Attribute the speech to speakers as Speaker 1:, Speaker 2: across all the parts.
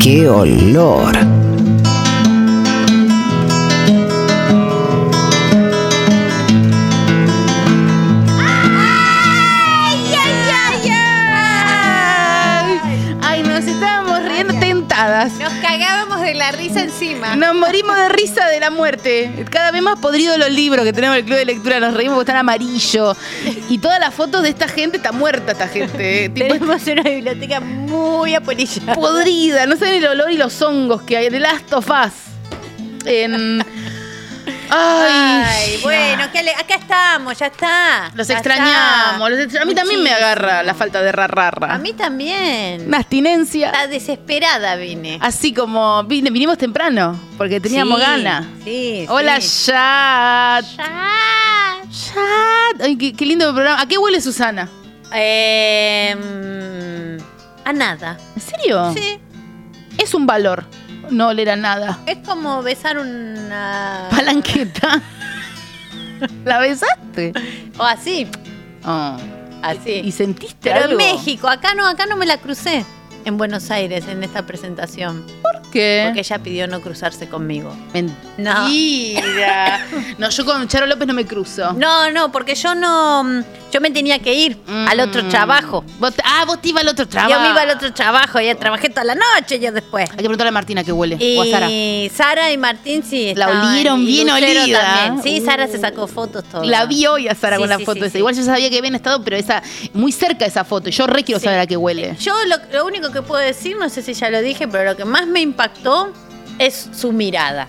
Speaker 1: qué olor.
Speaker 2: ¡Ay, ay, ay, ay! Ay, nos estábamos riendo tentadas.
Speaker 3: Nos cagábamos de la risa encima.
Speaker 2: Nos morimos de risa de la muerte. Cada vez más podridos los libros que tenemos en el club de lectura. Nos reímos porque están amarillos. Y todas las fotos de esta gente está muerta, esta gente. eh. Tipo,
Speaker 3: Tenemos una biblioteca muy apolillada.
Speaker 2: podrida. No saben el olor y los hongos que hay. De Last of Us. En. Ay,
Speaker 3: Ay, bueno, que ale- acá estamos, ya está.
Speaker 2: Los
Speaker 3: Ya
Speaker 2: extrañamos. los extra-
Speaker 3: está.
Speaker 2: A mí también me
Speaker 3: Muchísimo.
Speaker 2: agarra la falta de rarrarra.
Speaker 3: A mí también.
Speaker 2: Una abstinencia.
Speaker 3: Está desesperada vine.
Speaker 2: Así como vine- vinimos temprano, porque Ah, teníamos
Speaker 3: Sí,
Speaker 2: ganas.
Speaker 3: Sí,
Speaker 2: Hola,
Speaker 3: sí.
Speaker 2: chat.
Speaker 3: Ya.
Speaker 2: Chat. Ay, qué, qué lindo programa. ¿A qué huele Susana?
Speaker 3: Em, a nada.
Speaker 2: ¿En serio?
Speaker 3: Sí,
Speaker 2: Es un valor no oler a nada.
Speaker 3: es como besar una...
Speaker 2: Palanqueta. ¿La besaste?
Speaker 3: O así,
Speaker 2: Oh. ¿Y
Speaker 3: así.
Speaker 2: sentiste
Speaker 3: Pero en
Speaker 2: algo?
Speaker 3: México, acá no, acá no me la crucé. En Buenos Aires, en esta presentación.
Speaker 2: ¿Por qué?
Speaker 3: Porque ella pidió no cruzarse conmigo. No.
Speaker 2: Mentira. No. yo con Charo López no me cruzo.
Speaker 3: No, no, porque yo no... mm, Yo me tenía que ir
Speaker 2: Mm.
Speaker 3: al otro trabajo.
Speaker 2: Vos te- ah, vos te ibas al otro trabajo.
Speaker 3: Yo me iba al otro trabajo, ya trabajé toda la noche yo después.
Speaker 2: Hay que preguntarle a Martina que huele. o
Speaker 3: Eh,
Speaker 2: a Sara.
Speaker 3: Y Sara y Martín sí.
Speaker 2: La
Speaker 3: estaban,
Speaker 2: olieron
Speaker 3: y
Speaker 2: bien
Speaker 3: Lucero
Speaker 2: olida.
Speaker 3: también. Sí,
Speaker 2: Uh.
Speaker 3: Sara se sacó fotos todas.
Speaker 2: La vi hoy a Sara
Speaker 3: Sí,
Speaker 2: con la
Speaker 3: sí,
Speaker 2: foto
Speaker 3: sí,
Speaker 2: esa.
Speaker 3: sí.
Speaker 2: Igual yo sabía que habían estado, pero esa muy cerca de esa foto. Yo re quiero
Speaker 3: Sí.
Speaker 2: saber a qué huele.
Speaker 3: Yo lo, lo único que puedo decir, no sé si ya lo dije, pero lo que más me impactó es su mirada.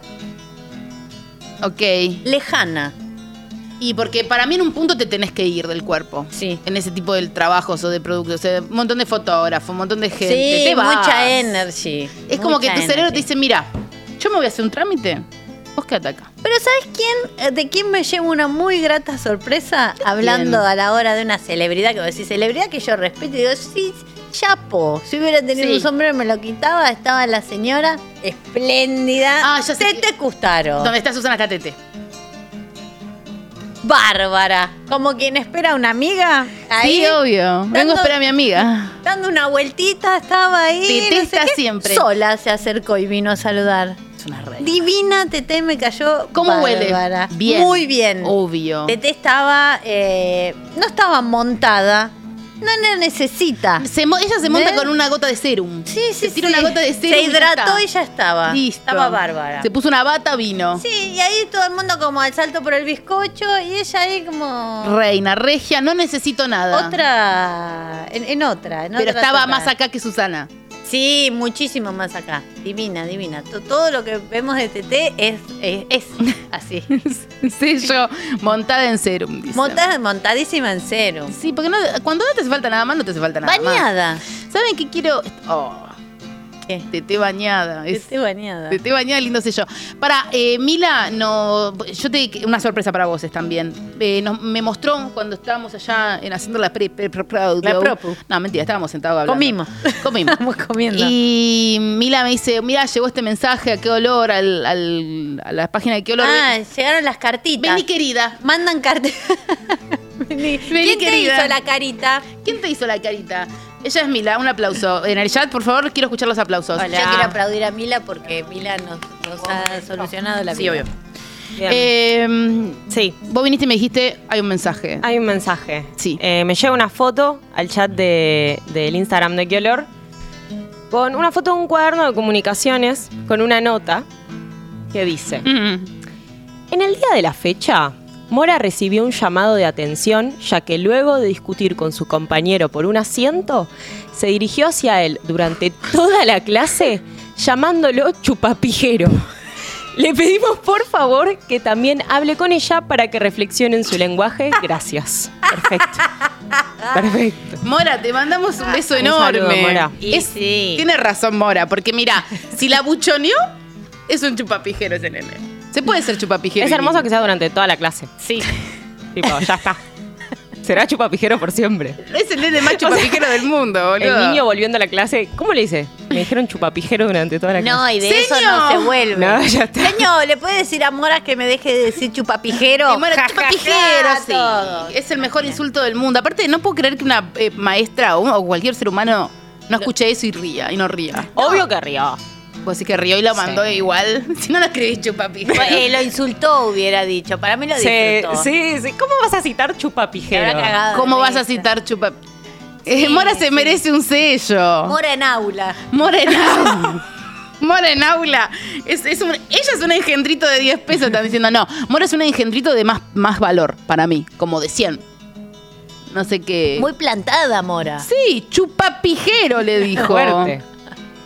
Speaker 2: Ok.
Speaker 3: Lejana.
Speaker 2: Y porque para mí en un punto te tenés que ir del cuerpo.
Speaker 3: Sí.
Speaker 2: En ese tipo de trabajos o de productos. O sea, un montón de fotógrafos, un montón de gente.
Speaker 3: sí,
Speaker 2: Te vas.
Speaker 3: mucha energy.
Speaker 2: Es como que
Speaker 3: mucha
Speaker 2: tu cerebro te
Speaker 3: energy.
Speaker 2: dice, mira, yo me voy a hacer un trámite. Vos quédate acá.
Speaker 3: Pero ¿sabes quién? eh, ¿De quién me llevo una muy grata sorpresa? Hablando a la hora de una celebridad, que vos decís, celebridad que yo respeto, y digo, sí, chapo. Si hubiera tenido
Speaker 2: Sí.
Speaker 3: un sombrero me lo quitaba, estaba la señora espléndida.
Speaker 2: Ah, ya sé
Speaker 3: Te, te
Speaker 2: que-
Speaker 3: gustaron.
Speaker 2: Donde está Susana Catete.
Speaker 3: Bárbara. Como quien espera a una amiga. Ahí.
Speaker 2: Sí, obvio. Vengo
Speaker 3: Dando-
Speaker 2: a esperar a mi amiga.
Speaker 3: Dando una vueltita, estaba ahí.
Speaker 2: Teté
Speaker 3: no sé
Speaker 2: está
Speaker 3: qué.
Speaker 2: siempre.
Speaker 3: Sola se acercó y vino a saludar.
Speaker 2: Es una reina.
Speaker 3: Divina Teté me cayó.
Speaker 2: ¿Cómo
Speaker 3: bárbara.
Speaker 2: huele? Bien. Oh.
Speaker 3: Muy bien.
Speaker 2: Obvio.
Speaker 3: Teté estaba. eh, no estaba montada. No la necesita.
Speaker 2: Se mo- ella se monta
Speaker 3: ¿Eh?
Speaker 2: con una gota de serum.
Speaker 3: Sí, sí,
Speaker 2: Se tira
Speaker 3: sí.
Speaker 2: una gota de serum.
Speaker 3: Se
Speaker 2: y
Speaker 3: hidrató
Speaker 2: está.
Speaker 3: y ya estaba.
Speaker 2: Listo.
Speaker 3: Estaba bárbara.
Speaker 2: Se puso una bata, vino.
Speaker 3: Sí, y ahí todo el mundo como al salto por el bizcocho y ella ahí como.
Speaker 2: Reina, regia, no necesito nada.
Speaker 3: Otra. En, en otra. en
Speaker 2: Pero
Speaker 3: otra
Speaker 2: estaba
Speaker 3: total.
Speaker 2: más acá que Susana.
Speaker 3: Sí, muchísimo más acá. Divina, divina. To- Todo lo que vemos de TT es, es, es así.
Speaker 2: Sello, montada en serum, dice.
Speaker 3: Monta- montadísima en cero.
Speaker 2: Sí, porque no- cuando no te hace falta nada más, no te hace falta nada más.
Speaker 3: Bañada.
Speaker 2: ¿Saben qué quiero? Oh,
Speaker 3: ¿Qué?
Speaker 2: teté bañada. Es-
Speaker 3: Esté bañada.
Speaker 2: Teté bañada, lindo sello. Para, eh, Mila, no, yo te una sorpresa para vos es también. Eh, nos- me mostró cuando estábamos allá en haciendo la pre, pre- pre- pro-
Speaker 3: La propu.
Speaker 2: No, mentira, estábamos sentados hablando.
Speaker 3: Comimos.
Speaker 2: Comimos.
Speaker 3: Estamos comiendo.
Speaker 2: Y Mila me dice, mira, llegó este mensaje a qué olor, al, al- a la página de qué olor.
Speaker 3: ah, llegaron las cartitas.
Speaker 2: Vení, querida.
Speaker 3: Mandan cartitas. Vení. ¿Quién
Speaker 2: querida.
Speaker 3: te hizo la carita?
Speaker 2: ¿Quién te hizo la carita? Ella es Mila, un aplauso. En el chat, por favor, quiero escuchar los aplausos.
Speaker 3: Yo quiero aplaudir a Mila porque Mila nos, nos ha solucionado la
Speaker 2: Sí,
Speaker 3: vida.
Speaker 2: obvio.
Speaker 4: Bien.
Speaker 2: Eh,
Speaker 4: Sí,
Speaker 2: vos viniste y me dijiste, hay un mensaje.
Speaker 4: hay un mensaje.
Speaker 2: Sí.
Speaker 4: Eh, me llega una foto al chat de- del Instagram de qué olor con una foto de un cuaderno de comunicaciones con una nota que dice:
Speaker 2: Mm.
Speaker 4: En el día de la fecha, Mora recibió un llamado de atención, ya que luego de discutir con su compañero por un asiento, se dirigió hacia él durante toda la clase, llamándolo chupapijero. Le pedimos por favor que también hable con ella para que reflexione en su lenguaje. Gracias. Perfecto. Perfecto.
Speaker 2: Mora, te mandamos un beso
Speaker 4: Ah, Un
Speaker 2: enorme.
Speaker 4: saludo, Mora.
Speaker 3: Y
Speaker 2: Es-
Speaker 3: sí.
Speaker 2: Tiene razón Mora, porque mira, si la buchoneó, es un chupapijero ese nene. Se puede ser chupapijero.
Speaker 4: Es hermoso que sea durante toda la clase.
Speaker 3: Sí.
Speaker 4: Tipo, ya está. Será chupapijero por siempre.
Speaker 2: Es el nene más chupapijero del mundo, boludo.
Speaker 4: El niño volviendo a la clase, ¿cómo le dice? Me dijeron chupapijero durante toda la clase.
Speaker 3: No, y de eso
Speaker 2: Señor.
Speaker 3: no se vuelve.
Speaker 4: No, ya está.
Speaker 3: Señor, ¿le puede decir a Mora que me deje de decir chupapijero?
Speaker 2: Y Mora,
Speaker 3: Ja, ja,
Speaker 2: chupapijero,
Speaker 3: ja,
Speaker 2: sí.
Speaker 3: todo.
Speaker 2: Es el mejor insulto del mundo. Aparte, no puedo creer que una eh, maestra o, o cualquier ser humano No escuché eso y ría, y no ría.
Speaker 4: Obvio que rió.
Speaker 2: Pues sí que rió y lo mandó
Speaker 4: Sí.
Speaker 2: igual. Si no lo escribís, chupapi.
Speaker 3: Eh, lo insultó, hubiera dicho. Para mí lo
Speaker 4: Sí,
Speaker 3: disfrutó.
Speaker 4: sí, sí. ¿Cómo vas a citar
Speaker 3: Se habrá
Speaker 4: chupapijero?
Speaker 3: cagado
Speaker 2: ¿Cómo
Speaker 3: de
Speaker 2: vas a
Speaker 3: risa.
Speaker 2: citar chupapi? Eh,
Speaker 3: Sí,
Speaker 2: Mora se
Speaker 3: sí.
Speaker 2: merece un sello.
Speaker 3: Mora en aula.
Speaker 2: Mora en aula. Mora en aula. Es, es un- ella es un engendrito de 10 pesos, están diciendo. No, Mora es un engendrito de más, más valor para mí, como de 100. No sé qué.
Speaker 3: Muy plantada, Mora.
Speaker 2: sí, chupapijero, le dijo.
Speaker 4: Fuerte.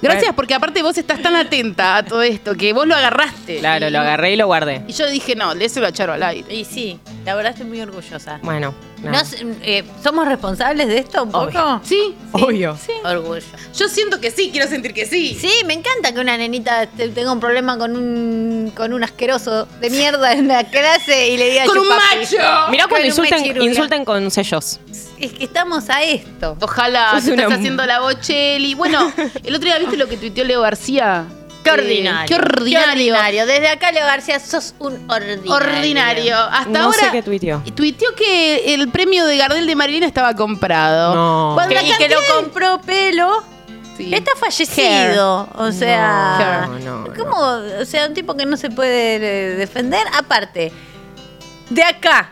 Speaker 2: Gracias, porque aparte vos estás tan atenta a todo esto que vos lo agarraste.
Speaker 4: Claro,
Speaker 2: Y-
Speaker 4: lo agarré y lo guardé.
Speaker 2: Y yo dije, no, léselo a Charo al aire.
Speaker 3: Y sí, la verdad estoy muy orgullosa.
Speaker 4: Bueno, nada.
Speaker 3: No sé, eh, ¿Somos responsables de esto un
Speaker 4: Obvio.
Speaker 3: poco?
Speaker 2: Sí,
Speaker 4: Obvio.
Speaker 3: Orgullo.
Speaker 2: yo siento que sí, quiero sentir que sí.
Speaker 3: Sí, me encanta que una nenita te- tenga un problema con un, con un asqueroso de mierda en la clase y le diga
Speaker 2: ¡Con un
Speaker 3: chupapi.
Speaker 2: macho!
Speaker 4: Mirá cuando
Speaker 3: Con un
Speaker 4: insulten,
Speaker 3: mechirulo.
Speaker 4: insulten con sellos.
Speaker 3: Es que estamos a esto.
Speaker 2: Ojalá
Speaker 4: Sos
Speaker 2: te
Speaker 4: una
Speaker 2: estás
Speaker 4: mu-
Speaker 2: haciendo la bocheli. Bueno, el otro día viste lo que tuiteó Leo García.
Speaker 3: Qué
Speaker 2: Eh,
Speaker 3: ordinario.
Speaker 2: qué ordinario.
Speaker 3: ordinario. Desde acá, Leo García, sos un ordinario.
Speaker 2: Ordinario. Hasta
Speaker 4: no sé
Speaker 2: ahora.
Speaker 4: qué tuiteó.
Speaker 2: Tuiteó que el premio de Gardel de Marilina estaba comprado.
Speaker 4: No.
Speaker 2: Cuando
Speaker 3: Que-
Speaker 2: la
Speaker 3: y que lo
Speaker 2: cantidad de-
Speaker 3: compró pelo.
Speaker 2: Sí.
Speaker 3: Está fallecido. O sea.
Speaker 4: No, no, no.
Speaker 3: ¿Cómo? O sea, un tipo que no se puede eh, defender. Aparte, de acá.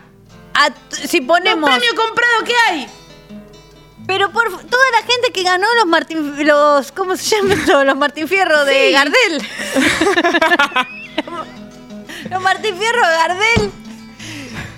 Speaker 3: a t- si
Speaker 2: ¿Un
Speaker 3: ponemos.
Speaker 2: premio comprado qué hay?
Speaker 3: Pero por f- toda la gente que ganó los Martín. Los, ¿Cómo se llaman? Los, los Martín Fierro de
Speaker 2: Sí.
Speaker 3: Gardel. los Martín Fierro de Gardel.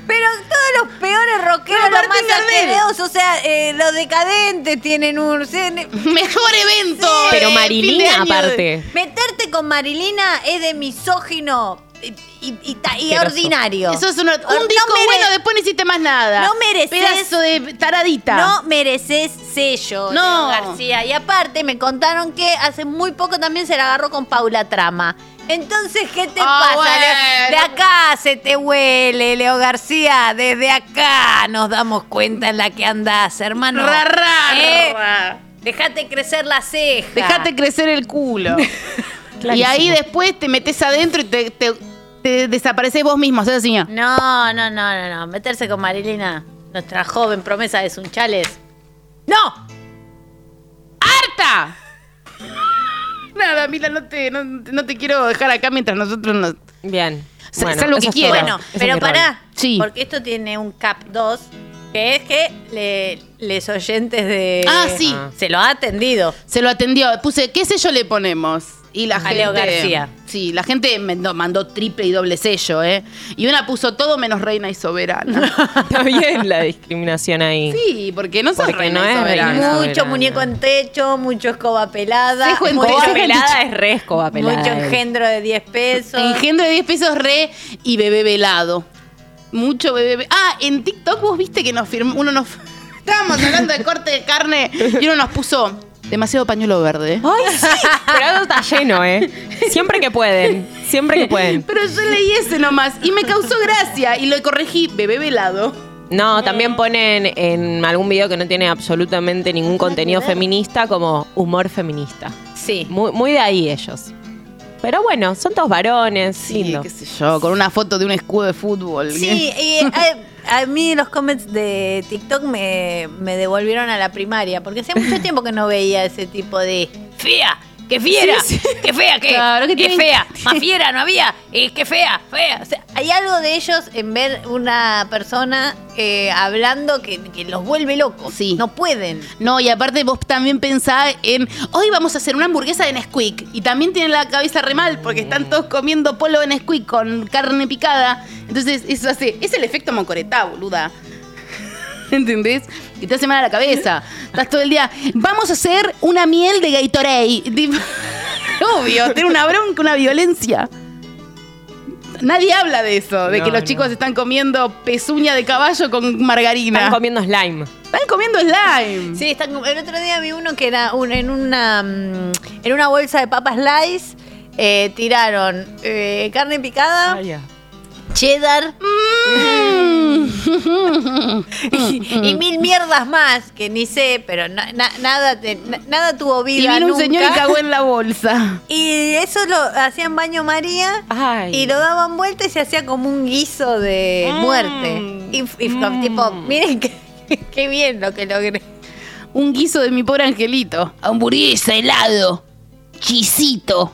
Speaker 3: Pero todos los peores rockeros,
Speaker 2: Pero
Speaker 3: los más
Speaker 2: Martín Gardel.
Speaker 3: asquerosos, o sea, eh, los decadentes tienen un. tienen-
Speaker 2: Mejor evento.
Speaker 3: Sí.
Speaker 4: Pero
Speaker 2: eh,
Speaker 4: Marilina,
Speaker 2: fin de año.
Speaker 4: aparte.
Speaker 3: Meterte con Marilina es de misógino y, y- y ta- y
Speaker 4: Asqueroso.
Speaker 3: ordinario.
Speaker 2: Eso es un, un disco
Speaker 3: No mere-
Speaker 2: bueno, después no hiciste más nada.
Speaker 3: No mereces-
Speaker 2: Pedazo de taradita.
Speaker 3: No mereces sello,
Speaker 2: No.
Speaker 3: no. García. Y aparte me contaron que hace muy poco también se la agarró con Paula Trama. Entonces, ¿qué te
Speaker 2: Ah,
Speaker 3: pasa?
Speaker 2: bueno.
Speaker 3: Leo? De acá se te huele, Leo García. Desde acá nos damos cuenta en la que andás, hermano.
Speaker 2: Ra, ra,
Speaker 3: Eh,
Speaker 2: ra.
Speaker 3: Dejate crecer la ceja.
Speaker 2: Dejate crecer el culo. y
Speaker 4: Clarísimo.
Speaker 2: ahí después te metes adentro y te, te- te desapareces vos mismo. ¿sabes, señor?
Speaker 3: No, no, no, no, no. Meterse con Marilina, nuestra joven promesa de Sunchales. ¡No!
Speaker 2: ¡Harta! Nada, Mila, no te, no, no te quiero dejar acá mientras nosotros nos.
Speaker 4: Bien.
Speaker 2: Sa- salvo que
Speaker 4: eso es
Speaker 2: quiera.
Speaker 4: todo.
Speaker 3: Bueno,
Speaker 4: Eso es
Speaker 3: pero
Speaker 4: mi rol.
Speaker 3: pará.
Speaker 2: Sí.
Speaker 3: Porque esto tiene un cap 2, que es que le, les oyentes
Speaker 4: Eh,
Speaker 3: de.
Speaker 2: Ah, sí.
Speaker 3: Se lo ha atendido.
Speaker 2: Se lo atendió. Puse, ¿qué sello le ponemos? Y la
Speaker 3: A
Speaker 2: gente.
Speaker 3: Leo García.
Speaker 2: Sí, la gente mandó, mandó triple y doble sello, ¿eh? Y una puso todo menos reina y soberana.
Speaker 4: Está bien la discriminación ahí.
Speaker 2: Sí, porque no sos
Speaker 4: Porque
Speaker 2: reina
Speaker 4: no
Speaker 2: y
Speaker 4: es
Speaker 2: soberana.
Speaker 4: reina.
Speaker 3: mucho
Speaker 4: soberana.
Speaker 3: muñeco en techo, mucho escoba pelada.
Speaker 2: Cejo en
Speaker 3: mucho-
Speaker 2: techo.
Speaker 4: Escoba
Speaker 2: Mucho-
Speaker 4: pelada es re escoba pelada.
Speaker 3: Mucho
Speaker 4: eh.
Speaker 3: engendro de 10 pesos.
Speaker 2: Engendro de 10 pesos re y bebé velado. Mucho bebé. ve- Ah, en TikTok vos viste que nos firmó. Uno nos. Estábamos hablando de corte de carne y uno nos puso demasiado pañuelo verde.
Speaker 4: Ay, sí. Pero eso está lleno, ¿eh? Siempre que pueden. Siempre que pueden.
Speaker 2: Pero yo leí ese nomás y me causó gracia y lo corregí, bebé velado.
Speaker 4: No, también ponen en algún video que no tiene absolutamente ningún contenido feminista como humor feminista.
Speaker 3: Sí.
Speaker 4: Muy, muy de ahí ellos. Pero bueno, son todos varones, lindo.
Speaker 2: qué sé yo, con una foto de un escudo de fútbol.
Speaker 3: Sí, y eh, a, a mí los comments de TikTok me, me devolvieron a la primaria, porque hacía mucho tiempo que no veía ese tipo de fea, que fiera, que fea, que,
Speaker 2: Claro, que
Speaker 3: que
Speaker 2: tienen-
Speaker 3: fea, más fiera no había, es que fea, fea. O sea, hay algo de ellos en ver una persona eh, hablando que, que los vuelve locos.
Speaker 2: Sí.
Speaker 3: No pueden.
Speaker 2: No, y aparte vos también pensás en, hoy vamos a hacer una hamburguesa de Nesquik. Y también tienen la cabeza re mal porque
Speaker 4: Mm.
Speaker 2: están todos comiendo polo de Nesquik con carne picada. Entonces, eso hace, es el efecto mocoretá, boluda. ¿Entendés? Que te hace mal a la cabeza. Estás todo el día, vamos a hacer una miel de Gatorade. Tipo, Obvio, tiene una bronca, una violencia. Nadie habla de eso, de que
Speaker 4: No,
Speaker 2: los
Speaker 4: no.
Speaker 2: chicos están comiendo pezuña de caballo con margarina.
Speaker 4: Están comiendo slime.
Speaker 2: Están comiendo slime.
Speaker 3: Sí, están como- el otro día vi uno que era un- en una mm, en una bolsa de papas Lays eh, tiraron eh, carne picada, cheddar
Speaker 2: Mm.
Speaker 3: y, y mil mierdas más que ni sé, pero na- na- nada te- na- nada tuvo
Speaker 2: Y
Speaker 3: vida
Speaker 2: vino un
Speaker 3: nunca.
Speaker 2: señor y cagó en la bolsa.
Speaker 3: Y eso lo hacían baño María
Speaker 4: Ay.
Speaker 3: y lo daban vuelta y se hacía como un guiso de
Speaker 4: Mm.
Speaker 3: muerte. Y, y fue
Speaker 4: Mm.
Speaker 3: tipo, miren qué, qué bien lo que logré.
Speaker 2: un guiso de mi pobre angelito. Hamburguesa, helado, chisito,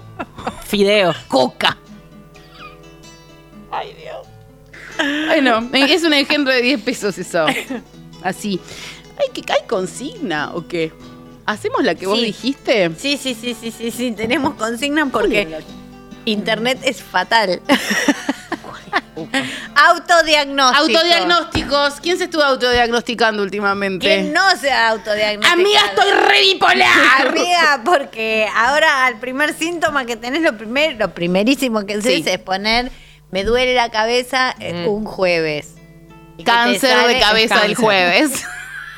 Speaker 4: Fideo.
Speaker 2: coca. Ay, Dios. Bueno, eh, es un engendro de 10 pesos eso. Así. Ay, que hay consigna o qué? ¿Hacemos la que vos
Speaker 3: Sí.
Speaker 2: dijiste?
Speaker 3: Sí, sí, sí, sí, sí, sí, tenemos consigna porque internet es fatal. Autodiagnóstico.
Speaker 2: Autodiagnósticos. ¿Quién se estuvo autodiagnosticando últimamente?
Speaker 3: Que no sea autodiagnóstico.
Speaker 2: Amiga, estoy re bipolar.
Speaker 3: Amiga, porque ahora al primer síntoma que tenés, lo primero, lo primerísimo que haces
Speaker 2: Sí.
Speaker 3: es poner, me duele la cabeza eh, un jueves. Y que te
Speaker 2: cáncer
Speaker 3: sale-
Speaker 2: de cabeza del
Speaker 4: cáncer.
Speaker 2: jueves.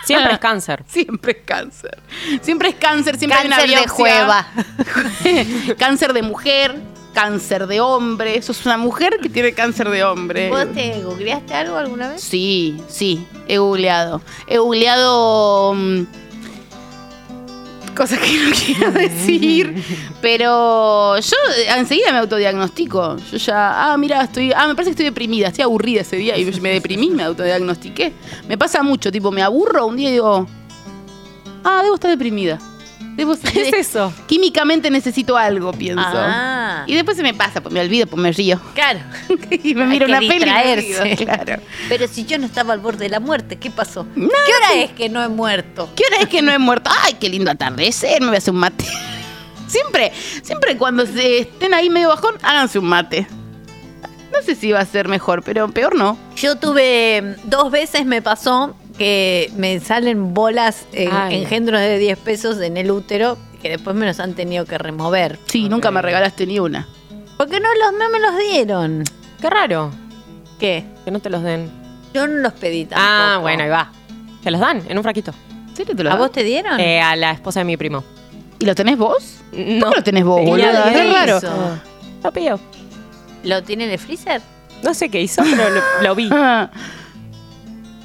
Speaker 4: Siempre
Speaker 3: Ah.
Speaker 4: es cáncer.
Speaker 2: Siempre es cáncer. Siempre es cáncer, siempre
Speaker 3: Cáncer
Speaker 2: hay una
Speaker 3: de jueva.
Speaker 2: biopsia. cáncer de mujer, cáncer de hombre. Sos una mujer que tiene cáncer de hombre.
Speaker 3: ¿Vos te googleaste algo alguna vez?
Speaker 2: Sí, sí, he googleado. He googleado mm, cosas que no quiero decir, pero yo eh, enseguida me autodiagnostico. Yo ya, ah, mira, estoy, ah, me parece que estoy deprimida, estoy aburrida ese día y me deprimí, me autodiagnostiqué. Me pasa mucho, tipo, me aburro un día y digo, ah, debo estar deprimida. Debo
Speaker 4: ¿Qué es eso?
Speaker 2: Químicamente necesito algo, pienso.
Speaker 3: Ah,
Speaker 2: Y después se me pasa, pues me olvido, pues me río.
Speaker 3: claro.
Speaker 2: y me
Speaker 3: Hay
Speaker 2: miro
Speaker 3: que
Speaker 2: una peli. y me río,
Speaker 3: distraerse.
Speaker 2: claro.
Speaker 3: Pero si yo no estaba al borde de la muerte, ¿qué pasó? ¿Qué hora es que no he muerto?
Speaker 2: ¿Qué hora es que no he muerto? Ay, qué lindo atardecer, me voy a hacer un mate. Siempre, siempre cuando se estén ahí medio bajón, háganse un mate. No sé si va a ser mejor, pero peor no.
Speaker 3: Yo tuve mm, dos veces me pasó que me salen bolas, eh,
Speaker 4: Ay.
Speaker 3: engendros de 10 pesos en el útero, que después me los han tenido que remover.
Speaker 2: Sí, nunca me regalaste ni una.
Speaker 3: Porque no, los, no me los dieron.
Speaker 4: Qué raro
Speaker 3: ¿Qué?
Speaker 4: que no te los den.
Speaker 3: Yo no los pedí tampoco.
Speaker 4: Ah, bueno, ahí va. Te los dan en un fraquito.
Speaker 2: ¿En serio te lo
Speaker 3: ¿A
Speaker 2: dan?
Speaker 3: vos te dieron?
Speaker 4: Eh, a la esposa de mi primo.
Speaker 2: ¿Y lo tenés vos?
Speaker 4: No,
Speaker 2: ¿Cómo lo tenés vos,
Speaker 4: Tenía
Speaker 2: boluda?
Speaker 4: diez.
Speaker 2: Es raro.
Speaker 3: Eso.
Speaker 4: lo pidió.
Speaker 3: ¿Lo tiene en el freezer?
Speaker 4: No sé qué hizo, pero lo, lo vi.
Speaker 2: Ah,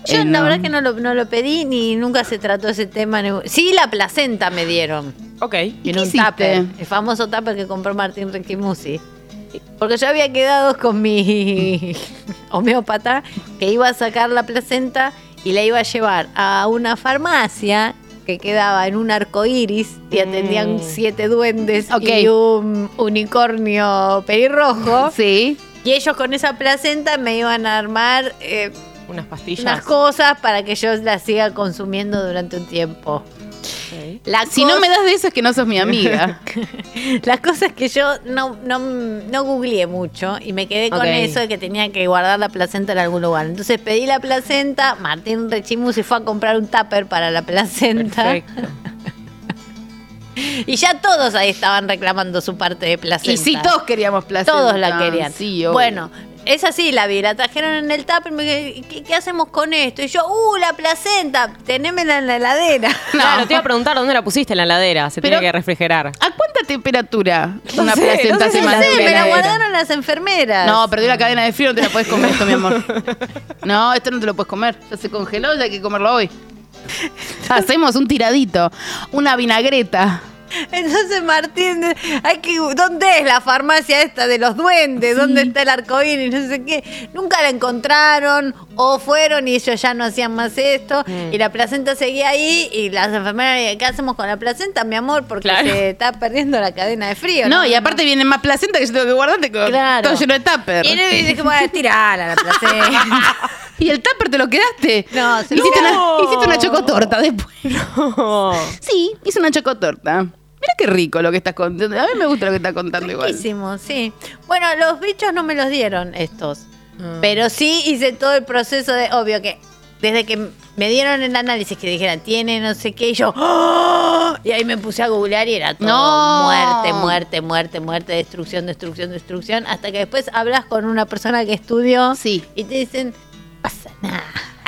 Speaker 3: Yo la
Speaker 2: Eh, no.
Speaker 3: verdad que no lo, no lo pedí ni nunca se trató ese tema. ni- Sí, la placenta me dieron.
Speaker 4: Ok.
Speaker 2: ¿Y
Speaker 3: en
Speaker 2: qué
Speaker 3: un
Speaker 2: hiciste?
Speaker 3: tupper, el famoso tupper que compró Martín Requimusi. Porque yo había quedado con mi homeópata que iba a sacar la placenta y la iba a llevar a una farmacia que quedaba en un arco iris y atendían
Speaker 4: Mm.
Speaker 3: siete duendes
Speaker 2: Ok.
Speaker 3: y un unicornio pelirrojo.
Speaker 2: Sí.
Speaker 3: Y ellos con esa placenta me iban a armar eh,
Speaker 4: Unas
Speaker 3: unas
Speaker 4: pastillas.
Speaker 3: cosas para que yo las siga consumiendo durante un tiempo.
Speaker 4: Ok.
Speaker 3: La
Speaker 2: Si no
Speaker 3: cosa-
Speaker 2: me das de eso es que no sos mi amiga.
Speaker 3: Las cosas que yo no, no, no googleé mucho y me quedé con
Speaker 4: Ok.
Speaker 3: eso de que tenía que guardar la placenta en algún lugar. Entonces pedí la placenta, Martín Rechimus se fue a comprar un tupper para la placenta.
Speaker 4: Perfecto.
Speaker 3: Y ya todos ahí estaban reclamando su parte de placenta.
Speaker 2: y sí, todos queríamos placer.
Speaker 3: Todos la querían.
Speaker 2: Sí, obvio.
Speaker 3: bueno, es así, la vi, la trajeron en el tupper y me dije, ¿qué, qué hacemos con esto? Y yo, ¡uh, la placenta! Tenémela en la heladera.
Speaker 4: Claro, te iba a preguntar dónde la pusiste en la ladera. Se
Speaker 2: Pero-
Speaker 4: tiene que refrigerar.
Speaker 2: ¿A cuánta temperatura
Speaker 4: No
Speaker 2: una
Speaker 4: sé,
Speaker 2: placenta
Speaker 4: no sé,
Speaker 2: se
Speaker 4: no sé,
Speaker 3: No sé,
Speaker 2: mantiene?
Speaker 3: me
Speaker 2: en
Speaker 3: la
Speaker 2: heladera?
Speaker 3: guardaron las enfermeras.
Speaker 2: No, perdió la cadena de frío, no te la puedes comer esto, mi amor. No, esto no te lo puedes comer. Ya se congeló, ya hay que comerlo hoy. Hacemos un tiradito, una vinagreta.
Speaker 3: Entonces Martín, hay que, ¿dónde es la farmacia esta de los duendes? ¿Dónde está el arcoíris? No sé qué. Nunca la encontraron o fueron y ellos ya no hacían más esto. Y la placenta seguía ahí y las enfermeras, "Eh, ¿qué hacemos con la placenta, mi amor? Porque
Speaker 4: Claro.
Speaker 3: se está perdiendo la cadena de frío.
Speaker 2: No, y aparte viene más placenta que yo tengo que guardarte con
Speaker 3: Claro.
Speaker 2: todo lleno de tupper.
Speaker 3: Y él dice que voy a tirarla la placenta.
Speaker 2: Y el tupper te lo quedaste.
Speaker 3: No, se lo
Speaker 2: hiciste,
Speaker 4: quedó.
Speaker 2: una, hiciste una chocotorta después. Sí, hice una chocotorta. Mira qué rico lo que estás contando. A mí me gusta lo que estás contando igual.
Speaker 3: Riquísimo, sí. Bueno, los bichos no me los dieron estos.
Speaker 2: Ah.
Speaker 3: Pero sí hice todo el proceso de, obvio que desde que me dieron el análisis que dijeran tiene no sé qué, y yo, ¡ah! y ahí me puse a googlear y era todo
Speaker 2: No.
Speaker 3: muerte, muerte, muerte, muerte, destrucción, destrucción, destrucción, hasta que después hablas con una persona que estudió
Speaker 2: Sí.
Speaker 3: y te dicen, "No pasa nada.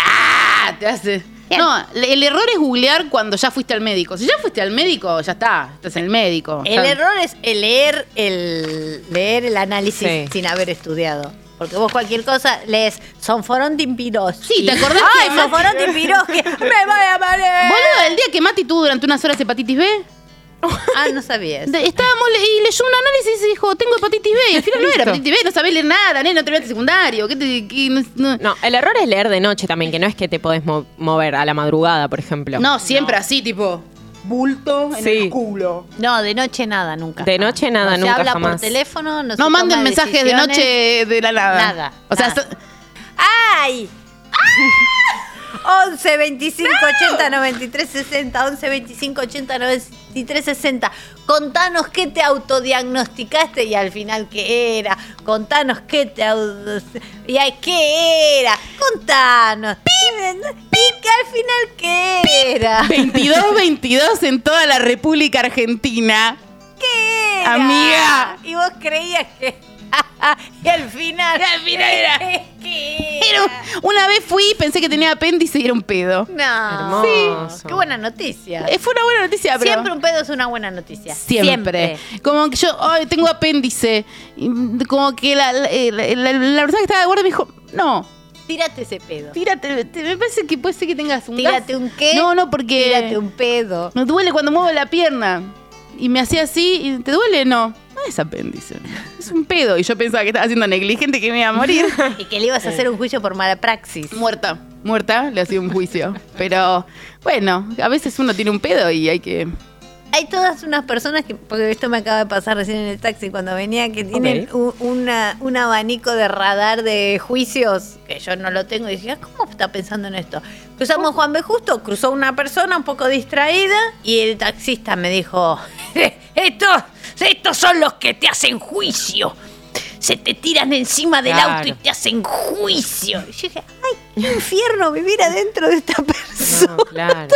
Speaker 2: Ah, te hace. No, le- el error es googlear cuando ya fuiste al médico. Si ya fuiste al médico, ya está. Estás en el médico.
Speaker 3: El
Speaker 2: Ya-
Speaker 3: error es el leer el, leer el análisis
Speaker 4: Sí.
Speaker 3: sin haber estudiado. Porque vos cualquier cosa lees sonforón timpiros.
Speaker 2: Sí, ¿te acordás que
Speaker 3: ¡Ay,
Speaker 2: además-
Speaker 3: sonforón timpiros! ¡Me voy a marear!
Speaker 2: Boludo, el día que Mati tuvo durante unas horas hepatitis B,
Speaker 3: Ah, no sabías.
Speaker 2: De- estábamos le- y leyó un análisis y dijo, tengo hepatitis B. Y al final no era
Speaker 4: Listo.
Speaker 2: hepatitis B, no sabés leer nada, nena, no terminaste secundario. ¿Qué te, qué- no, no.
Speaker 4: No, el error es leer de noche también, que no es que te podés mo- mover a la madrugada, por ejemplo.
Speaker 2: No, siempre así, tipo, bulto en
Speaker 4: Sí.
Speaker 2: el culo.
Speaker 3: No, de noche nada, nunca.
Speaker 4: De noche nada,
Speaker 3: no
Speaker 4: nunca,
Speaker 3: Se habla por
Speaker 4: jamás.
Speaker 3: teléfono, no, se
Speaker 2: No
Speaker 3: toma
Speaker 2: manden mensajes de
Speaker 3: decisiones.
Speaker 2: noche de la nada.
Speaker 3: Nada,
Speaker 2: O sea,
Speaker 3: nada.
Speaker 2: so-
Speaker 3: ¡Ay! ¡Ah! 11 25 80 93 60 11 25 80 93 60 Contanos qué te autodiagnosticaste y al final qué era. Contanos qué te au- y ay, qué era. Contanos. Y que al final qué era.
Speaker 2: 22-22 en toda la República Argentina.
Speaker 3: ¿Qué era?
Speaker 2: Amiga.
Speaker 3: Y vos creías que y al final
Speaker 2: Y al final era.
Speaker 3: ¿Qué
Speaker 2: Era un- una vez fui y pensé que tenía apéndice y era un pedo.
Speaker 3: No.
Speaker 4: Hermoso.
Speaker 3: Qué buena noticia.
Speaker 2: Eh, Fue una buena
Speaker 4: Ah,
Speaker 2: noticia, pero...
Speaker 3: Siempre un pedo es una buena noticia.
Speaker 2: Siempre. Como que yo, ay, tengo apéndice. Y, mm, Como que la, eh, la- la- la persona que estaba de guardia me dijo, no,
Speaker 3: Tírate ese pedo.
Speaker 2: tírate, te- me parece que puede ser que tengas un
Speaker 3: Tírate
Speaker 2: gas".
Speaker 3: un qué.
Speaker 2: No, no,
Speaker 4: eh,
Speaker 2: porque
Speaker 3: Tírate un pedo.
Speaker 2: me duele cuando muevo la pierna. Y me hacía así, y ¿te duele? No, no es apéndice. Es un pedo. Y yo pensaba que estaba siendo negligente, que me iba a morir.
Speaker 3: Y que le
Speaker 4: Eh.
Speaker 3: ibas a hacer un juicio por mala praxis.
Speaker 2: Muerta, muerta, le hacía un juicio. Pero bueno, a veces uno tiene un pedo y hay que...
Speaker 3: Hay todas unas personas que, porque esto me acaba de pasar recién en el taxi cuando venía, que tienen
Speaker 4: Ok.
Speaker 3: un, una- un abanico de radar de juicios, que yo no lo tengo, y dije, "Ah, ¿cómo está pensando en esto? Cruzamos Juan B. Justo, cruzó una persona un poco distraída, y el taxista me dijo, "Eh, estos, estos son los que te hacen juicio. Se te tiran encima del
Speaker 4: Claro.
Speaker 3: auto y te hacen juicio. Y yo dije, ay, qué infierno vivir adentro de esta persona.
Speaker 4: No, claro.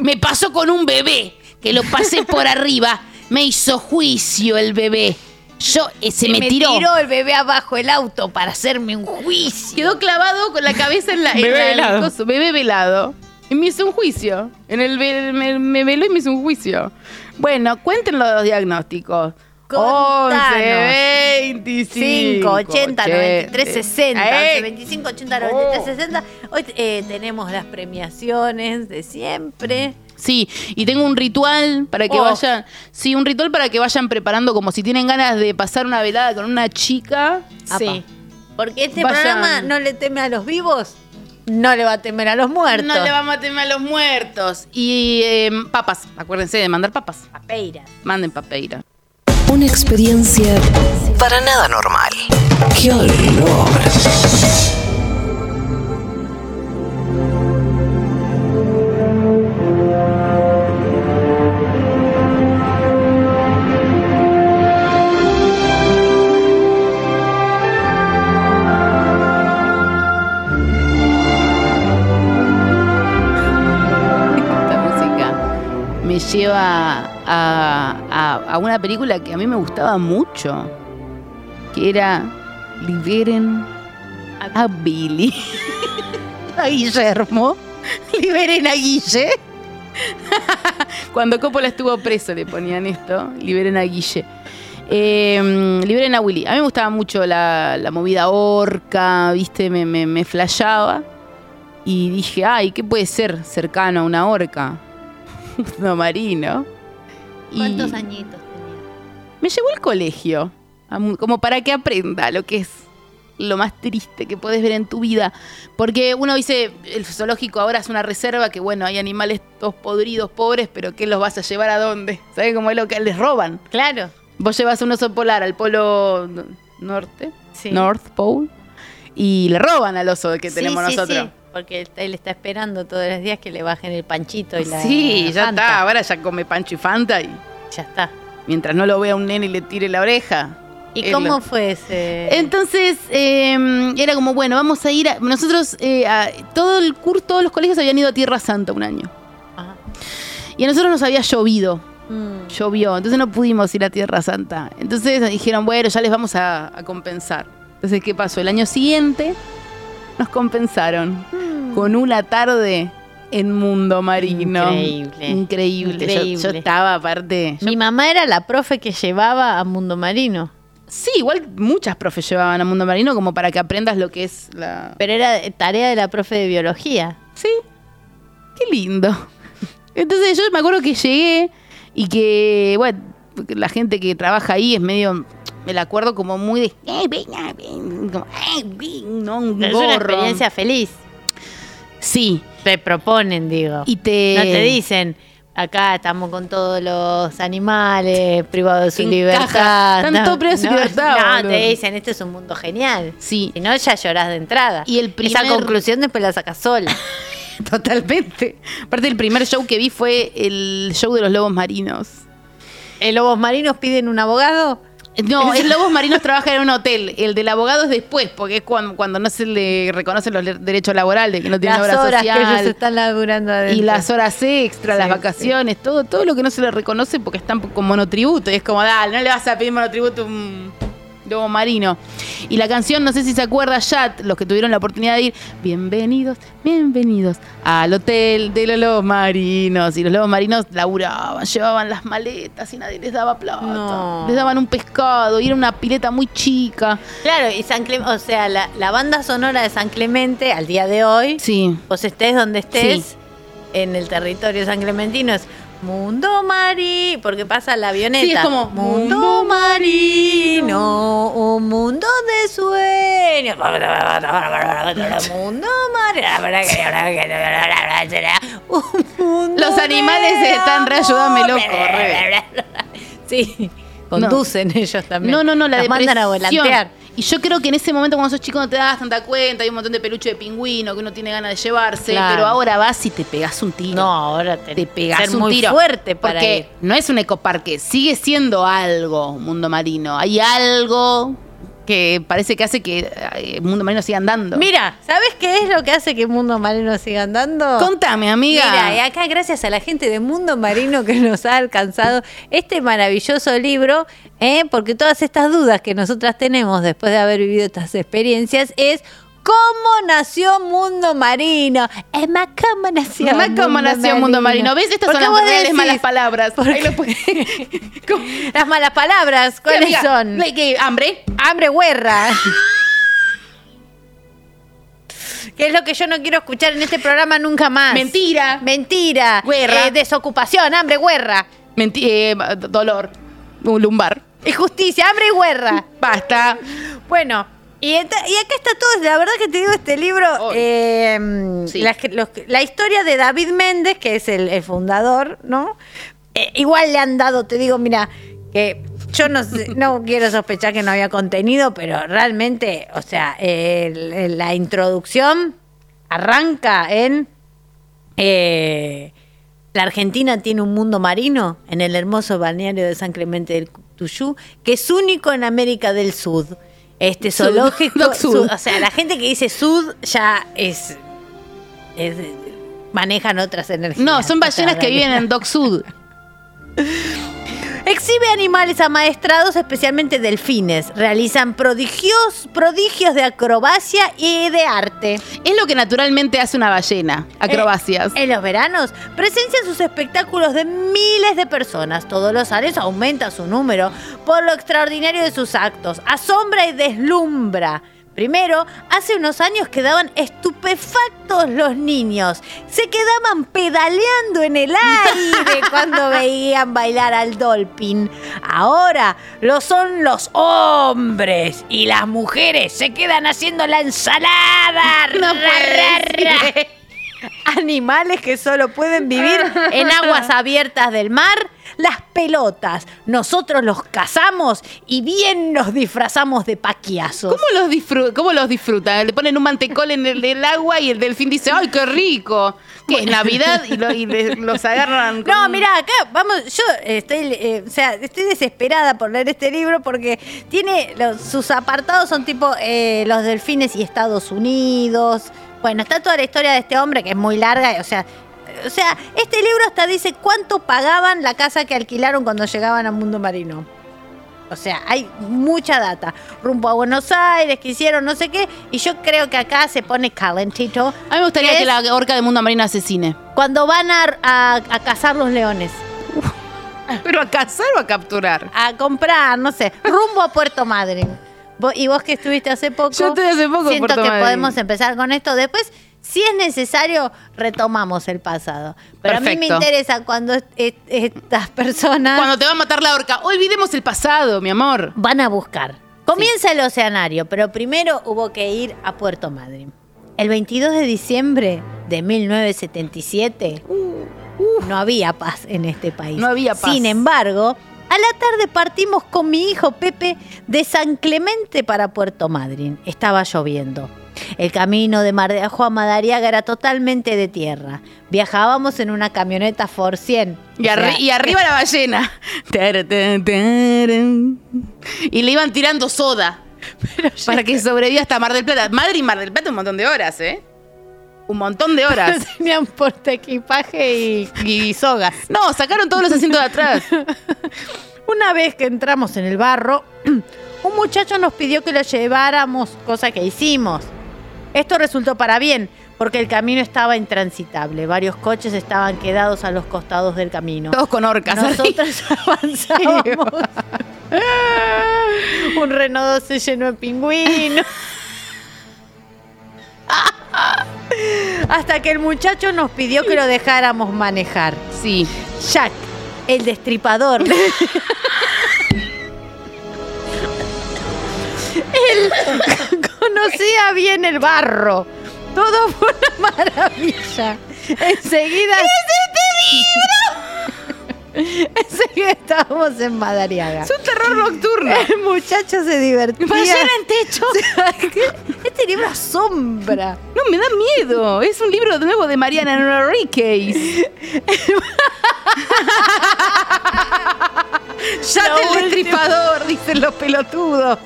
Speaker 2: Me pasó con un bebé que lo pasé por arriba. Me hizo juicio el bebé. Yo eh, se me, tiró.
Speaker 3: el bebé abajo el auto para hacerme un juicio.
Speaker 2: Quedó clavado con la cabeza en la en
Speaker 4: Bebé
Speaker 2: la- en el
Speaker 4: velado.
Speaker 2: coso. Bebé velado. Y me hizo un juicio. En el ve- me, me veló y me hizo un juicio. Bueno, cuenten los diagnósticos.
Speaker 3: Contanos. Eh,
Speaker 2: 11, 25,
Speaker 3: 5, 80, 93, 60.
Speaker 2: Eh, Oh.
Speaker 3: 25, 80, 93, 60. Hoy eh, tenemos las premiaciones de siempre.
Speaker 2: Sí, y tengo un ritual para que
Speaker 3: Oh.
Speaker 2: vayan. Sí, un ritual para que vayan preparando como si tienen ganas de pasar una velada con una chica.
Speaker 3: Sí. Porque este
Speaker 2: Vayan.
Speaker 3: programa no le teme a los vivos, no le va a temer a los muertos.
Speaker 2: No le vamos a temer a los muertos. Y eh, papas, acuérdense de mandar papas.
Speaker 3: a peiras.
Speaker 2: Manden papeira.
Speaker 1: Una experiencia para nada normal. ¡Qué olor!
Speaker 2: Esta música me lleva a, a- a una película que a mí me gustaba mucho. Que era Liberen a Billy. A Guillermo. Liberen a Guille. Cuando Coppola estuvo preso le ponían esto. Liberen a Guille. Eh, liberen a Willy. A mí me gustaba mucho la, la movida orca, ¿viste? Me, me, me flashaba. Y dije, ay, ¿qué puede ser cercano a una orca? no marino. Y
Speaker 3: ¿Cuántos añitos tenía?
Speaker 2: Me llevó al colegio, a mu- como para que aprenda lo que es lo más triste que puedes ver en tu vida. Porque uno dice, el zoológico ahora es una reserva, que bueno, hay animales todos podridos, pobres, pero ¿qué los vas a llevar a dónde? ¿Sabes cómo es lo que les roban?
Speaker 3: Claro.
Speaker 2: Vos llevas un oso polar al polo no- norte,
Speaker 3: Sí.
Speaker 2: North Pole, y le roban al oso que
Speaker 3: Sí,
Speaker 2: tenemos
Speaker 3: sí,
Speaker 2: nosotros.
Speaker 3: sí, porque él- él está esperando todos los días que le bajen el panchito y la.
Speaker 2: Sí, ya
Speaker 3: Fanta.
Speaker 2: está. Ahora ya come Pancho y Fanta y
Speaker 3: Ya está.
Speaker 2: mientras no lo vea un nene y le tire la oreja.
Speaker 3: ¿Y
Speaker 2: él
Speaker 3: cómo
Speaker 2: lo-
Speaker 3: fue ese?
Speaker 2: Entonces eh, era como, bueno, vamos a ir a. Nosotros, eh, a- todo el curso, todos los colegios habían ido a Tierra Santa un año.
Speaker 3: Ajá.
Speaker 2: Y a nosotros nos había llovido.
Speaker 3: Mm.
Speaker 2: llovió, entonces no pudimos ir a Tierra Santa. Entonces nos dijeron, bueno, ya les vamos a, a compensar. Entonces, ¿qué pasó? El año siguiente nos compensaron
Speaker 3: Mm.
Speaker 2: con una tarde en Mundo Marino.
Speaker 3: Increíble.
Speaker 2: Increíble. Yo- Yo,
Speaker 3: Increíble.
Speaker 2: estaba aparte. yo-
Speaker 3: Mi mamá era la profe que llevaba a Mundo Marino,
Speaker 2: sí, igual muchas profes llevaban a Mundo Marino como para que aprendas lo que es la...
Speaker 3: pero era de- tarea de la profe de biología.
Speaker 2: Sí. Qué lindo. Entonces yo me acuerdo que llegué y que, bueno, porque la gente que trabaja ahí es medio, me la acuerdo como muy de, "Eh, ven, ah, ven", como, "Eh, ven", no, un
Speaker 5: Es una
Speaker 2: gorro.
Speaker 5: experiencia feliz.
Speaker 2: Sí,
Speaker 5: Te proponen, digo.
Speaker 2: y eh, te...
Speaker 5: No te dicen, acá estamos con todos los animales, privados de su
Speaker 2: En caja.
Speaker 5: libertad.
Speaker 2: Están
Speaker 5: no,
Speaker 2: todos privados de su
Speaker 5: no,
Speaker 2: libertad,
Speaker 5: No,
Speaker 2: boludo.
Speaker 5: te dicen, este es un mundo genial.
Speaker 2: Sí,
Speaker 5: Si no, ya llorás de entrada.
Speaker 2: Y el primer-
Speaker 5: Esa conclusión después la sacas sola.
Speaker 2: totalmente. Aparte, el primer show que vi fue el show de los lobos marinos.
Speaker 5: Eh,
Speaker 3: ¿El lobos marinos piden un abogado?
Speaker 2: No, el Lobos Marinos trabaja en un hotel. El del abogado es después, porque es cuando, cuando no se le reconocen los le- derechos laborales, que no tiene
Speaker 3: Las
Speaker 2: obra
Speaker 3: horas que ellos
Speaker 2: social.
Speaker 3: están laburando adentro.
Speaker 2: Y las horas extras, las
Speaker 3: Sí,
Speaker 2: vacaciones, todo, todo lo que no se le reconoce porque están con monotributo. Y es como, dale, no le vas a pedir monotributo a un lobo marino. Y la canción, no sé si se acuerda ya, los que tuvieron la oportunidad de ir, bienvenidos, bienvenidos al hotel de los lobos marinos. Y los lobos marinos laburaban, llevaban las maletas y nadie les daba plata.
Speaker 3: No.
Speaker 2: Les daban un pescado y era una pileta muy chica.
Speaker 3: Claro, y San Clemente, o sea, la, la banda sonora de San Clemente al día de hoy,
Speaker 2: Sí.
Speaker 3: vos estés donde estés,
Speaker 2: Sí.
Speaker 3: en el territorio san clementino, es Mundo Mari, porque pasa la avioneta.
Speaker 2: Sí, es como,
Speaker 3: Mundo,
Speaker 2: "Mundo
Speaker 3: Marino, un mundo de sueños. Mundo Marino. un mundo
Speaker 2: Los animales
Speaker 3: de
Speaker 2: están re,
Speaker 3: amor.
Speaker 2: ayúdame, loco, re.
Speaker 3: Sí, conducen ellos también.
Speaker 2: No, no, no, la
Speaker 3: Los mandan a
Speaker 2: depresión.
Speaker 3: volantear.
Speaker 2: Y yo creo que en ese momento cuando sos chico no te das tanta cuenta, hay un montón de peluche de pingüino que uno tiene ganas de llevarse,
Speaker 5: Claro.
Speaker 2: pero ahora vas y te pegas un tiro.
Speaker 5: No, ahora te,
Speaker 2: te pegas
Speaker 5: ser
Speaker 2: un
Speaker 5: muy
Speaker 2: tiro.
Speaker 5: fuerte para
Speaker 2: porque
Speaker 5: ir.
Speaker 2: no es un ecoparque, sigue siendo algo mundo marino. Hay algo que parece que hace que eh, mundo marino siga andando.
Speaker 3: Mira, ¿sabes qué es lo que hace que Mundo Marino siga andando?
Speaker 2: contame, amiga.
Speaker 3: Mira, y acá gracias a la gente de Mundo Marino que nos ha alcanzado este maravilloso libro, ¿eh? porque todas estas dudas que nosotras tenemos después de haber vivido estas experiencias es cómo nació Mundo Marino. Es más cómo nació.
Speaker 2: Mamá, cómo nació Mundo Marino. ¿Ves? Estas
Speaker 3: ¿Por
Speaker 2: son
Speaker 3: qué
Speaker 2: las
Speaker 3: vos
Speaker 2: reales
Speaker 3: decís?
Speaker 2: malas palabras.
Speaker 3: ¿Por
Speaker 2: Ahí
Speaker 3: qué?
Speaker 2: lo puede- ¿Cómo? Sí,
Speaker 3: Las malas palabras, ¿cuáles
Speaker 2: amiga,
Speaker 3: son?
Speaker 2: le- que- ¿Hambre?
Speaker 3: Hambre guerra. que es lo que yo no quiero escuchar en este programa nunca más.
Speaker 2: Mentira.
Speaker 3: Mentira.
Speaker 2: Guerra.
Speaker 3: Eh, desocupación, hambre, guerra.
Speaker 2: Menti- eh, dolor. Un lumbar.
Speaker 3: Injusticia, hambre y guerra.
Speaker 2: Basta.
Speaker 3: Bueno, y, esta- y acá está todo. La verdad que te digo, este libro,
Speaker 2: Hoy.
Speaker 3: eh, mm,
Speaker 2: Sí.
Speaker 3: las que- los que- la, historia de David Méndez, que es el, el fundador, ¿no? Eh, igual le han dado, te digo, mira, que yo no, sé- no quiero sospechar que no había contenido, pero realmente, o sea, el- el- la introducción arranca en... eh, la Argentina tiene un mundo marino en el hermoso balneario de San Clemente del Tuyú, que es único en América del Sur. Este
Speaker 2: Sud.
Speaker 3: zoológico.
Speaker 2: Doc Sud.
Speaker 3: Sud, o sea, la gente que dice sud ya es. es- manejan otras energías. O
Speaker 2: No, son
Speaker 3: sea,
Speaker 2: ballenas que viven en Dock Sud.
Speaker 3: Exhibe animales amaestrados, especialmente delfines. Realizan prodigios, prodigios de acrobacia y de arte.
Speaker 2: Es lo que naturalmente hace una ballena. Acrobacias.
Speaker 3: En los veranos presencian sus espectáculos de miles de personas. Todos los años aumenta su número por lo extraordinario de sus actos. Asombra y deslumbra. Primero, hace unos años quedaban estupefactos los niños. Se quedaban pedaleando en el aire cuando veían bailar al dolphin. Ahora lo son los hombres y las mujeres se quedan haciendo la ensalada.
Speaker 2: No puede
Speaker 3: Ra, ra, ra animales que solo pueden vivir en aguas abiertas del mar, las pelotas. Nosotros los cazamos y bien nos disfrazamos de paquiazos.
Speaker 2: ¿Cómo los, disfru- ¿Cómo los disfrutan? Le ponen un mantecol en el, el agua y el delfín dice, ¡ay, qué rico! Que es Navidad y, lo- y le- los agarran. con-
Speaker 3: No, mira, acá vamos, yo estoy, eh, o sea, estoy desesperada por leer este libro porque tiene los- sus apartados son tipo eh, los delfines y Estados Unidos. Bueno, está toda la historia de este hombre que es muy larga, o sea, o sea, este libro hasta dice cuánto pagaban la casa que alquilaron cuando llegaban a Mundo Marino. O sea, hay mucha data. Rumbo a Buenos Aires, que hicieron no sé qué. Y yo creo que acá se pone calentito
Speaker 2: A mí me gustaría
Speaker 3: ¿Qué
Speaker 2: que
Speaker 3: es?
Speaker 2: la orca de mundo marino asesine.
Speaker 3: cuando van a- a- a cazar los leones.
Speaker 2: ¿Pero a cazar o a capturar?
Speaker 3: a comprar, no sé, rumbo a Puerto Madryn. Vo- y vos que estuviste hace poco.
Speaker 2: Yo estuve hace poco en
Speaker 3: Siento
Speaker 2: Puerto
Speaker 3: que
Speaker 2: Madryn.
Speaker 3: podemos empezar con esto. Después Si es necesario, retomamos el pasado. Pero a mí me
Speaker 2: Perfecto.
Speaker 3: interesa cuando est- est- estas personas
Speaker 2: Cuando te va a matar la horca, olvidemos el pasado, mi amor.
Speaker 3: van a buscar. Comienza el oceanario, pero primero hubo que ir a Puerto Madryn. El 22 de diciembre de 1977 no había paz en este país.
Speaker 2: Uh, No había paz.
Speaker 3: Sin embargo, a la tarde partimos con mi hijo Pepe de San Clemente para Puerto Madryn. Estaba lloviendo. El camino de Mar de Juan Madariaga era totalmente de tierra. Viajábamos en una camioneta Ford 100.
Speaker 2: Y,
Speaker 3: O sea,
Speaker 2: arri- y arriba la ballena. Tar, tar, tarán. Y le iban tirando soda. para que sobreviva hasta Mar del Plata. Madre y Mar del Plata un montón de horas, ¿eh? Un montón de horas.
Speaker 6: Tenían porta equipaje y, y sogas.
Speaker 2: No, sacaron todos los asientos de atrás.
Speaker 6: Una vez que entramos en el barro,
Speaker 3: Un muchacho nos pidió que lo lleváramos, cosa que hicimos. Esto resultó para bien, porque el camino estaba intransitable. Varios coches estaban quedados a los costados del camino.
Speaker 2: Todos con orcas. arriba.
Speaker 3: Nosotros avanzábamos.
Speaker 6: un renodo se llenó de pingüinos.
Speaker 3: Hasta que el muchacho nos pidió que lo dejáramos manejar.
Speaker 2: Sí.
Speaker 3: Jack, el destripador. Él conocía bien el barro. Todo fue una maravilla. Enseguida. este Enseguida estábamos en Madariaga.
Speaker 2: Es un terror nocturno.
Speaker 3: El muchacho se divertía.
Speaker 2: Ballena en techo.
Speaker 3: Este libro asombra.
Speaker 2: No, me da miedo. Es un libro nuevo de Mariana Enríquez. ya te el destripador, dicen los pelotudos.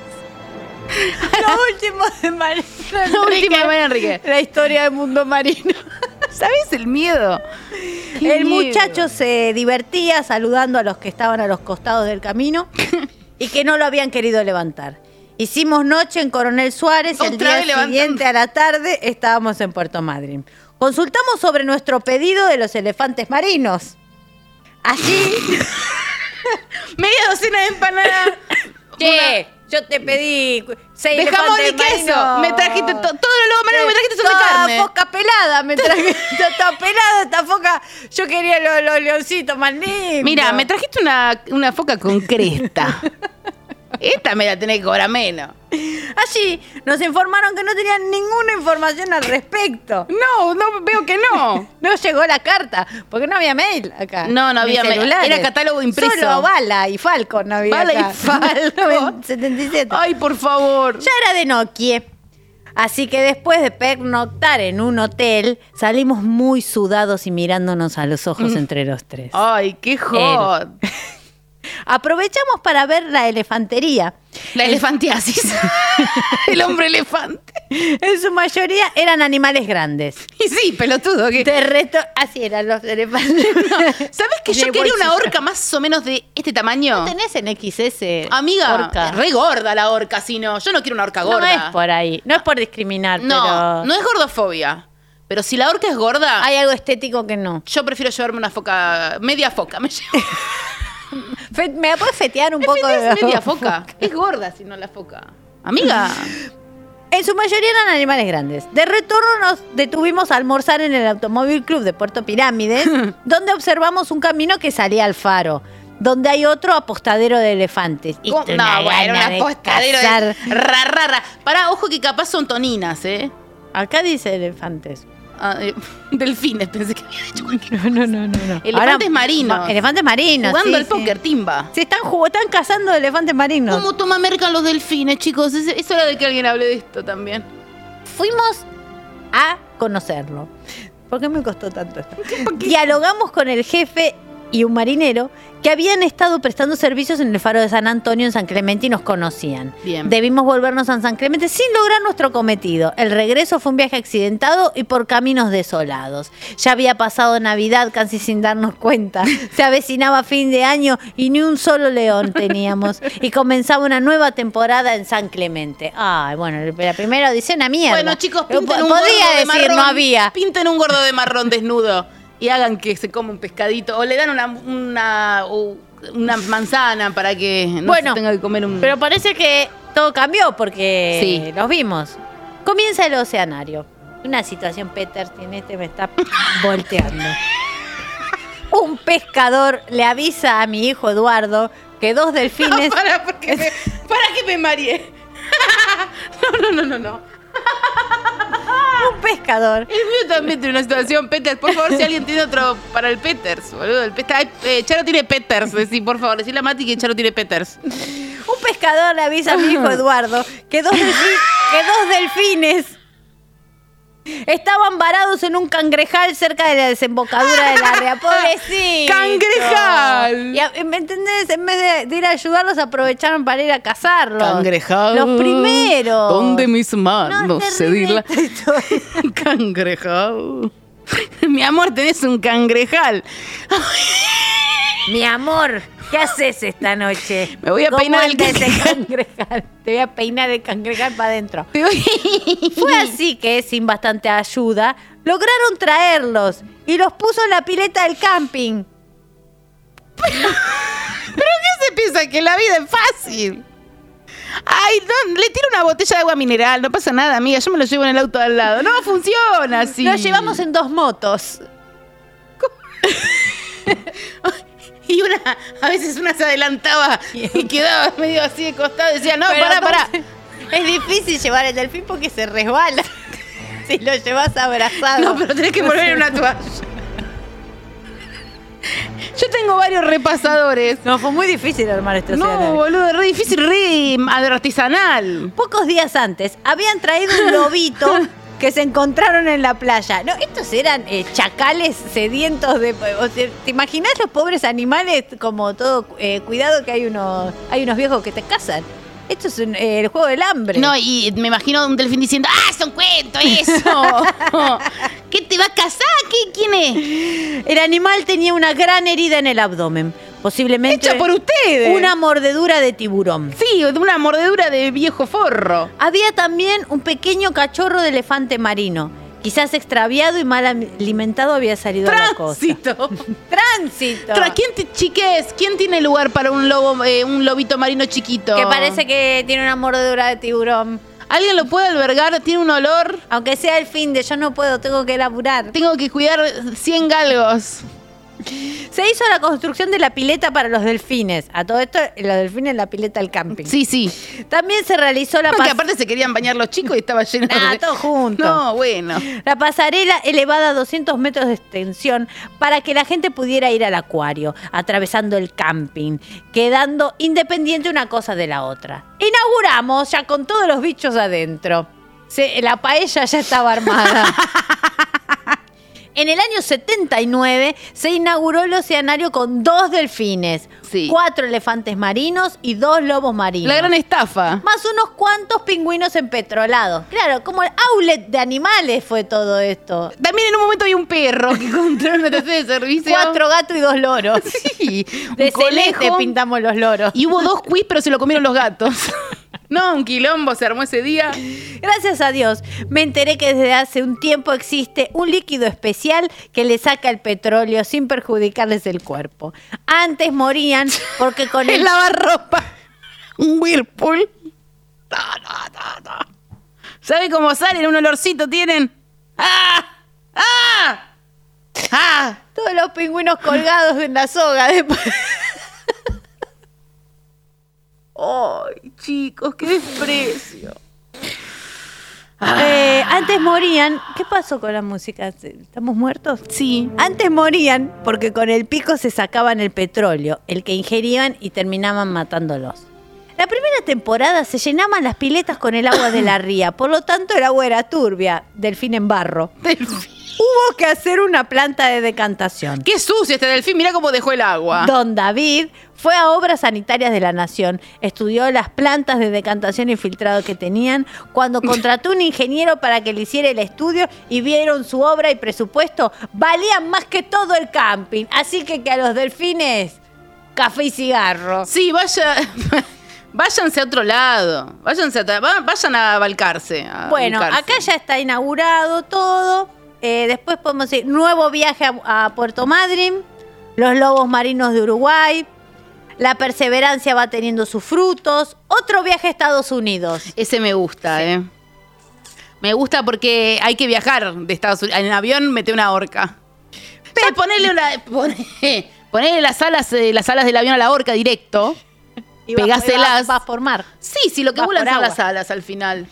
Speaker 3: Lo último de Mariana
Speaker 2: Lo último de Mariana Enríquez.
Speaker 3: La historia del mundo marino.
Speaker 2: ¿Sabes el miedo? Qué
Speaker 3: El
Speaker 2: miedo.
Speaker 3: muchacho se divertía saludando a los que estaban a los costados del camino y que no lo habían querido levantar. Hicimos noche en Coronel Suárez, el
Speaker 2: Otra
Speaker 3: día
Speaker 2: vez levantando.
Speaker 3: siguiente a la tarde estábamos en Puerto Madryn. Consultamos sobre nuestro pedido de los elefantes marinos. Allí,
Speaker 2: Media docena de empanadas.
Speaker 3: che, yo te pedí cu- seis
Speaker 2: De jamón y
Speaker 3: elefantes
Speaker 2: queso.
Speaker 3: marinos.
Speaker 2: Me trajiste to- todo lo lobo marino, me trajiste sobre
Speaker 3: Toda
Speaker 2: carne.
Speaker 3: foca pelada, me trajiste toda pelada esta foca. Yo quería los, los leoncitos más lindos.
Speaker 2: Mira, me trajiste una, una foca con cresta. Esta me la tenés que cobrar menos.
Speaker 3: Allí nos informaron que no tenían ninguna información al respecto.
Speaker 2: No, no veo que no.
Speaker 3: No llegó la carta, porque no había mail acá.
Speaker 2: No, no
Speaker 3: ni
Speaker 2: había mail.
Speaker 3: celulares.
Speaker 2: Era catálogo impreso.
Speaker 3: Solo Bala y Falcon no había
Speaker 2: Bala y
Speaker 3: acá.
Speaker 2: Falcon.
Speaker 3: 77.
Speaker 2: Ay, por favor.
Speaker 3: Ya era de Nokia. Así que después de pernoctar en un hotel, salimos muy sudados y mirándonos a los
Speaker 2: Mm.
Speaker 3: ojos entre los tres.
Speaker 2: Ay, qué jod.
Speaker 3: Aprovechamos para ver la elefantería.
Speaker 2: La elefantiasis. El hombre elefante.
Speaker 3: En su mayoría eran animales grandes.
Speaker 2: Y sí, pelotudo. que-
Speaker 3: Te reto, así eran los elefantes.
Speaker 2: ¿Sabes que yo
Speaker 3: De
Speaker 2: quería una
Speaker 3: bolsillo.
Speaker 2: orca más o menos de este tamaño?
Speaker 6: ¿Tenés en XS?
Speaker 2: Amiga,
Speaker 6: orca?
Speaker 2: es re gorda la orca, si no. Yo no quiero una orca
Speaker 6: No
Speaker 2: gorda.
Speaker 6: es por ahí. No es por discriminar,
Speaker 2: No,
Speaker 6: pero.
Speaker 2: no es gordofobia. Pero si la orca es gorda,
Speaker 3: Hay algo estético que no.
Speaker 2: yo prefiero llevarme una foca, media foca. Me llevo
Speaker 3: Fe- ¿Me la puedes fetear un poco?
Speaker 2: media,
Speaker 3: de-
Speaker 2: media foca. Es gorda si no la foca. Amiga,
Speaker 3: En su mayoría eran animales grandes. De retorno nos detuvimos a almorzar en el Automóvil Club de Puerto Pirámides, donde observamos un camino que salía al faro, donde hay otro apostadero de elefantes. Y
Speaker 2: ¿cómo-
Speaker 3: tengo una
Speaker 2: no, bueno,
Speaker 3: gana
Speaker 2: una
Speaker 3: de
Speaker 2: postadero de
Speaker 3: cazar.
Speaker 2: ra, ra, ra. Pará, ojo que capaz son toninas, ¿eh?
Speaker 3: Acá dice elefantes.
Speaker 2: Ah, eh, delfines, pensé que había dicho cualquier cosa.
Speaker 3: No, no, no. no.
Speaker 2: Elefantes marinos.
Speaker 3: elefantes marinos.
Speaker 2: Jugando
Speaker 3: sí,
Speaker 2: al
Speaker 3: sí.
Speaker 2: póker, timba.
Speaker 3: Se están, jug- están cazando elefantes marinos.
Speaker 2: ¿Cómo toma merca los delfines, chicos? Es, es hora de que alguien hable de esto también.
Speaker 3: fuimos a conocerlo. ¿Por qué me costó tanto esto? Dialogamos con el jefe y un marinero que habían estado prestando servicios en el faro de San Antonio en San Clemente y nos conocían.
Speaker 2: Bien.
Speaker 3: Debimos volvernos a San Clemente sin lograr nuestro cometido. El regreso fue un viaje accidentado y por caminos desolados. Ya había pasado Navidad casi sin darnos cuenta. Se avecinaba fin de año y ni un solo león teníamos. Y comenzaba una nueva temporada en San Clemente. Ay, bueno, la primera audición a mierda.
Speaker 2: Bueno, chicos,
Speaker 3: Pero
Speaker 2: pinten
Speaker 3: po-
Speaker 2: un gordo
Speaker 3: Podía
Speaker 2: de
Speaker 3: decir,
Speaker 2: marrón.
Speaker 3: no había.
Speaker 2: Pinten un gordo de marrón desnudo y hagan que se coma un pescadito. O le dan una, una, o una manzana para que no
Speaker 3: Bueno,
Speaker 2: se tenga que comer un.
Speaker 3: Pero parece que todo cambió porque
Speaker 2: Sí.
Speaker 3: los vimos. Comienza el oceanario.
Speaker 7: Una situación, Peter, tiene este, me está volteando.
Speaker 3: Un pescador le avisa a mi hijo Eduardo que dos delfines.
Speaker 2: Para, porque me- para que me mareé. No, no, no, no, no.
Speaker 3: Un pescador.
Speaker 2: El mío también tiene una situación, Peters. Por favor, si alguien tiene otro para el Peters, boludo. El Peters. Ay, eh, Charo tiene Peters. Decí, por favor, decirle a Mati que Charo tiene Peters.
Speaker 3: Un pescador le avisa a mi
Speaker 2: Ah.
Speaker 3: hijo Eduardo que dos, delfi- que dos delfines estaban varados en un cangrejal cerca de la desembocadura del área. ¡Pobrecito!
Speaker 2: ¡Cangrejal!
Speaker 3: Y a- ¿Me entendés? En vez de, de ir a ayudarlos, aprovecharon para ir a cazarlos.
Speaker 2: Cangrejal.
Speaker 3: Los primeros.
Speaker 2: ¿Dónde mis
Speaker 3: No,
Speaker 2: manos
Speaker 3: es
Speaker 2: se
Speaker 3: terrible
Speaker 2: dirla?
Speaker 3: esta historia.
Speaker 2: Cangrejal. Mi amor, tenés un cangrejal.
Speaker 3: Mi amor, ¿qué haces esta noche?
Speaker 2: Me voy a
Speaker 3: ¿Cómo
Speaker 2: peinar el
Speaker 3: andas de
Speaker 2: cangrejal.
Speaker 3: cangrejal? Te voy a peinar el cangrejal para adentro.
Speaker 2: Te voy-
Speaker 3: Fue así que, sin bastante ayuda, lograron traerlos y los puso en la pileta del camping.
Speaker 2: ¿Qué se piensa que la vida es fácil? Ay, no, le tiro una botella de agua mineral, no pasa nada, amiga. Yo me lo llevo en el auto al lado. No funciona así.
Speaker 3: Los llevamos en dos motos.
Speaker 2: Y una, a veces una se adelantaba y quedaba medio así de costado. Decía, no,
Speaker 3: Pero
Speaker 2: pará, pará.
Speaker 3: entonces, Es difícil llevar el delfín porque se resbala. si lo llevas abrazado.
Speaker 2: No, pero tenés que volver en una toalla. Yo tengo varios repasadores.
Speaker 3: No, fue muy difícil armar este esta
Speaker 2: No, boludo, re difícil, re artesanal.
Speaker 3: Pocos días antes habían traído un lobito que se encontraron en la playa. No, estos eran eh, chacales sedientos de. o sea, ¿Te imaginas los pobres animales como todo eh, cuidado que hay unos hay unos viejos que te cazan? Esto es un, eh, el juego del hambre.
Speaker 2: No, y me imagino un delfín diciendo, ¡ah, son cuentos eso! ¿Qué te va a casar? ¿Qué, ¿Quién es?
Speaker 3: El animal tenía una gran herida en el abdomen, posiblemente
Speaker 2: Hecha por ustedes.
Speaker 3: una mordedura de tiburón.
Speaker 2: Sí, de una mordedura de viejo forro.
Speaker 3: Había también un pequeño cachorro de elefante marino. Quizás extraviado y mal am- alimentado había salido a la costa.
Speaker 2: Tránsito.
Speaker 3: Tránsito.
Speaker 2: Tra- ¿Quién te, chiques, ¿quién tiene lugar para un lobo, eh, un lobito marino chiquito?
Speaker 3: Que parece que tiene una mordedura de tiburón.
Speaker 2: ¿Alguien lo puede albergar? Tiene un olor.
Speaker 3: Aunque sea el fin de yo no puedo, tengo que laburar.
Speaker 2: Tengo que cuidar 100 galgos.
Speaker 3: Se hizo la construcción de la pileta para los delfines. A todo esto, los delfines en la pileta del camping.
Speaker 2: Sí, sí.
Speaker 3: También se realizó la,
Speaker 2: Porque
Speaker 3: pas-
Speaker 2: aparte se querían bañar los chicos y estaba lleno
Speaker 3: Ah,
Speaker 2: de...
Speaker 3: todo junto.
Speaker 2: No, bueno.
Speaker 3: la pasarela elevada a 200 metros de extensión para que la gente pudiera ir al acuario, atravesando el camping, quedando independiente una cosa de la otra. Inauguramos ya con todos los bichos adentro. Se- la paella ya estaba armada. En el año 79 se inauguró el oceanario con dos delfines,
Speaker 2: Sí.
Speaker 3: cuatro elefantes marinos y dos lobos marinos.
Speaker 2: La gran estafa.
Speaker 3: Más unos cuantos pingüinos empetrolados. Claro, como el outlet de animales fue todo esto.
Speaker 2: También en un momento había un perro que compró una estación de servicio.
Speaker 3: Cuatro gatos y dos loros.
Speaker 2: Sí.
Speaker 3: De
Speaker 2: un
Speaker 3: celeste
Speaker 2: conejo.
Speaker 3: pintamos los loros.
Speaker 2: Y hubo dos quiz, pero se lo comieron los gatos. No, un quilombo se armó ese día.
Speaker 3: Gracias a Dios, me enteré que desde hace un tiempo existe un líquido especial que le saca el petróleo sin perjudicarles el cuerpo. Antes morían porque con el...
Speaker 2: lavarropa. Un Whirlpool. No, no, no, no. ¿Sabe cómo salen? Un olorcito tienen. ¡Ah! ¡Ah! ¡Ah!
Speaker 3: Todos los pingüinos colgados en la soga después.
Speaker 2: ¡Ay, chicos, qué desprecio! Ah.
Speaker 3: Eh, antes morían. ¿Qué pasó con la música? ¿Estamos muertos?
Speaker 2: Sí.
Speaker 3: Antes morían porque con el pico se sacaban el petróleo, el que ingerían y terminaban matándolos. La primera temporada se llenaban las piletas con el agua de la ría, por lo tanto el agua era turbia, delfín en barro.
Speaker 2: Delfín.
Speaker 3: Hubo que hacer una planta de decantación.
Speaker 2: Qué sucio este delfín, mirá cómo dejó el agua.
Speaker 3: Don David fue a obras sanitarias de la nación, estudió las plantas de decantación y filtrado que tenían, cuando contrató un ingeniero para que le hiciera el estudio y vieron su obra y presupuesto, valían más que todo el camping. Así que que a los delfines, café y cigarro.
Speaker 2: Sí, vaya. Váyanse a otro lado. Váyanse a, ta- va- vayan a balcarse.
Speaker 8: Ah,
Speaker 2: a
Speaker 3: Bueno,
Speaker 2: buscarse.
Speaker 3: acá ya está inaugurado todo. Eh, después podemos ir nuevo viaje a, a Puerto Madryn, los lobos marinos de Uruguay. La perseverancia va teniendo sus frutos. Otro viaje a Estados Unidos.
Speaker 2: Ese me gusta, ¿eh? Me gusta porque hay que viajar de Estados Unidos. En avión mete una horca. Pero ponele una. Pone, ponele las alas, eh, las alas del avión a la horca directo.
Speaker 3: Y vas-
Speaker 2: Pegáselas.
Speaker 3: y Vas, vas por mar.
Speaker 2: Sí, sí, lo que
Speaker 3: Va
Speaker 2: vuelan
Speaker 3: por
Speaker 2: son
Speaker 3: agua.
Speaker 2: las alas al final.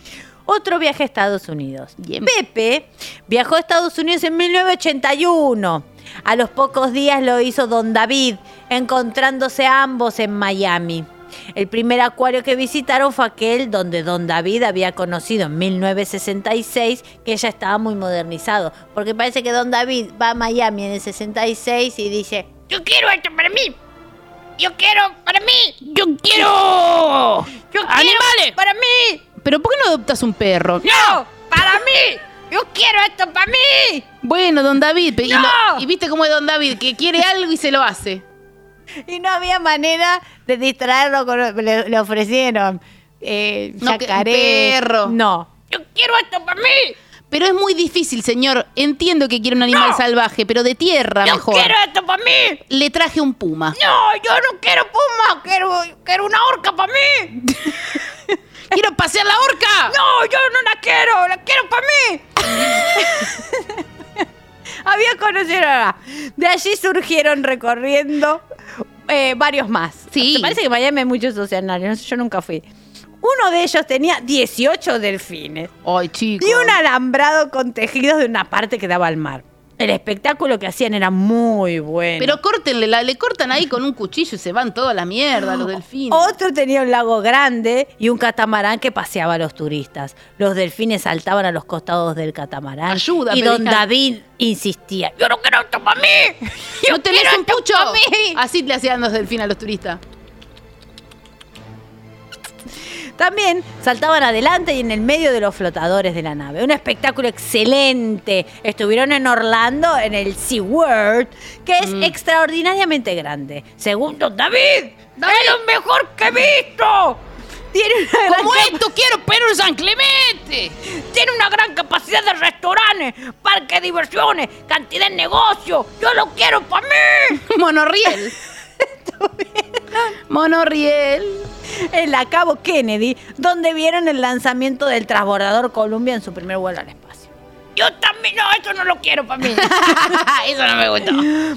Speaker 3: Otro viaje a Estados Unidos.
Speaker 2: Bien.
Speaker 3: Pepe viajó a Estados Unidos en 1981. A los pocos días lo hizo Don David, encontrándose ambos en Miami. El primer acuario que visitaron fue aquel donde Don David había conocido en 1966, que ya estaba muy modernizado. Porque parece que Don David va a Miami en el 66 y dice,
Speaker 8: Yo quiero esto para mí. Yo quiero para mí. Yo quiero. animales.
Speaker 3: ¡Para mí!
Speaker 2: Pero ¿por qué no adoptas un perro?
Speaker 8: No, para mí. Yo quiero esto para mí.
Speaker 2: Bueno, don David. pe- y
Speaker 8: ¡No!
Speaker 2: lo- Y, viste cómo es don David, que quiere algo y se lo hace.
Speaker 3: Y no había manera de distraerlo con lo- le, le ofrecieron. Eh,
Speaker 2: No, que-
Speaker 3: yacaré.
Speaker 2: perro.
Speaker 3: No.
Speaker 8: Yo quiero esto para mí.
Speaker 2: Pero es muy difícil, señor. Entiendo que quiere un animal
Speaker 8: ¡No!
Speaker 2: salvaje, pero de tierra
Speaker 8: Yo
Speaker 2: mejor.
Speaker 8: quiero esto para mí.
Speaker 2: Le traje un puma.
Speaker 8: No, yo no quiero puma. Quiero, quiero una horca para mí.
Speaker 2: ¡Quiero pasear la horca!
Speaker 8: No, yo no la quiero. La quiero para mí.
Speaker 3: Había conocido nada. De allí surgieron recorriendo eh, varios más.
Speaker 2: Sí.
Speaker 3: Me parece que en Miami hay muchos oceanarios. No sé, yo nunca fui. Uno de ellos tenía 18 delfines.
Speaker 2: Ay, chico.
Speaker 3: Y un alambrado con tejidos de una parte que daba al mar. El espectáculo que hacían era muy bueno.
Speaker 2: Pero córtenle, la- le cortan ahí con un cuchillo y se van toda la mierda los delfines.
Speaker 3: Otro tenía un lago grande y un catamarán que paseaba a los turistas. Los delfines saltaban a los costados del catamarán.
Speaker 2: Ayuda,
Speaker 3: Y
Speaker 2: me
Speaker 3: don
Speaker 2: dijeron.
Speaker 3: David insistía.
Speaker 8: Yo no quiero esto para mí. Yo
Speaker 2: ¿No tenés
Speaker 8: quiero
Speaker 2: un
Speaker 8: esto
Speaker 2: pucho?
Speaker 8: pa' mí.
Speaker 2: Así le hacían los delfines a los turistas.
Speaker 3: También saltaban adelante y en el medio de los flotadores de la nave. Un espectáculo excelente. Estuvieron en Orlando, en el SeaWorld, que
Speaker 2: Mm.
Speaker 3: es extraordinariamente grande. Según don David,
Speaker 8: ¡Es lo mejor que he visto!
Speaker 3: tiene una gran
Speaker 8: Como esto quiero Perú en San Clemente. Tiene una gran capacidad de restaurantes, parques de diversiones, cantidad de negocios. Yo lo quiero para mí.
Speaker 2: Monorriel. Monorriel.
Speaker 3: en la Cabo Kennedy, donde vieron el lanzamiento del transbordador Columbia en su primer vuelo al espacio.
Speaker 8: Yo también. No, eso no lo quiero para mí. eso no me gusta.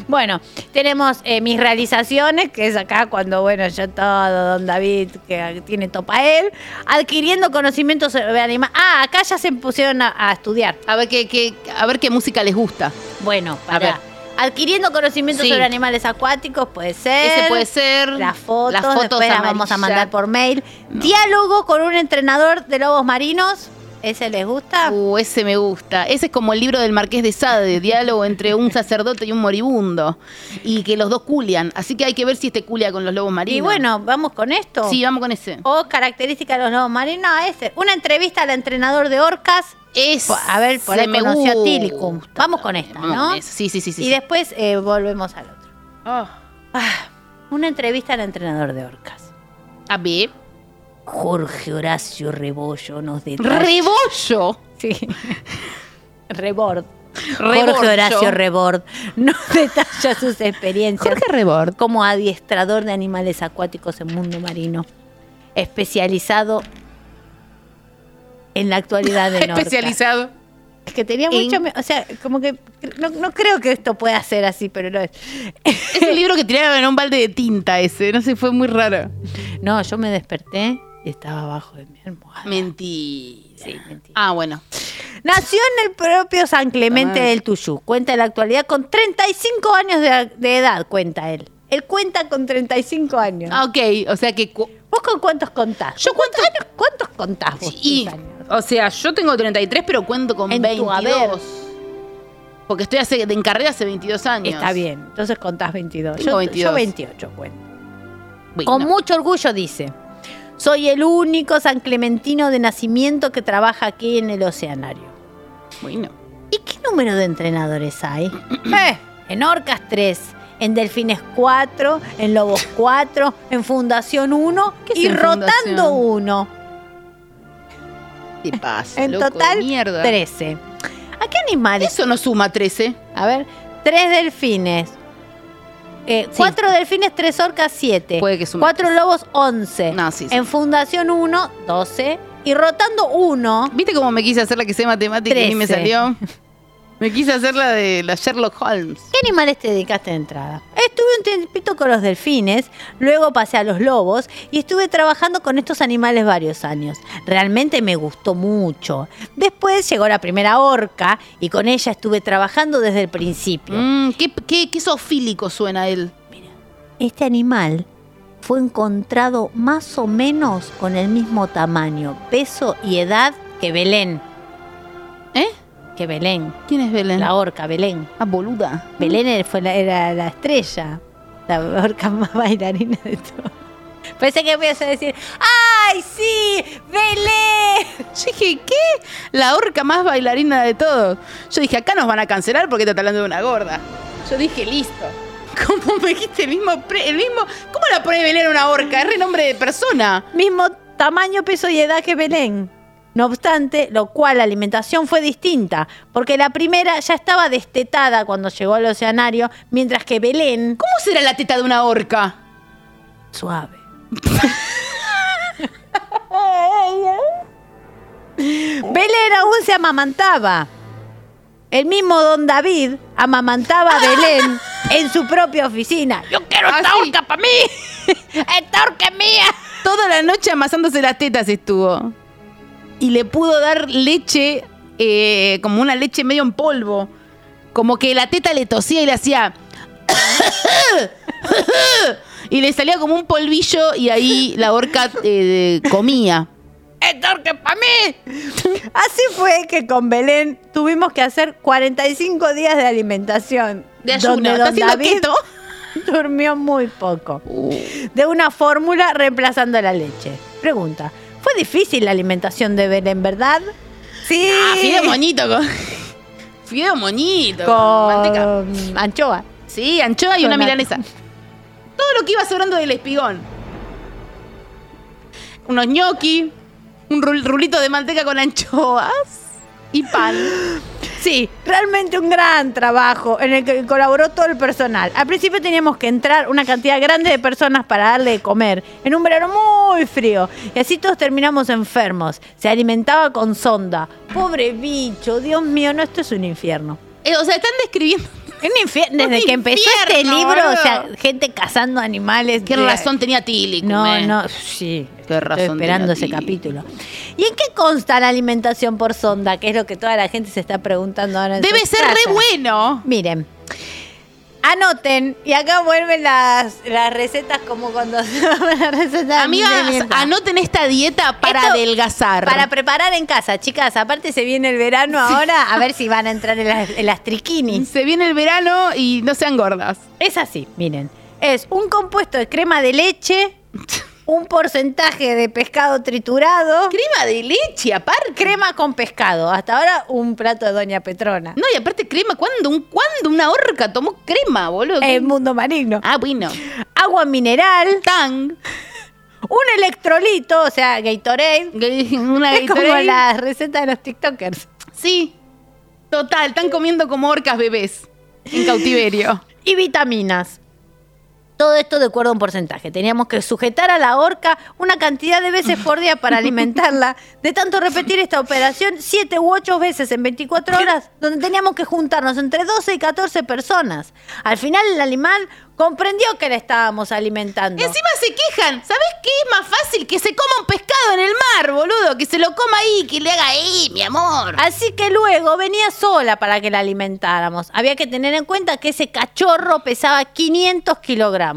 Speaker 3: Bueno, tenemos eh, mis realizaciones, que es acá cuando, bueno, yo todo, don David, que tiene topa él, adquiriendo conocimientos sobre animales. Ah, acá ya se pusieron a, a estudiar.
Speaker 2: A ver qué, qué- a ver qué música les gusta.
Speaker 3: Bueno,
Speaker 2: A ver.
Speaker 3: para. Adquiriendo conocimientos
Speaker 2: Sí.
Speaker 3: sobre animales acuáticos, puede ser.
Speaker 2: Ese puede ser.
Speaker 3: Las fotos,
Speaker 2: Las fotos
Speaker 3: después las vamos a
Speaker 2: amarillas.
Speaker 3: mandar por mail. Diálogo con un entrenador de lobos marinos. ¿Ese les gusta?
Speaker 2: Uh, ese me gusta. Ese es como el libro del Marqués de Sade, diálogo entre un sacerdote y un moribundo. Y que los dos culian. Así que hay que ver si este culia con los lobos marinos.
Speaker 3: Y bueno, vamos con esto.
Speaker 2: Sí, vamos con ese.
Speaker 3: O característica de los lobos marinos, ese. Una entrevista al entrenador de orcas.
Speaker 2: Es,
Speaker 3: A ver, por ahí conoció a Tilicum. Vamos con esta, ¿no?
Speaker 2: Sí, sí, sí. sí
Speaker 3: y
Speaker 2: sí.
Speaker 3: después eh, volvemos al otro.
Speaker 2: Ah,
Speaker 3: Ah, una entrevista al entrenador de orcas.
Speaker 2: a ver.
Speaker 3: Jorge Horacio Rebollo nos detalla.
Speaker 2: Rebollo.
Speaker 3: Sí. Rebord. Jorge
Speaker 2: Rebollo.
Speaker 3: Horacio Rebord nos detalla sus experiencias
Speaker 2: Jorge Rebord.
Speaker 3: como adiestrador de animales acuáticos en mundo marino, especializado en la actualidad en orcas.
Speaker 2: Especializado.
Speaker 3: Es que tenía
Speaker 2: en-
Speaker 3: mucho, me- o sea, como que no, no creo que esto pueda ser así, pero lo es.
Speaker 2: Es un libro que tiraron en un balde de tinta ese. No sé, fue muy raro.
Speaker 3: No, yo me desperté y estaba abajo de mi almohada.
Speaker 2: Mentira.
Speaker 3: Sí, mentira.
Speaker 2: Ah, bueno.
Speaker 3: Nació en el propio San
Speaker 2: Ah.
Speaker 3: Clemente del Tuyú. Cuenta en la actualidad con 35 años de, de edad, cuenta él. Él cuenta con 35 años.
Speaker 2: Ah, ok. O sea que. cu-
Speaker 3: ¿Vos con cuántos contás?
Speaker 2: Yo
Speaker 3: ¿Cuántos años- ¿Cuántos contás vos?
Speaker 2: Y,
Speaker 3: tus años?
Speaker 2: o sea, yo tengo 33, pero cuento con
Speaker 3: En tu
Speaker 2: 22.
Speaker 3: haber.
Speaker 2: Porque estoy hace, en carrera hace 22 años.
Speaker 3: Está bien, entonces contás 22.
Speaker 2: Tengo
Speaker 3: Yo,
Speaker 2: 22.
Speaker 3: yo 28 cuento.
Speaker 2: Bueno.
Speaker 3: Con mucho orgullo dice, soy el único san clementino de nacimiento que trabaja aquí en el Oceanario.
Speaker 2: Bueno.
Speaker 3: ¿Y qué número de entrenadores hay? Eh, en Orcas 3, en Delfines 4, en Lobos 4, en Fundación 1
Speaker 2: ¿Qué es
Speaker 3: y
Speaker 2: en
Speaker 3: Rotando
Speaker 2: Fundación?
Speaker 3: 1.
Speaker 2: ¿Qué pasa?
Speaker 3: En
Speaker 2: loco de
Speaker 3: total,
Speaker 2: mierda.
Speaker 3: 13. ¿A qué animales?
Speaker 2: Eso no suma 13.
Speaker 3: A ver, 3 delfines. 4 delfines, 3 orcas, 7.
Speaker 2: Puede que sume.
Speaker 3: Cuatro lobos, 11.
Speaker 2: No, sí, sí.
Speaker 3: En Fundación 1, 12. y rotando uno.
Speaker 8: ¿Viste cómo me quise hacer la que sé matemática y ni me
Speaker 3: Trece.
Speaker 8: salió? Me quise hacer la de la Sherlock Holmes.
Speaker 3: ¿Qué animales te dedicaste de entrada? Estuve un tiempito con los delfines, luego pasé a los lobos y estuve trabajando con estos animales varios años. Realmente me gustó mucho. Después llegó la primera orca y con ella estuve trabajando desde el principio.
Speaker 8: Mm, qué, qué, qué zoofílico suena él.
Speaker 3: Este animal fue encontrado más o menos con el mismo tamaño, peso y edad que Belén.
Speaker 8: ¿Eh?
Speaker 3: Que Belén,
Speaker 8: ¿Quién es Belén?
Speaker 3: la orca Belén.
Speaker 8: Ah, boluda.
Speaker 3: Belén era- fue la, era la estrella, la orca más bailarina de todo. Pensé que ibas a decir, ¡ay, sí! ¡Belén!
Speaker 8: Yo dije, ¿qué? La orca más bailarina de todos. Yo dije, acá nos van a cancelar porque está hablando de una gorda. Yo dije, listo. ¿Cómo me dijiste el mismo? pre- el mismo ¿Cómo la pone Belén a una orca? Es renombre de persona.
Speaker 3: Mismo tamaño, peso y edad que Belén. No obstante, lo cual la alimentación fue distinta, porque la primera ya estaba destetada cuando llegó al oceanario, mientras que Belén,
Speaker 8: ¿Cómo será la teta de una orca?
Speaker 3: suave. Belén aún se amamantaba. El mismo don David amamantaba a Belén en su propia oficina.
Speaker 9: Yo quiero
Speaker 8: Ah,
Speaker 9: esta
Speaker 8: sí.
Speaker 9: horca para mí. esta horca es mía.
Speaker 8: Toda la noche amasándose las tetas estuvo. Y le pudo dar leche, eh, como una leche medio en polvo. Como que la teta le tosía y le hacía. y le salía como un polvillo y ahí la orca eh, comía.
Speaker 9: Esta horca es para mí.
Speaker 3: Así fue que con Belén tuvimos que hacer 45 días de alimentación.
Speaker 8: De ayuno,
Speaker 3: donde
Speaker 8: ¿está
Speaker 3: don
Speaker 8: haciendo
Speaker 3: David
Speaker 8: keto?
Speaker 3: durmió muy poco. De una fórmula reemplazando la leche. Pregunta, ¿fue difícil la alimentación de Belén, verdad? Sí.
Speaker 8: Ah, fideo moñito. Con... Fideo moñito. Con... manteca.
Speaker 3: con anchoa.
Speaker 8: Sí, anchoa y
Speaker 3: con
Speaker 8: una
Speaker 3: la-
Speaker 8: milanesa. Todo lo que iba sobrando del espigón. Unos gnocchi, un rul- rulito de manteca con anchoas y pan.
Speaker 3: Sí, realmente un gran trabajo en el que colaboró todo el personal. Al principio teníamos que entrar una cantidad grande de personas para darle de comer, en un verano muy frío, y así todos terminamos enfermos. Se alimentaba con sonda. Pobre bicho, Dios mío, no, esto es un infierno.
Speaker 8: Eh, o sea, están describiendo.
Speaker 3: Un infierno. Desde
Speaker 8: Un
Speaker 3: que empezó este
Speaker 8: infierno,
Speaker 3: libro, o sea,
Speaker 8: boludo.
Speaker 3: gente cazando animales.
Speaker 8: ¿Qué
Speaker 3: de-
Speaker 8: razón tenía Tilly?
Speaker 3: No,
Speaker 8: Cumen?
Speaker 3: no, sí.
Speaker 8: Qué razón
Speaker 3: Estoy esperando
Speaker 8: tenía
Speaker 3: ese
Speaker 8: Tilly.
Speaker 3: capítulo. ¿Y en qué consta la alimentación por sonda? Que es lo que toda la gente se está preguntando ahora. en
Speaker 8: Debe
Speaker 3: sus
Speaker 8: ser re
Speaker 3: casas.
Speaker 8: bueno.
Speaker 3: Miren. Anoten, y acá vuelven las, las recetas como cuando se las recetas.
Speaker 8: Amigas, anoten esta dieta para
Speaker 3: Esto-
Speaker 8: adelgazar.
Speaker 3: Para preparar en casa, chicas. Aparte se viene el verano ahora, a ver si van a entrar en las, en las triquinis.
Speaker 8: Se viene el verano y no sean gordas.
Speaker 3: Es así, miren. Es un compuesto de crema de leche, un porcentaje de pescado triturado,
Speaker 8: Crema de leche, aparte.
Speaker 3: crema con pescado. Hasta ahora un plato de Doña Petrona.
Speaker 8: No, y aparte crema. ¿Cuándo, un, ¿cuándo una orca tomó crema, boludo?
Speaker 3: El mundo maligno.
Speaker 8: Ah, bueno.
Speaker 3: Agua mineral,
Speaker 8: Tang.
Speaker 3: un electrolito, o sea, Gatorade.
Speaker 8: Una
Speaker 3: Es como
Speaker 8: Gatorade.
Speaker 3: la receta de los TikTokers.
Speaker 8: Sí. Total, están comiendo como orcas bebés en cautiverio.
Speaker 3: Y vitaminas. Todo esto de acuerdo a un porcentaje. Teníamos que sujetar a la orca una cantidad de veces por día para alimentarla. De tanto repetir esta operación, siete u ocho veces en 24 horas, donde teníamos que juntarnos entre 12 y 14 personas. Al final el animal comprendió que la estábamos alimentando.
Speaker 8: Encima se quejan. ¿Sabes qué es más fácil? Que se coma un pescado en el mar, boludo. Que se lo coma ahí, que le haga ahí, mi amor.
Speaker 3: Así que luego venía sola para que la alimentáramos. Había que tener en cuenta que ese cachorro pesaba 500 kilogramos.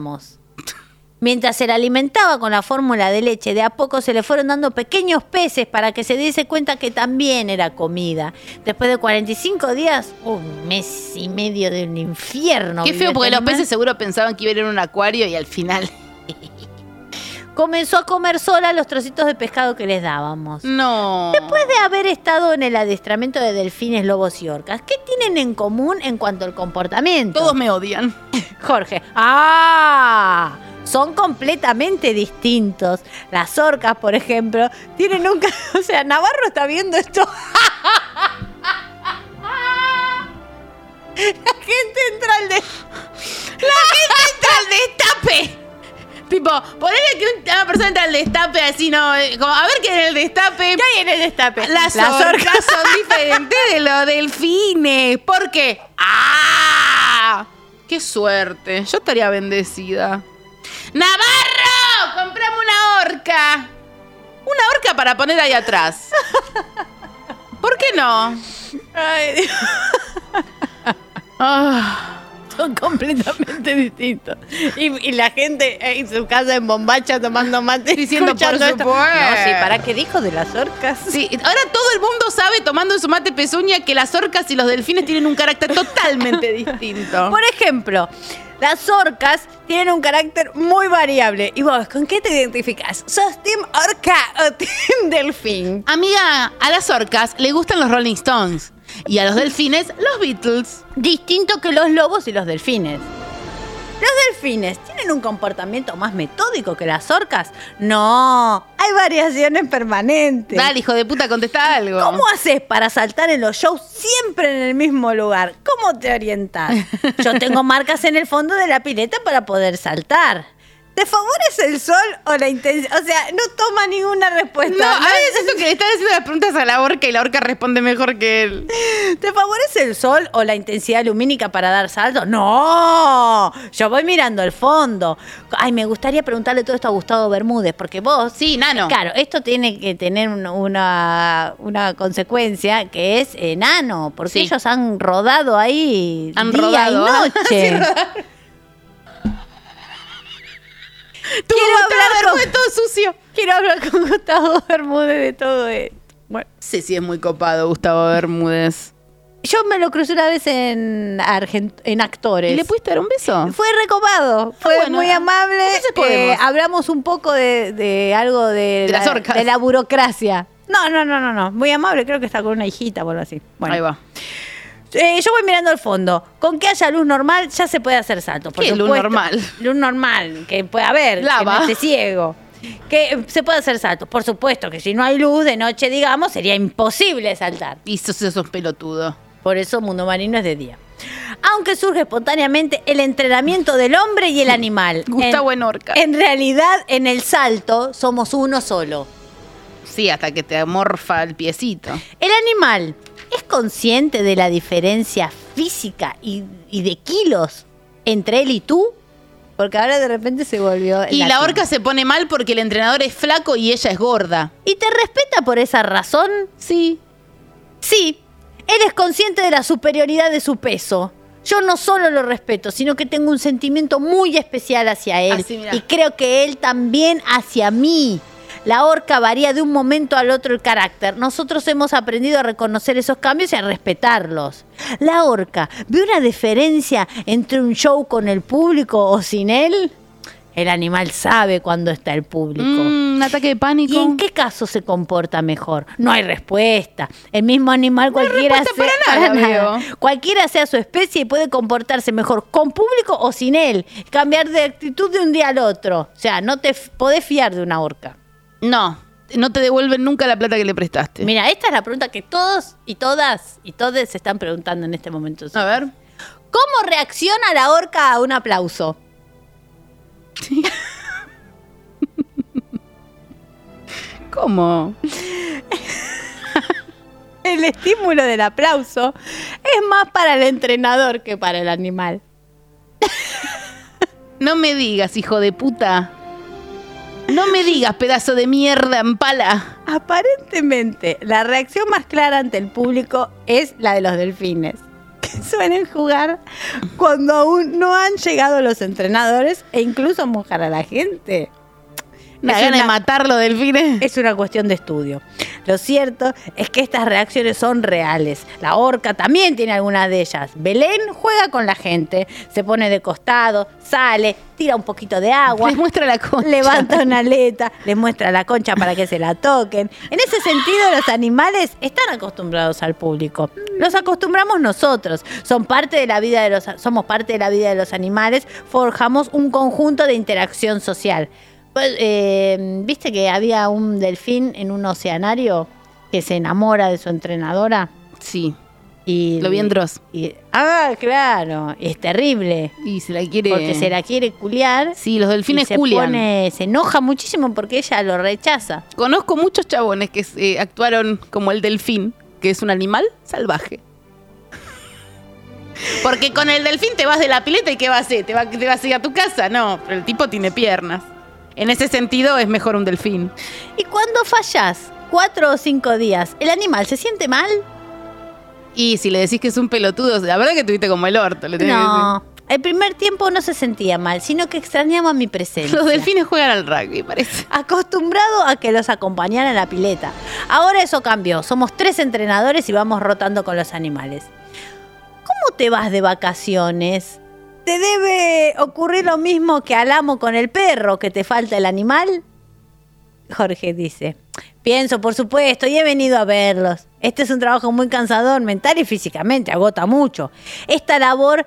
Speaker 3: Mientras se la alimentaba con la fórmula de leche, de a poco se le fueron dando pequeños peces para que se diese cuenta que también era comida. Después de 45 días, un mes y medio de un infierno.
Speaker 8: qué
Speaker 3: vivió
Speaker 8: feo,
Speaker 3: este
Speaker 8: porque los
Speaker 3: animal.
Speaker 8: peces seguro pensaban que iba a ir en un acuario y al final.
Speaker 3: Comenzó a comer sola los trocitos de pescado que les dábamos.
Speaker 8: No. Después
Speaker 3: de haber estado en el adiestramiento de delfines, lobos y orcas, ¿qué tienen en común en cuanto al comportamiento?
Speaker 8: Todos me odian.
Speaker 3: Jorge. ¡Ah! Son completamente distintos. Las orcas, por ejemplo, tienen un... ca- O sea, Navarro está viendo esto. La gente entra al de...
Speaker 8: ¡Tal destape!
Speaker 2: Tipo, ponerle que un- una persona entra al destape así, ¿no? Eh, Como, a ver qué en el destape.
Speaker 3: ¿Qué hay en el destape?
Speaker 2: Las, orcas son diferentes de los delfines. ¿Por qué? ¡Ah! ¡Qué suerte! Yo estaría bendecida. ¡Navarro! ¡Comprame una orca! Una orca para poner ahí atrás. ¿Por qué no? Ah.
Speaker 3: Son completamente distintos. Y, y la gente en su casa en bombacha tomando mate
Speaker 2: Diciendo,
Speaker 3: escuchando
Speaker 2: "Por
Speaker 3: esto".
Speaker 2: supuesto.
Speaker 3: No, sí, ¿para qué dijo de las orcas?
Speaker 2: Sí, ahora todo el mundo sabe, tomando en su mate pezuña, que las orcas y los delfines tienen un carácter totalmente distinto.
Speaker 3: Por ejemplo, las orcas tienen un carácter muy variable. ¿Y vos con qué te identificas? ¿Sos Team Orca o Team Delfín?
Speaker 2: Amiga, a las orcas le gustan los Rolling Stones y a los delfines los Beatles.
Speaker 3: Distinto que los lobos y los delfines. Los delfines tienen un comportamiento más metódico que las orcas. No, hay variaciones permanentes.
Speaker 2: Dale, hijo de puta, contesta algo.
Speaker 3: ¿Cómo haces para saltar en los shows siempre en el mismo lugar? ¿Cómo te orientas? Yo tengo marcas en el fondo de la pileta para poder saltar. ¿Te favorece el sol o la intensidad? O sea, no toma ninguna respuesta.
Speaker 2: No, a
Speaker 3: ¿no?
Speaker 2: veces siento que le están haciendo las preguntas a la orca y la orca responde mejor que él.
Speaker 3: ¿Te favorece el sol o la intensidad lumínica para dar salto? No, yo voy mirando el fondo. Ay, me gustaría preguntarle todo esto a Gustavo Bermúdez, porque vos...
Speaker 2: Sí, nano.
Speaker 3: Claro, esto tiene que tener un- una, una consecuencia que es enano, porque
Speaker 2: Sí.
Speaker 3: ellos han rodado ahí
Speaker 2: Han
Speaker 3: día
Speaker 2: rodado, ¿ah?
Speaker 3: y noche.
Speaker 2: Tú
Speaker 3: quiero hablar con-
Speaker 2: todo sucio.
Speaker 3: Quiero hablar con Gustavo Bermúdez de todo esto. Bueno,
Speaker 2: No sé si es muy copado Gustavo Bermúdez.
Speaker 3: yo me lo crucé una vez en, Argent en actores.
Speaker 2: ¿Y le pudiste dar un beso?
Speaker 3: Fue recopado, fue
Speaker 2: Ah, bueno.
Speaker 3: muy amable.
Speaker 2: Entonces podemos.
Speaker 3: Eh, hablamos un poco de, de algo de,
Speaker 2: De las orcas.
Speaker 3: de la burocracia. No, no, no, no, no. Muy amable, creo que está con una hijita o algo así. Bueno,
Speaker 2: Ahí va.
Speaker 3: Eh, yo voy mirando al fondo. Con que haya luz normal ya se puede hacer salto. por
Speaker 2: ¿Qué es luz
Speaker 3: supuesto.
Speaker 2: normal?
Speaker 3: Luz normal, que puede haber,
Speaker 2: Lava.
Speaker 3: que no esté ciego. Que eh, se puede hacer salto. Por supuesto que si no hay luz de noche, digamos, sería imposible saltar.
Speaker 2: Y sos, sos pelotudo.
Speaker 3: Por eso Mundo Marino es de día. Aunque surge espontáneamente el entrenamiento del hombre y el animal.
Speaker 2: Gustavo
Speaker 3: en,
Speaker 2: en orca.
Speaker 3: en realidad, en el salto somos uno solo.
Speaker 2: Sí, hasta que te amorfa el piecito.
Speaker 3: El animal es consciente de la diferencia física y, y de kilos entre él y tú, porque ahora de repente se volvió.
Speaker 2: Y la
Speaker 3: latino.
Speaker 2: orca se pone mal porque el entrenador es flaco y ella es gorda.
Speaker 3: ¿Y te respeta por esa razón?
Speaker 2: Sí.
Speaker 3: Sí, él es consciente de la superioridad de su peso. Yo no solo lo respeto, sino que tengo un sentimiento muy especial hacia él.
Speaker 2: Así, Ah, mirá.
Speaker 3: y creo que él también hacia mí. La orca varía de un momento al otro el carácter. Nosotros hemos aprendido a reconocer esos cambios y a respetarlos. La orca, ¿ve una diferencia entre un show con el público o sin él? El animal sabe cuando está el público.
Speaker 2: Mm, un ataque de pánico.
Speaker 3: ¿Y en qué caso se comporta mejor? No hay respuesta. El mismo animal cualquiera
Speaker 2: respuesta
Speaker 3: sea,
Speaker 2: para nada,
Speaker 3: cualquiera sea su especie puede comportarse mejor con público o sin él, cambiar de actitud de un día al otro. O sea, no te f- podés fiar de una orca.
Speaker 2: No, no te devuelven nunca la plata que le prestaste.
Speaker 3: Mira, esta es la pregunta que todos y todas y todes se están preguntando en este momento.
Speaker 2: A ver.
Speaker 3: ¿Cómo reacciona la orca a un aplauso?
Speaker 2: ¿Cómo?
Speaker 3: El estímulo del aplauso es más para el entrenador que para el animal.
Speaker 2: No me digas, hijo de puta. No me digas, pedazo de mierda en pala.
Speaker 3: Aparentemente, la reacción más clara ante el público es la de los delfines, que suelen jugar cuando aún no han llegado los entrenadores e incluso mojar a la gente.
Speaker 2: Me
Speaker 3: Es
Speaker 2: gana de
Speaker 3: una-
Speaker 2: matarlo, delfines.
Speaker 3: Es una cuestión de estudio. Lo cierto es que estas reacciones son reales. La orca también tiene algunas de ellas. Belén juega con la gente, se pone de costado, sale, tira un poquito de agua,
Speaker 2: Les muestra la concha.
Speaker 3: levanta una aleta, les muestra la concha para que se la toquen. En ese sentido, los animales están acostumbrados al público. Los acostumbramos nosotros. Son parte de la vida de los, somos parte de la vida de los animales. Forjamos un conjunto de interacción social. Pues, eh, Viste que había un delfín en un oceanario que se enamora de su entrenadora.
Speaker 2: Sí.
Speaker 3: Y,
Speaker 2: Lo vi en Dross.
Speaker 3: y- ah, claro. Es terrible.
Speaker 2: Y se la quiere.
Speaker 3: Porque se la quiere culiar.
Speaker 2: Sí, los delfines
Speaker 3: y se
Speaker 2: culian.
Speaker 3: pone- se enoja muchísimo porque ella lo rechaza.
Speaker 2: Conozco muchos chabones que eh, actuaron como el delfín, que es un animal salvaje. Porque con el delfín te vas de la pileta y ¿qué va a hacer? ¿Te, va, ¿Te vas a ir a tu casa? No, pero el tipo tiene piernas. En ese sentido es mejor un delfín.
Speaker 3: Y cuando fallas cuatro o cinco días, ¿el animal se siente mal?
Speaker 2: Y si le decís que es un pelotudo, la verdad que tuviste como el orto. le tenés que
Speaker 3: No. El primer tiempo no se sentía mal, sino que extrañaba mi
Speaker 2: decir.
Speaker 3: presencia.
Speaker 2: Los delfines juegan al rugby, parece.
Speaker 3: Acostumbrado a que los acompañara a la pileta. Ahora eso cambió. Somos tres entrenadores y vamos rotando con los animales. ¿Cómo te vas de vacaciones? ¿Te debe ocurrir lo mismo que al amo con el perro, que te falta el animal? Jorge dice, pienso, por supuesto, y he venido a verlos. Este es un trabajo muy cansador mental y físicamente, agota mucho. Esta labor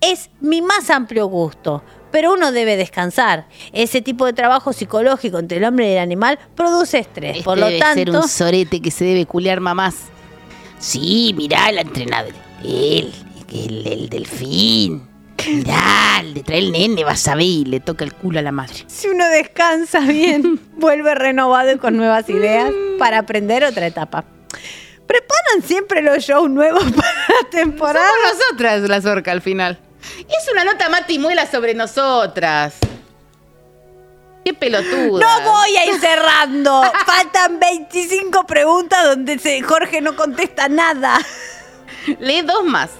Speaker 3: es mi más amplio gusto, pero uno debe descansar. Ese tipo de trabajo psicológico entre el hombre y el animal produce estrés. por lo
Speaker 8: Este
Speaker 3: tanto,
Speaker 2: sorete que se debe culiar mamás.
Speaker 8: Sí, mirá el entrenador. Él, el, el delfín. Mirá, le trae el nene, vas a ver, y le toca el culo a la madre.
Speaker 3: si uno descansa bien, vuelve renovado y con nuevas ideas para aprender otra etapa. Preparan siempre los shows nuevos para la temporada.
Speaker 2: Somos nosotras la orcas al final. Es una nota matimuela sobre nosotras. Qué pelotuda.
Speaker 3: No voy a ir cerrando. Faltan 25 preguntas donde se- Jorge no contesta nada.
Speaker 2: Lee dos más.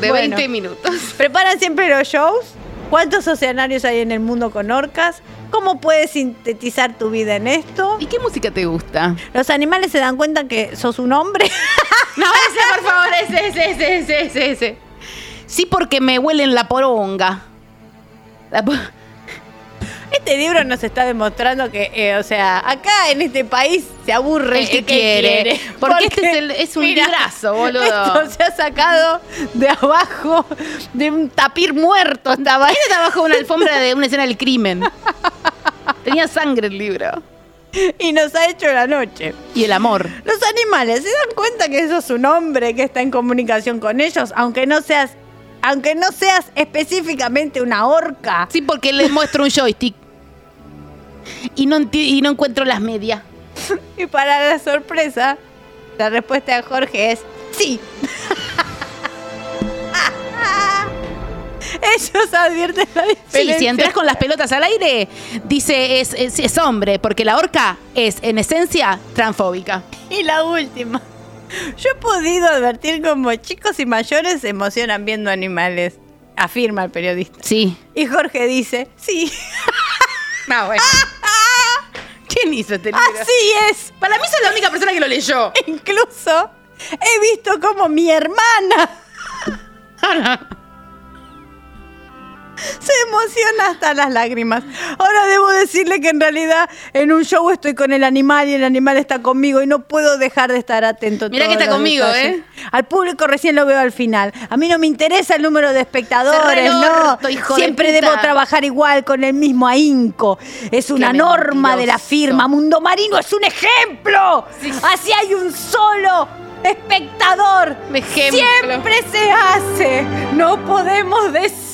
Speaker 2: De
Speaker 3: Bueno.
Speaker 2: 20 minutos.
Speaker 3: ¿Preparan siempre los shows? ¿Cuántos oceanarios hay en el mundo con orcas? ¿Cómo puedes sintetizar tu vida en esto?
Speaker 2: ¿Y qué música te gusta?
Speaker 3: ¿Los animales se dan cuenta que sos un hombre?
Speaker 2: No, ese, por favor, ese, ese, ese, ese, ese, ese. Sí, porque me huelen la poronga. La po-
Speaker 3: Este libro nos está demostrando que, eh, o sea, acá en este país se aburre
Speaker 2: El que Eh, quiere. Porque este es el- es un
Speaker 3: mira,
Speaker 2: librazo, boludo.
Speaker 3: Esto se ha sacado de abajo de un tapir muerto estaba.
Speaker 2: Él está bajo una alfombra de una escena del crimen. Tenía sangre el libro.
Speaker 3: y nos ha hecho la noche.
Speaker 2: Y el amor.
Speaker 3: Los animales se dan cuenta que sos un hombre que está en comunicación con ellos, aunque no seas, aunque no seas específicamente una orca.
Speaker 2: Sí, porque le muestro un joystick. Y no, enti- y no encuentro las medias.
Speaker 3: Y para la sorpresa, la respuesta de Jorge es sí. Ellos advierten la
Speaker 2: Sí,
Speaker 3: diferencia.
Speaker 2: si entras con las pelotas al aire, dice es, es, es hombre, porque la orca es, en esencia, transfóbica.
Speaker 3: Y la última. Yo he podido advertir como chicos y mayores se emocionan viendo animales, afirma el periodista.
Speaker 2: Sí.
Speaker 3: Y Jorge dice, sí,
Speaker 2: Ah, bueno. ¿Quién hizo este libro?
Speaker 3: así es.
Speaker 2: Para mí soy la única persona que lo leyó.
Speaker 3: Incluso he visto como mi hermana se emociona hasta las lágrimas. Ahora debo decirle que en realidad en un show estoy con el animal y el animal está conmigo y no puedo dejar de estar atento. a
Speaker 2: Mirá
Speaker 3: todos
Speaker 2: que está
Speaker 3: los
Speaker 2: conmigo,
Speaker 3: detalles.
Speaker 2: ¿eh?
Speaker 3: Al público recién lo veo al final. A mí no me interesa el número de
Speaker 2: Cerrá
Speaker 3: espectadores,
Speaker 2: el
Speaker 3: no.
Speaker 2: orto, hijo de
Speaker 3: Siempre
Speaker 2: puta.
Speaker 3: debo trabajar igual con el mismo ahínco. Es una norma de la
Speaker 2: mentiroso.
Speaker 3: firma. Mundo Marino es un ejemplo. Así hay un solo espectador.
Speaker 2: Un ejemplo.
Speaker 3: Siempre se hace. No podemos decir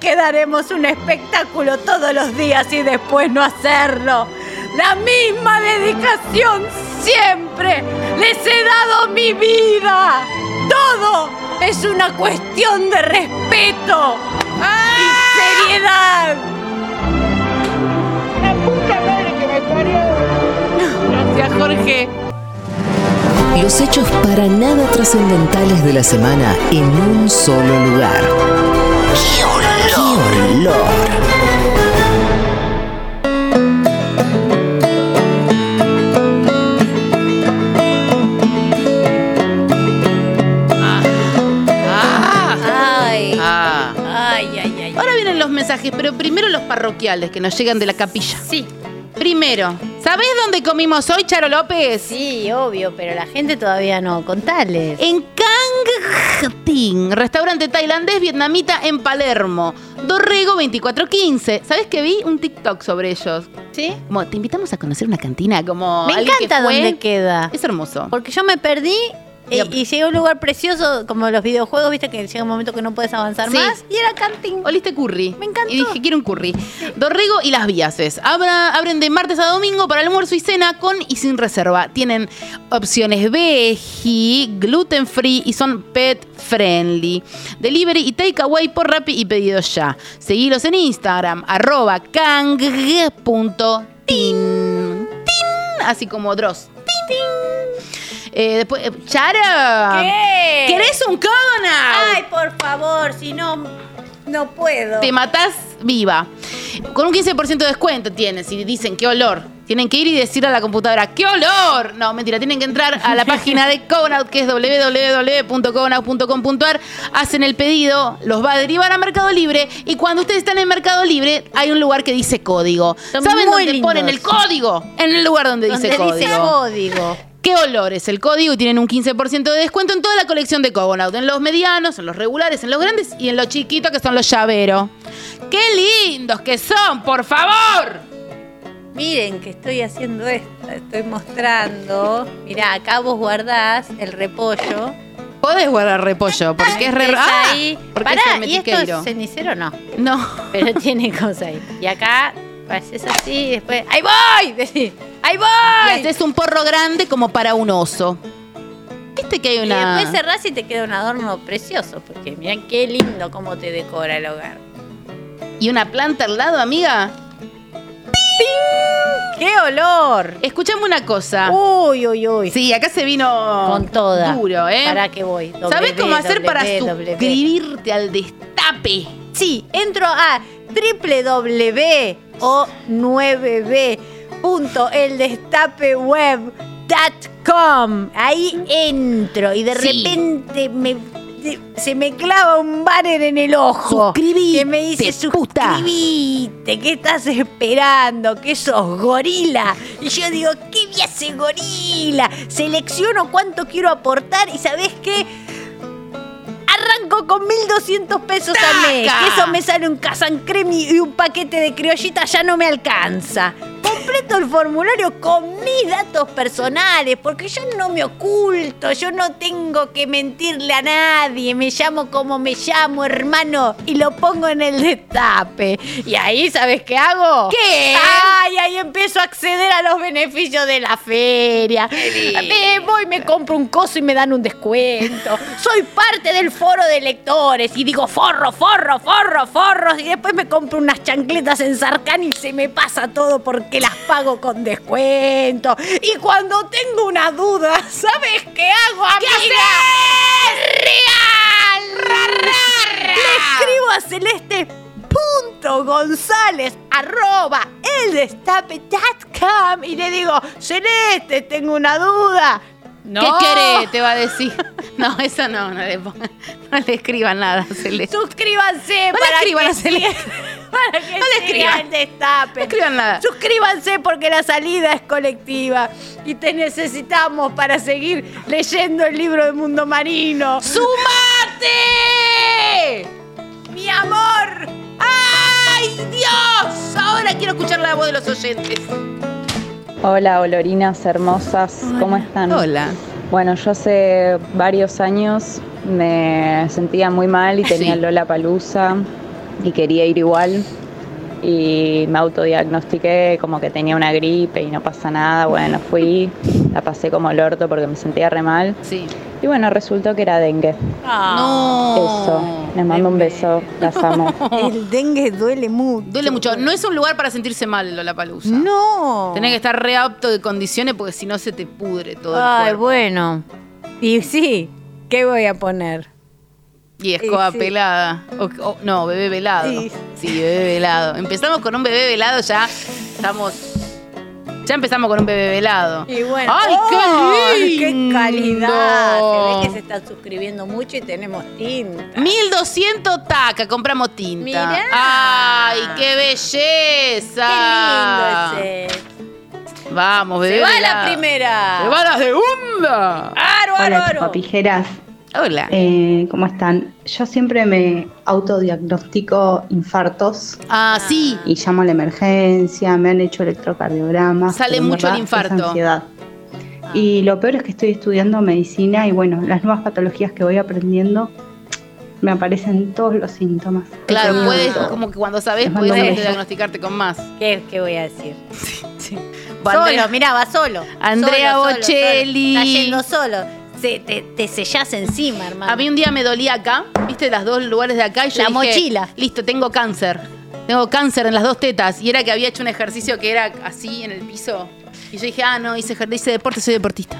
Speaker 3: que daremos un espectáculo todos los días y después no hacerlo. La misma dedicación siempre. Les he dado mi vida. Todo es una cuestión de respeto
Speaker 10: ¡Ah!
Speaker 3: y seriedad.
Speaker 2: Gracias, Jorge.
Speaker 1: Los hechos para nada trascendentales de la semana en un solo lugar. ¡Qué olor! ¡Qué olor!
Speaker 10: Ay,
Speaker 2: Ah.
Speaker 10: ay, ay, ay.
Speaker 2: Ahora vienen los mensajes, pero primero los parroquiales que nos llegan de la capilla.
Speaker 10: Sí,
Speaker 2: Primero, ¿sabés dónde comimos hoy, Charo López?
Speaker 3: Sí, obvio, pero la gente todavía no. Contales.
Speaker 2: En Kang Ting, restaurante tailandés vietnamita en Palermo. Dorrego 2415. ¿Sabes que vi un TikTok sobre ellos?
Speaker 3: ¿Sí?
Speaker 2: Como, te invitamos a conocer una cantina como
Speaker 3: Me
Speaker 2: alguien que
Speaker 3: encanta
Speaker 2: fue.
Speaker 3: dónde queda.
Speaker 2: Es hermoso.
Speaker 3: Porque yo me perdí Eh, y llegué a un lugar precioso, como los videojuegos, viste que llega un momento que no puedes avanzar
Speaker 2: Sí.
Speaker 3: más. Y era cantín.
Speaker 2: Oliste curry.
Speaker 3: Me encantó.
Speaker 2: Y dije, quiero un curry. Dorrego y las víases. Abra- abren de martes a domingo para almuerzo y cena con y sin reserva. Tienen opciones veggie, gluten free y son pet friendly. Delivery y takeaway por Rappi y pedido ya. Seguilos en Instagram, arroba kang.tin. Así como Dross. Tin. Eh, después, eh, Chara.
Speaker 3: ¿Qué? Ah,
Speaker 2: ¿Querés un cona?
Speaker 3: Ay, por favor, si no, no puedo.
Speaker 2: Te matás viva. Con un 15% de descuento tienen, si dicen qué olor. Tienen que ir y decir a la computadora, ¡qué olor! No, mentira, tienen que entrar a la página de Cogonaut, que es www.cogonaut.com.ar. Hacen el pedido, los va a derivar a Mercado Libre y cuando ustedes están en Mercado Libre hay un lugar que dice código.
Speaker 3: Son
Speaker 2: ¿Saben
Speaker 3: muy
Speaker 2: dónde
Speaker 3: lindos.
Speaker 2: ponen el código? En el lugar donde,
Speaker 3: Donde
Speaker 2: dice código.
Speaker 3: dice código.
Speaker 2: ¿Qué olor es el código? Y tienen un 15% de descuento en toda la colección de Cogonaut. En los medianos, en los regulares, en los grandes y en los chiquitos que son los llaveros. ¡Qué lindos que son, por favor!
Speaker 3: Miren que estoy haciendo esto, estoy mostrando. Mirá, acá vos guardás el repollo.
Speaker 2: Podés guardar repollo, porque es re...
Speaker 3: Ves
Speaker 2: ¡Ah!
Speaker 3: ahí.
Speaker 2: Porque
Speaker 3: Pará,
Speaker 2: es
Speaker 3: ¿y esto
Speaker 2: hermetiqueiro.
Speaker 3: es este, cenicero no?
Speaker 2: No.
Speaker 3: Pero tiene cosa ahí. Y acá haces así y después. ¡Ahí voy! Decí, ¡Ahí voy!
Speaker 2: Y haces un porro grande como para un oso. ¿Viste que hay
Speaker 3: Y
Speaker 2: una...?
Speaker 3: después cerrás y te queda un adorno precioso, porque miren qué lindo cómo te decora el hogar.
Speaker 2: ¿Y una planta al lado, amiga?
Speaker 3: ¡Qué olor!
Speaker 2: Escuchame una
Speaker 3: Ah.
Speaker 2: cosa.
Speaker 3: Uy, uy, uy.
Speaker 2: Sí, acá se vino...
Speaker 3: Con toda.
Speaker 2: Duro, ¿eh?
Speaker 3: ¿Para qué voy?
Speaker 2: ¿Sabés cómo hacer para
Speaker 3: suscribir?
Speaker 2: suscribirte al destape?
Speaker 3: Sí, entro a www.o9b.eldestapeweb.com. Ahí entro y de
Speaker 2: Sí.
Speaker 3: repente me- se me clava un banner en el ojo.
Speaker 1: Suscribite,
Speaker 3: que me dice,
Speaker 1: puta.
Speaker 3: suscribite, ¿qué estás esperando? ¿Qué sos, gorila? Y yo digo, ¿qué me hace gorila? Selecciono cuánto quiero aportar y ¿sabés qué? Arranco con 1.200 pesos al mes.
Speaker 2: ¡Taca!
Speaker 3: Que eso me sale un casancremi y un paquete de criollita ya no me alcanza. Completo el formulario con mis datos personales, porque yo no me oculto, yo no tengo que mentirle a nadie. Me llamo como me llamo, hermano, y lo pongo en el destape. Y ahí, ¿sabes qué hago?
Speaker 2: ¿Qué?
Speaker 3: ¡Ay! Ahí empiezo a acceder a los beneficios de la feria. Me voy, me compro un coso y me dan un descuento. Soy parte del foro de lectores y digo forro, forro, forro, forros. Y después me compro unas chancletas en Sarcán y se me pasa todo porque las pago con descuento. Y cuando tengo una duda, ¿sabes qué hago, amiga? Le escribo a Celeste punto González arroba eldestape.com y le digo, Celeste, tengo una duda.
Speaker 2: ¿Qué querés? Te va a decir. No, eso no, no le, ponga- no le escriban nada, Celeste.
Speaker 3: Suscríbanse
Speaker 2: No le
Speaker 3: para
Speaker 2: escriban
Speaker 3: que
Speaker 2: a Celeste.
Speaker 3: siga- para que
Speaker 2: No le
Speaker 3: siga
Speaker 2: escriban.
Speaker 3: el destape.
Speaker 2: No escriban nada.
Speaker 3: Suscríbanse porque la salida es colectiva y te necesitamos para seguir leyendo el libro de Mundo Marino.
Speaker 2: ¡Sumate!
Speaker 3: ¡Mi amor!
Speaker 2: ¡Ay, Dios! Ahora quiero escuchar la voz de los oyentes.
Speaker 11: Hola, olorinas hermosas, ¿cómo están?
Speaker 2: Hola.
Speaker 11: Bueno, yo hace varios años me sentía muy mal y tenía
Speaker 2: Sí.
Speaker 11: Lola Palusa y quería ir igual. Y me autodiagnostiqué como que tenía una gripe y no pasa nada. Bueno, fui, la pasé como el orto porque me sentía re mal.
Speaker 2: Sí.
Speaker 11: Y bueno, resultó que era dengue.
Speaker 3: Ah.
Speaker 2: No. Oh,
Speaker 11: Eso, les mando un beso, las amo.
Speaker 3: El dengue duele mucho.
Speaker 2: Duele mucho. No es un lugar para sentirse mal, Lola Palusa.
Speaker 3: No.
Speaker 2: Tenés que estar re apto de condiciones porque si no se te pudre todo el
Speaker 3: Ay,
Speaker 2: cuerpo.
Speaker 3: bueno. Y sí, ¿qué voy a poner?
Speaker 2: Y escoba
Speaker 3: Y sí.
Speaker 2: pelada. O- o- no, bebé velado. Sí.
Speaker 3: Sí.
Speaker 2: bebé velado. Empezamos con un bebé velado, ya estamos. Ya empezamos con un bebé velado.
Speaker 3: Y bueno,
Speaker 2: ¡Ay,
Speaker 3: ¡ay,
Speaker 2: qué lindo!
Speaker 3: ¡Qué calidad! Se ve que se están suscribiendo mucho y tenemos tinta.
Speaker 2: 1200 taca, compramos tinta.
Speaker 3: Mirá.
Speaker 2: ¡Ay, qué belleza!
Speaker 3: ¡Qué lindo ese!
Speaker 2: Vamos, bebé.
Speaker 3: ¡Se va
Speaker 2: velado.
Speaker 3: la primera!
Speaker 2: ¡Se va la segunda!
Speaker 3: ¡Aro, aro,
Speaker 12: Hola,
Speaker 3: aro!
Speaker 12: chupapijeras.
Speaker 2: Hola.
Speaker 12: Eh, ¿Cómo están? Yo siempre me autodiagnostico infartos
Speaker 2: Ah, sí.
Speaker 12: y llamo a la emergencia, me han hecho electrocardiogramas.
Speaker 2: Sale
Speaker 12: pero en
Speaker 2: mucho el
Speaker 12: verdad es
Speaker 2: infarto.
Speaker 12: ansiedad. Y lo peor es que estoy estudiando medicina y bueno, las nuevas patologías que voy aprendiendo me aparecen todos los síntomas.
Speaker 2: Claro,
Speaker 12: He
Speaker 2: puedes,
Speaker 12: tenido
Speaker 2: como que cuando sabes,
Speaker 12: Les mando
Speaker 2: puedes
Speaker 12: un beso.
Speaker 2: diagnosticarte con más.
Speaker 3: ¿Qué, qué voy a decir?
Speaker 2: Va,
Speaker 3: Solo,
Speaker 2: Andrea-
Speaker 3: mirá, va solo.
Speaker 2: Andrea
Speaker 3: Solo, solo,
Speaker 2: Bocelli.
Speaker 3: solo. Está yendo solo. Se- te, te sellás encima, hermano.
Speaker 2: A mí un día me dolía acá, viste, las dos lugares de acá y yo
Speaker 3: La
Speaker 2: dije,
Speaker 3: mochila.
Speaker 2: Listo, tengo cáncer. Tengo cáncer en las dos tetas. Y era que había hecho un ejercicio que era así en el piso. Y yo dije, ah, no, hice, ejer- hice deporte, soy deportista.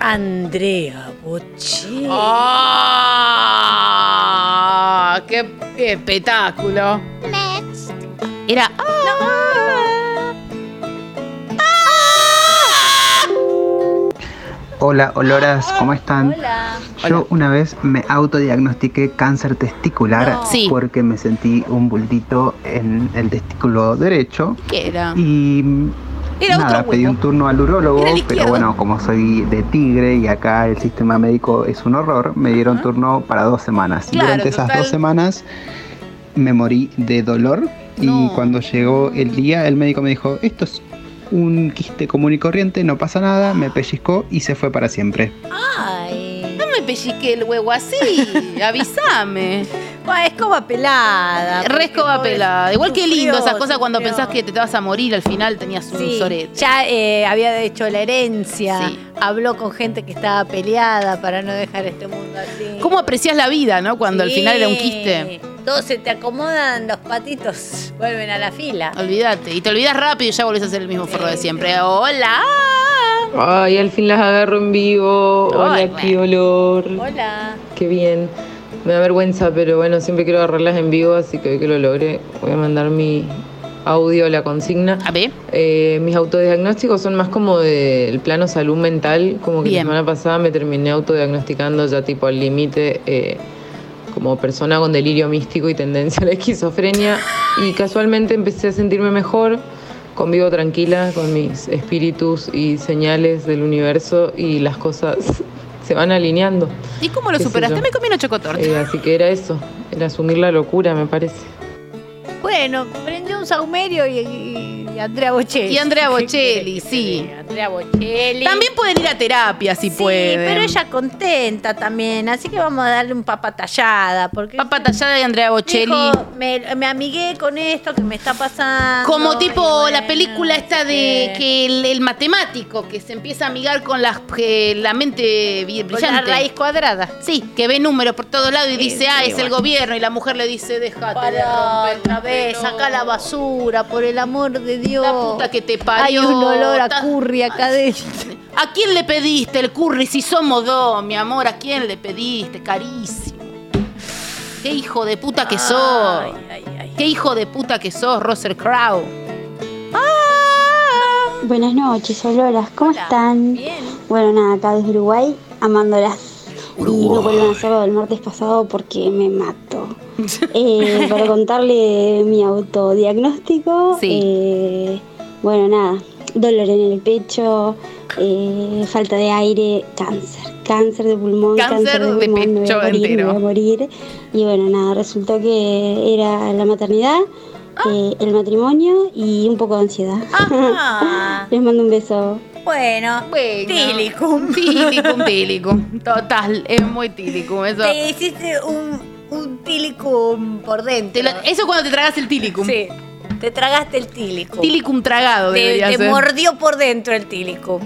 Speaker 3: Andrea Bocelli.
Speaker 2: ¡Ah! ¡Qué espectáculo! Era.
Speaker 13: Hola, oloras, ¿cómo están? Yo una vez me autodiagnostiqué cáncer testicular
Speaker 2: Sí.
Speaker 13: porque me sentí un bultito en el testículo derecho
Speaker 2: ¿Qué era?
Speaker 13: y
Speaker 2: Era otro
Speaker 13: nada,
Speaker 2: huevo.
Speaker 13: pedí un turno al urólogo,
Speaker 2: Era el
Speaker 13: pero
Speaker 2: izquierdo.
Speaker 13: bueno, como soy de Tigre y acá el sistema médico es un horror, me dieron turno para dos semanas.
Speaker 2: Claro,
Speaker 13: Durante esas
Speaker 2: total.
Speaker 13: dos semanas me morí de dolor y
Speaker 2: No.
Speaker 13: cuando llegó el día el médico me dijo, esto es un quiste común y corriente, no pasa nada, me pellizcó y se fue para siempre.
Speaker 3: Ay.
Speaker 2: No me pellizqué el huevo así. avísame.
Speaker 3: Bueno, es como pelada.
Speaker 2: Rescoba
Speaker 3: Pobre-
Speaker 2: pelada. Igual que lindo
Speaker 3: sufrió,
Speaker 2: esas cosas cuando
Speaker 3: sufrió.
Speaker 2: pensás que te te vas a morir, al final tenías un
Speaker 3: Sí,
Speaker 2: sorete.
Speaker 3: ya eh, había hecho la herencia,
Speaker 2: Sí.
Speaker 3: habló con gente que estaba peleada para no dejar este mundo así.
Speaker 2: ¿Cómo aprecias la vida, no? Cuando al
Speaker 3: Sí.
Speaker 2: final era un quiste.
Speaker 3: Todos se te acomodan los patitos, vuelven a la fila.
Speaker 2: Ah, Olvídate. Y te olvidas rápido y ya volvés a hacer el mismo forro de
Speaker 3: Sí,
Speaker 2: siempre. ¡Hola!
Speaker 14: Ay, al fin las agarro en vivo. Hola,
Speaker 2: Ay, bueno.
Speaker 14: qué olor.
Speaker 3: Hola.
Speaker 14: Qué bien. Me da vergüenza, pero bueno, siempre quiero agarrarlas en vivo, así que hoy que lo logré, voy a mandar mi audio a la consigna.
Speaker 2: A ver.
Speaker 14: Eh, mis autodiagnósticos son más como del plano salud mental, como que
Speaker 2: Bien.
Speaker 14: la semana pasada me terminé autodiagnosticando ya tipo al límite eh, como persona con delirio místico y tendencia a la esquizofrenia y casualmente empecé a sentirme mejor, convivo tranquila con mis espíritus y señales del universo y las cosas se van alineando.
Speaker 2: ¿Y cómo lo
Speaker 14: Qué sé
Speaker 2: superaste?
Speaker 14: yo.
Speaker 2: Me comí una chocotorta.
Speaker 14: Eh, así que era eso, era asumir la locura me parece.
Speaker 3: Bueno, prendió un saumerio y, y- y Andrea Bocelli.
Speaker 2: Y Andrea
Speaker 3: ¿Qué
Speaker 2: Bocelli,
Speaker 3: querés que te
Speaker 2: sí.
Speaker 3: diga? Andrea Bocelli.
Speaker 2: También pueden ir a terapia si
Speaker 3: sí,
Speaker 2: pueden.
Speaker 3: pero ella contenta también, así que vamos a darle un papa tallada, porque
Speaker 2: Papa Tallada y Andrea Bocelli.
Speaker 3: dijo, me, me amigué con esto que me está pasando.
Speaker 2: Como
Speaker 3: y
Speaker 2: tipo
Speaker 3: bueno,
Speaker 2: la película esta de
Speaker 3: sí.
Speaker 2: que el, el matemático que se empieza a amigar con las- que la mente bi-
Speaker 3: Con la
Speaker 2: brillante.
Speaker 3: raíz cuadrada.
Speaker 2: Sí, que ve números por todo lado y dice,
Speaker 3: sí,
Speaker 2: ah, es el
Speaker 3: bueno.
Speaker 2: gobierno. Y la mujer le dice, déjate de
Speaker 3: Pará,
Speaker 2: romper
Speaker 3: otra
Speaker 2: las
Speaker 3: vez,
Speaker 2: pelotas.
Speaker 3: saca la basura, por el amor de Dios.
Speaker 2: La puta que te
Speaker 3: Hay
Speaker 2: parió.
Speaker 3: un olor a
Speaker 2: Estás-
Speaker 3: curry acá adentro.
Speaker 2: ¿A quién le pediste el curry si somos dos, mi amor? ¿A quién le pediste? Carísimo. Qué hijo de puta que sos. Qué hijo de puta que sos, Russell Crowe.
Speaker 15: Buenas noches, Oloras, ¿cómo están?
Speaker 3: Bien.
Speaker 15: Bueno, nada, acá desde Uruguay, amándolas. Y no vuelvan a hacerlo del martes pasado porque me mato. Eh, para contarle mi autodiagnóstico,
Speaker 2: Sí.
Speaker 15: eh, bueno, nada, dolor en el pecho, eh, falta de aire, cáncer, cáncer de pulmón,
Speaker 2: Cáncer
Speaker 15: cáncer,
Speaker 2: de
Speaker 15: pulmón, me voy
Speaker 2: pecho
Speaker 15: a morir,
Speaker 2: entero.
Speaker 15: me voy a morir. Y bueno, nada, resultó que era la maternidad,
Speaker 2: Ah.
Speaker 15: eh, el matrimonio y un poco de ansiedad.
Speaker 2: Ah.
Speaker 3: Ajá.
Speaker 15: Les mando un beso.
Speaker 3: Bueno,
Speaker 2: Bueno.
Speaker 3: Tilicum.
Speaker 2: Tilicum, tilicum. Total, es muy tilicum eso.
Speaker 3: te hiciste un, un tilicum por
Speaker 2: Te
Speaker 3: dentro.
Speaker 2: lo- eso cuando te tragas el tilicum.
Speaker 3: Sí, te tragaste el tilicum.
Speaker 2: Tilicum tragado
Speaker 3: te,
Speaker 2: debería
Speaker 3: te
Speaker 2: ser.
Speaker 3: mordió por dentro el tilicum.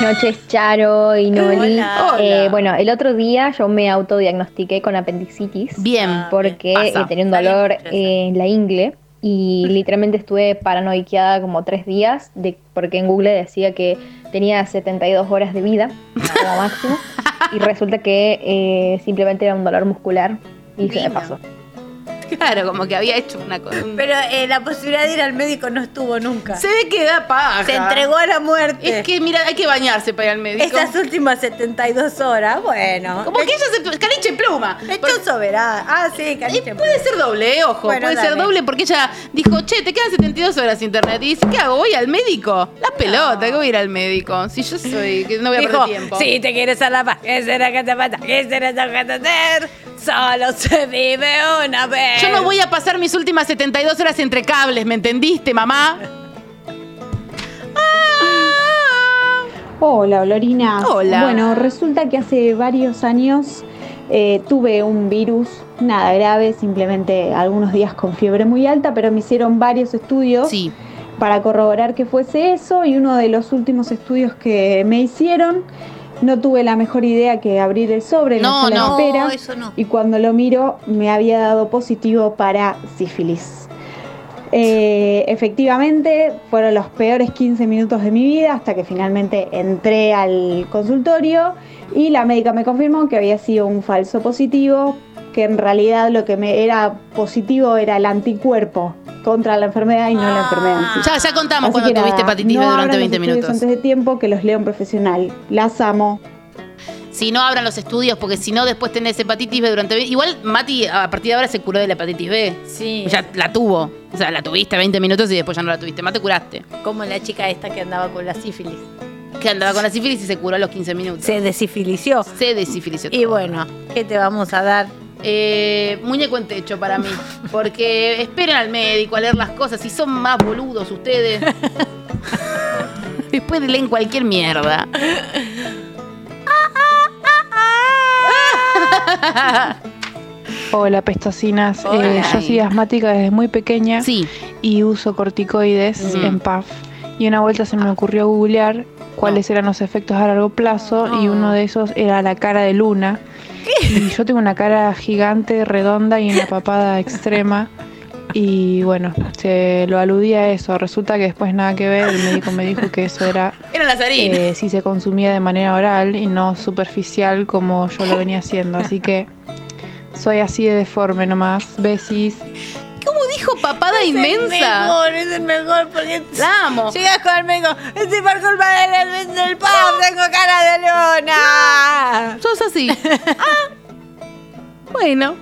Speaker 11: Noches, Charo y Noli.
Speaker 3: Hola.
Speaker 11: Eh, bueno, el otro día yo me autodiagnostiqué con apendicitis
Speaker 3: Ah.
Speaker 2: Bien.
Speaker 11: porque
Speaker 2: Pasa.
Speaker 11: eh, tenía un
Speaker 3: Está bien,
Speaker 11: dolor
Speaker 3: interesa.
Speaker 11: eh, en la ingle y literalmente estuve paranoiqueada como tres días de, porque en Google decía que tenía 72 horas de vida como máximo y resulta que eh, simplemente era un dolor muscular y se me
Speaker 2: Divino.
Speaker 11: pasó.
Speaker 2: Claro, como que había hecho una cosa.
Speaker 3: Pero eh, la posibilidad de ir al médico no estuvo nunca.
Speaker 2: Se ve que da paja.
Speaker 3: Se entregó a la muerte.
Speaker 2: Es que, mira, hay que bañarse para ir al médico.
Speaker 3: Estas últimas 72 horas, bueno.
Speaker 2: Como que ella se. Caniche en pluma. Porque-
Speaker 3: Hecho soberana. Ah, sí,
Speaker 2: Eh,
Speaker 3: cariño.
Speaker 2: puede ser doble, eh, ojo.
Speaker 3: Bueno,
Speaker 2: puede ser
Speaker 3: dale.
Speaker 2: doble porque ella dijo, che, te quedan 72 horas internet. Y dice, ¿qué hago? ¿Voy al médico? La pelota, que voy a ir al médico. Si yo soy, que no voy a
Speaker 3: Dijo,
Speaker 2: perder tiempo.
Speaker 3: si te quieres a la paz, ¿qué será que te pasa? ¿Qué será que te hacer? Solo se vive una vez.
Speaker 2: Yo no voy a pasar mis últimas 72 horas entre cables, ¿me entendiste, mamá?
Speaker 16: Hola, Olorina.
Speaker 2: Hola.
Speaker 16: Bueno, resulta que hace varios años eh, tuve un virus, nada grave, simplemente algunos días con fiebre muy alta, pero me hicieron varios estudios para corroborar que fuese eso y uno de los últimos estudios que me hicieron no tuve la mejor idea que abrir el sobre en
Speaker 17: No,
Speaker 16: la sala
Speaker 17: no.
Speaker 16: de espera
Speaker 17: No, eso no.
Speaker 16: y cuando lo miro me había dado positivo para sífilis. Eh, efectivamente, fueron los peores 15 minutos de mi vida hasta que finalmente entré al consultorio y la médica me confirmó que había sido un falso positivo, que en realidad lo que me era positivo era el anticuerpo contra la enfermedad y no
Speaker 17: Ah.
Speaker 3: Ah.
Speaker 16: la enfermedad. en sí.
Speaker 2: Ya, ya contamos
Speaker 16: Así
Speaker 2: cuando
Speaker 16: que
Speaker 2: tuviste hepatitis B
Speaker 16: no
Speaker 2: durante
Speaker 16: abran los
Speaker 2: 20
Speaker 16: estudios
Speaker 2: minutos.
Speaker 16: Antes de tiempo que los leo en profesional. Las amo.
Speaker 2: Si no abran los estudios, porque si no, después tenés hepatitis B durante. Igual Mati a partir de ahora se curó de la hepatitis B.
Speaker 3: Sí.
Speaker 2: Ya la tuvo. O sea, la tuviste 20 minutos y después ya no la tuviste. Más te curaste.
Speaker 3: Como la chica esta que andaba con la sífilis.
Speaker 2: Que andaba con la sífilis y se curó a los 15 minutos.
Speaker 3: Se desifilició.
Speaker 2: Se desifilició.
Speaker 3: Y bueno, ¿qué te vamos a dar?
Speaker 2: Eh, muñeco en techo para mí. Porque esperen al médico a leer las cosas. Si son más boludos ustedes. Después leen cualquier mierda.
Speaker 18: Hola, pestocinas. Eh,
Speaker 2: Hola.
Speaker 18: yo soy asmática desde muy pequeña y uso corticoides
Speaker 2: Mm.
Speaker 18: en PAF. Y una vuelta se me ocurrió googlear cuáles eran los efectos a largo plazo
Speaker 2: Ah.
Speaker 18: y uno de esos era la cara de luna. Y yo tengo una cara gigante, redonda y una papada extrema. Y bueno, se lo aludía a eso. Resulta que después nada que ver, el médico me dijo que eso era...
Speaker 2: Era Lazarín.
Speaker 18: eh, si se consumía de manera oral y no superficial como yo lo venía haciendo. Así que soy así de deforme nomás. Besis.
Speaker 2: ¿Cómo dijo papada
Speaker 3: Es el
Speaker 2: inmensa?
Speaker 3: mejor, es el mejor porque
Speaker 2: la amo.
Speaker 3: Llegas con el médico, estoy por culpa del, del pub, tengo cara de leona.
Speaker 2: Sos así. Ah. Bueno.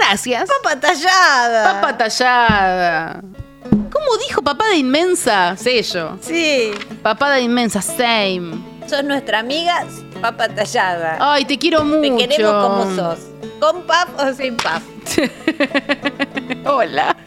Speaker 2: Gracias.
Speaker 3: Papa tallada.
Speaker 2: Papa tallada. ¿Cómo dijo papada inmensa? Sello.
Speaker 3: Sí.
Speaker 2: Papada inmensa, same.
Speaker 3: Sos nuestra amiga, papa tallada.
Speaker 2: Ay, te quiero
Speaker 3: Te
Speaker 2: Ah, mucho. Ah.
Speaker 3: queremos como sos. Con paf o sin paf.
Speaker 2: Hola.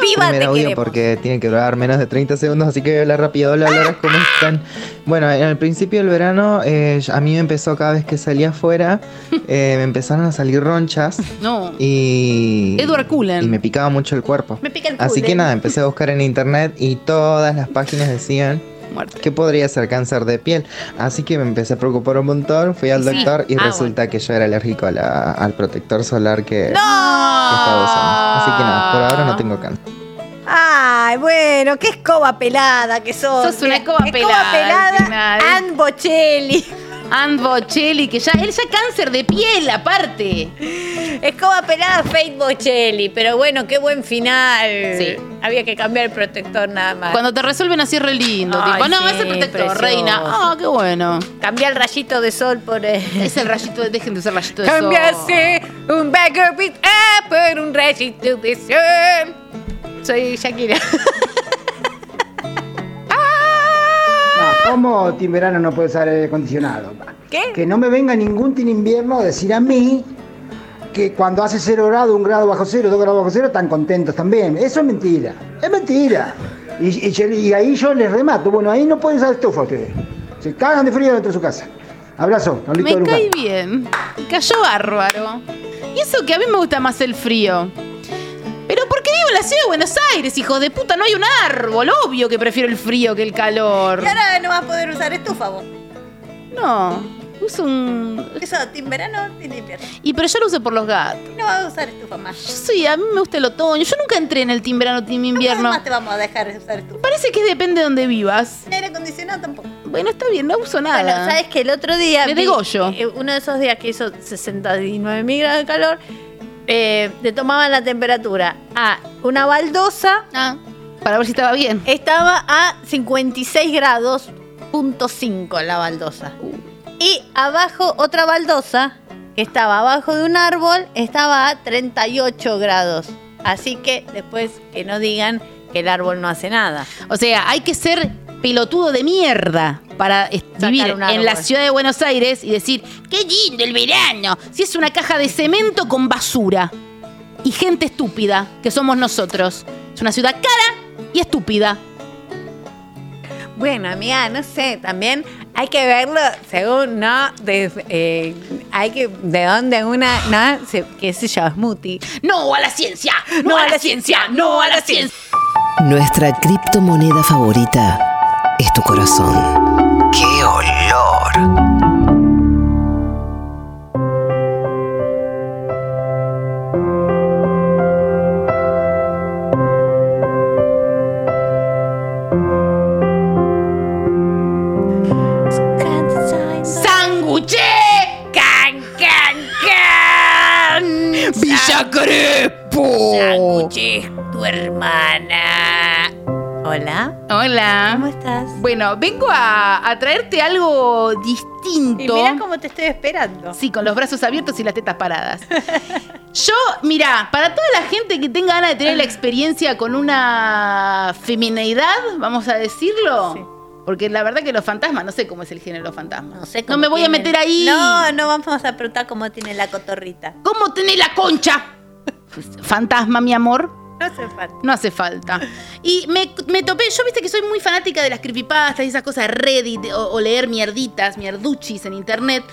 Speaker 3: Viva
Speaker 13: primer
Speaker 3: te
Speaker 13: audio
Speaker 3: queremos.
Speaker 13: porque tiene que durar menos de 30 segundos, así que la rápido. Hola, Loras, ¿cómo están? Bueno, en el principio del verano eh, a mí me empezó cada vez que salía afuera, eh, me empezaron a salir ronchas
Speaker 2: No.
Speaker 13: y...
Speaker 2: Edward Cullen.
Speaker 13: Y me picaba mucho el cuerpo.
Speaker 2: Me pica el
Speaker 13: Así
Speaker 3: eh,
Speaker 13: que
Speaker 2: culo.
Speaker 13: nada, empecé a buscar en internet y todas las páginas decían que podría ser cáncer de piel. Así que me empecé a preocupar un montón, fui al
Speaker 2: Sí.
Speaker 13: doctor y
Speaker 2: Ah,
Speaker 13: resulta que yo era alérgico a la- al protector solar que, que estaba usando. Así que nada, por ahora no tengo cáncer.
Speaker 3: Ay, bueno, qué escoba pelada que sos.
Speaker 2: Sos una escoba
Speaker 3: Escoba
Speaker 2: pelada,
Speaker 3: pelada, And Bocelli.
Speaker 2: And Bocelli, que ya, él ya cáncer de piel, aparte.
Speaker 3: Escoba pelada, Fate Bocelli. Pero bueno, qué buen final.
Speaker 2: Sí.
Speaker 3: Había que cambiar el protector nada más.
Speaker 2: Cuando te resuelven así es re lindo.
Speaker 3: Ay,
Speaker 2: tipo, no,
Speaker 3: sí,
Speaker 2: es el protector,
Speaker 3: precioso.
Speaker 2: reina. Ah, qué bueno.
Speaker 3: Cambia el rayito de sol por. Es
Speaker 2: el rayito, de- dejen de usar rayito de sol.
Speaker 3: Cambiase un bagger beat ah, por un rayito de sol. Soy Shakira.
Speaker 8: No, ¿Cómo Team Verano no puede usar aire acondicionado?
Speaker 3: ¿Qué?
Speaker 8: Que no me venga ningún Team Invierno a decir a mí que cuando hace cero grado, un grado bajo cero, dos grados bajo cero, están contentos también. Eso es mentira. Es mentira. Y, y yo- y ahí yo les remato. Bueno, ahí no pueden usar estufa ustedes. Se cagan de frío dentro de su casa. Abrazo. Pablito de
Speaker 2: Me
Speaker 8: Luján.
Speaker 2: cae bien. Me Cayó bárbaro. Y eso que a mí me gusta más el frío. Pero ¿por qué vivo en la ciudad de Buenos Aires, hijos de puta? No hay un árbol. Obvio que prefiero el frío que el calor.
Speaker 3: Y ahora no vas a poder usar estufa vos.
Speaker 2: No. Uso un.
Speaker 3: Eso, en verano, en invierno.
Speaker 2: Y pero yo lo uso por los gatos.
Speaker 3: No vas a usar estufa más.
Speaker 2: Yo soy, a mí me gusta el otoño. Yo nunca entré en el team verano, team invierno.
Speaker 3: Más te vamos a dejar de usar estufa.
Speaker 2: Parece que depende de donde vivas.
Speaker 3: Aire acondicionado tampoco.
Speaker 2: Bueno, está bien, no uso nada.
Speaker 3: Bueno, sabes que el otro día.
Speaker 2: Me
Speaker 3: vi,
Speaker 2: degollo.
Speaker 3: eh, uno de esos días que hizo 69 mil grados de calor, eh, te tomaban la temperatura a una baldosa.
Speaker 2: Ah, para ver si estaba bien.
Speaker 3: Estaba a 56 grados, punto 5 la baldosa. Y abajo, otra baldosa, que estaba abajo de un árbol, estaba a 38 grados. Así que después que no digan que el árbol no hace nada.
Speaker 2: O sea, hay que ser pelotudo de mierda para es- vivir
Speaker 3: un árbol.
Speaker 2: en la ciudad de Buenos Aires y decir, qué lindo el verano, si es una caja de cemento con basura y gente estúpida, que somos nosotros. Es una ciudad cara y estúpida.
Speaker 3: Bueno, amiga, no sé, también hay que verlo según, ¿no? De, eh, hay que, de dónde una, ¿no? Se- qué sé yo, smoothie.
Speaker 2: No a la ciencia, no, a la ciencia, no a la ciencia.
Speaker 1: Nuestra criptomoneda favorita es tu corazón. ¡Qué olor!
Speaker 2: ¡Sanguche!
Speaker 19: ¡Can, can, can!
Speaker 2: ¡Villa Crespo!
Speaker 19: Sándwiches, tu hermana.
Speaker 3: Hola.
Speaker 2: Hola. ¿Cómo
Speaker 3: estás?
Speaker 2: Bueno, vengo a, a traerte algo distinto.
Speaker 3: Y mira cómo te estoy esperando.
Speaker 2: Sí, con los brazos abiertos y las tetas paradas. Yo, mira, para toda la gente que tenga ganas de tener la experiencia con una femineidad, vamos a decirlo. Porque la verdad que los fantasmas, no sé cómo es el género fantasma. No sé No me voy a meter ahí.
Speaker 3: No, no vamos a preguntar cómo tiene la cotorrita.
Speaker 2: ¿Cómo tiene la concha? Fantasma, mi amor.
Speaker 3: No hace falta.
Speaker 2: No hace falta. Y me, me topé, yo viste que soy muy fanática de las creepypastas y esas cosas Reddit o, o leer mierditas, mierduchis en internet.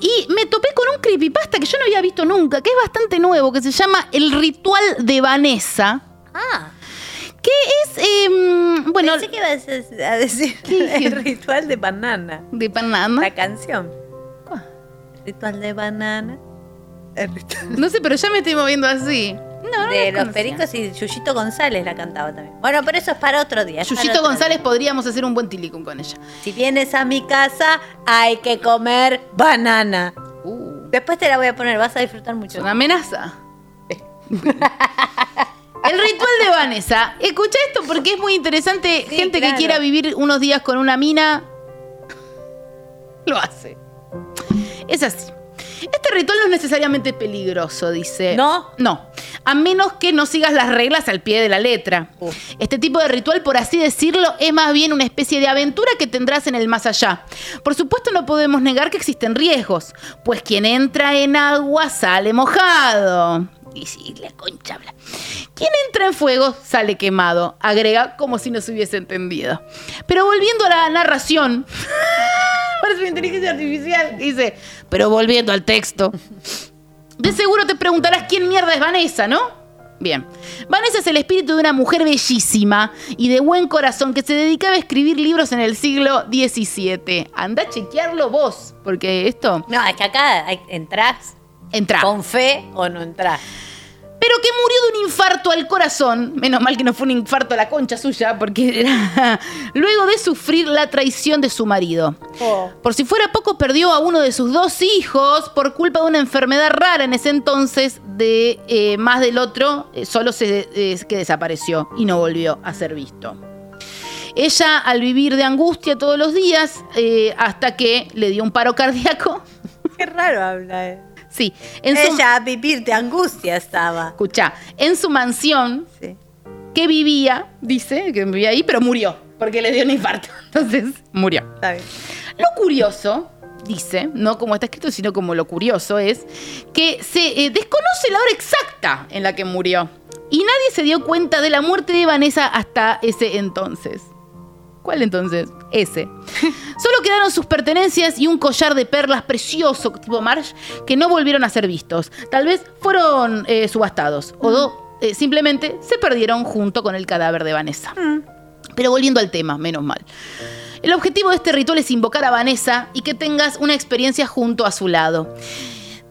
Speaker 2: Y me topé con un creepypasta que yo no había visto nunca, que es bastante nuevo, que se llama El Ritual de Vanessa.
Speaker 3: Ah.
Speaker 2: Que es, em, bueno...
Speaker 3: Pensé que ibas a a decir el ritual de banana.
Speaker 2: ¿De banana?
Speaker 3: La canción. Ritual de banana. El ritual
Speaker 2: No sé, pero ya me estoy moviendo así. No, no
Speaker 3: de
Speaker 2: las
Speaker 3: los
Speaker 2: conocía.
Speaker 3: pericos y Yuyito González la cantaba también. Bueno, pero eso es para otro día. es para
Speaker 2: Yuyito
Speaker 3: otro
Speaker 2: González podríamos hacer un buen tilicum con ella.
Speaker 3: día. Si vienes a mi casa, hay que comer banana.
Speaker 2: Uh.
Speaker 3: Después te la voy a poner, vas a disfrutar mucho.
Speaker 2: ¿Una amenaza? El ritual de Vanessa. Escucha esto porque es muy interesante. Gente que
Speaker 3: claro.
Speaker 2: quiera vivir unos días con una mina, lo hace. Es así. Este ritual no es necesariamente peligroso, dice. ¿No? No. A menos que no sigas las reglas al pie de la letra. Este tipo de ritual, por así decirlo, es más bien una especie de aventura que tendrás en el más allá. Por supuesto, no podemos negar que existen riesgos, pues quien entra en agua sale mojado. Y si la concha habla. Quien entra en fuego sale quemado, agrega como si no se hubiese entendido. Pero volviendo a la narración, parece una inteligencia artificial, dice, pero volviendo al texto, de seguro te preguntarás quién mierda es Vanessa, ¿no? Bien. Vanessa es el espíritu de una mujer bellísima y de buen corazón que se dedicaba a escribir libros en el siglo XVII. Anda a chequearlo vos, porque esto...
Speaker 3: No, es que acá hay- entrás.
Speaker 2: Entrás.
Speaker 3: Con fe o no entrás.
Speaker 2: pero que murió de un infarto al corazón. Menos mal que no fue un infarto a la concha suya, porque era luego de sufrir la traición de su marido. Por si fuera poco, perdió a uno de sus dos hijos por culpa de una enfermedad rara en ese entonces, de eh, más del otro, eh, solo se, eh, que desapareció y no volvió a ser visto. Ella, al vivir de angustia todos los días, eh, hasta que le dio un paro cardíaco.
Speaker 3: Qué raro habla, eh.
Speaker 2: Sí.
Speaker 3: Ella a vivir de angustia estaba.
Speaker 2: Escucha, en su mansión, que vivía, dice, que vivía ahí, pero murió, porque le dio un infarto. Entonces, murió. Lo curioso, dice, no como está escrito, sino como lo curioso es, que se eh, desconoce la hora exacta en la que murió. Y nadie se dio cuenta de la muerte de Vanessa hasta ese entonces. ¿Cuál entonces? Ese. Solo quedaron sus pertenencias y un collar de perlas precioso, tipo Marsh, que no volvieron a ser vistos. Tal vez fueron eh, subastados o do- eh, simplemente se perdieron junto con el cadáver de Vanessa. Pero volviendo al tema, menos mal. El objetivo de este ritual es invocar a Vanessa y que tengas una experiencia junto a su lado.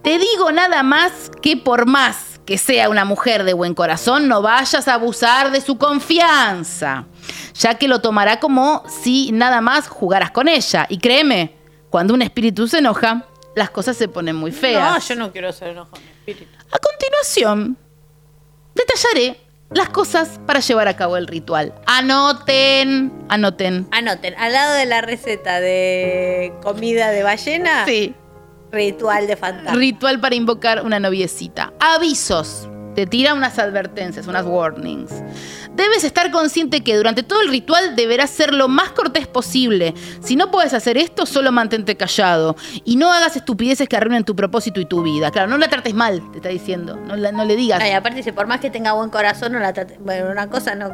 Speaker 2: Te digo nada más que por más que sea una mujer de buen corazón, no vayas a abusar de su confianza, ya que lo tomará como si nada más jugaras con ella. Y créeme, cuando un espíritu se enoja, las cosas se ponen muy feas.
Speaker 19: No, yo no quiero ser enojo.
Speaker 2: A continuación, detallaré las cosas para llevar a cabo el ritual. Anoten, anoten.
Speaker 3: Anoten, al lado de la receta de comida de
Speaker 19: Ah.
Speaker 3: ballena.
Speaker 2: Sí.
Speaker 3: Ritual de fantasma.
Speaker 2: Ritual para invocar una noviecita. Avisos. Te tira unas advertencias, unas warnings. Debes estar consciente que durante todo el ritual deberás ser lo más cortés posible. Si no puedes hacer esto, solo mantente callado. Y no hagas estupideces que arruinen tu propósito y tu vida. Claro, no la trates mal, te está diciendo. No, la- no le digas.
Speaker 3: Ay, aparte dice, por más que tenga buen corazón, no la trate- Bueno, una cosa no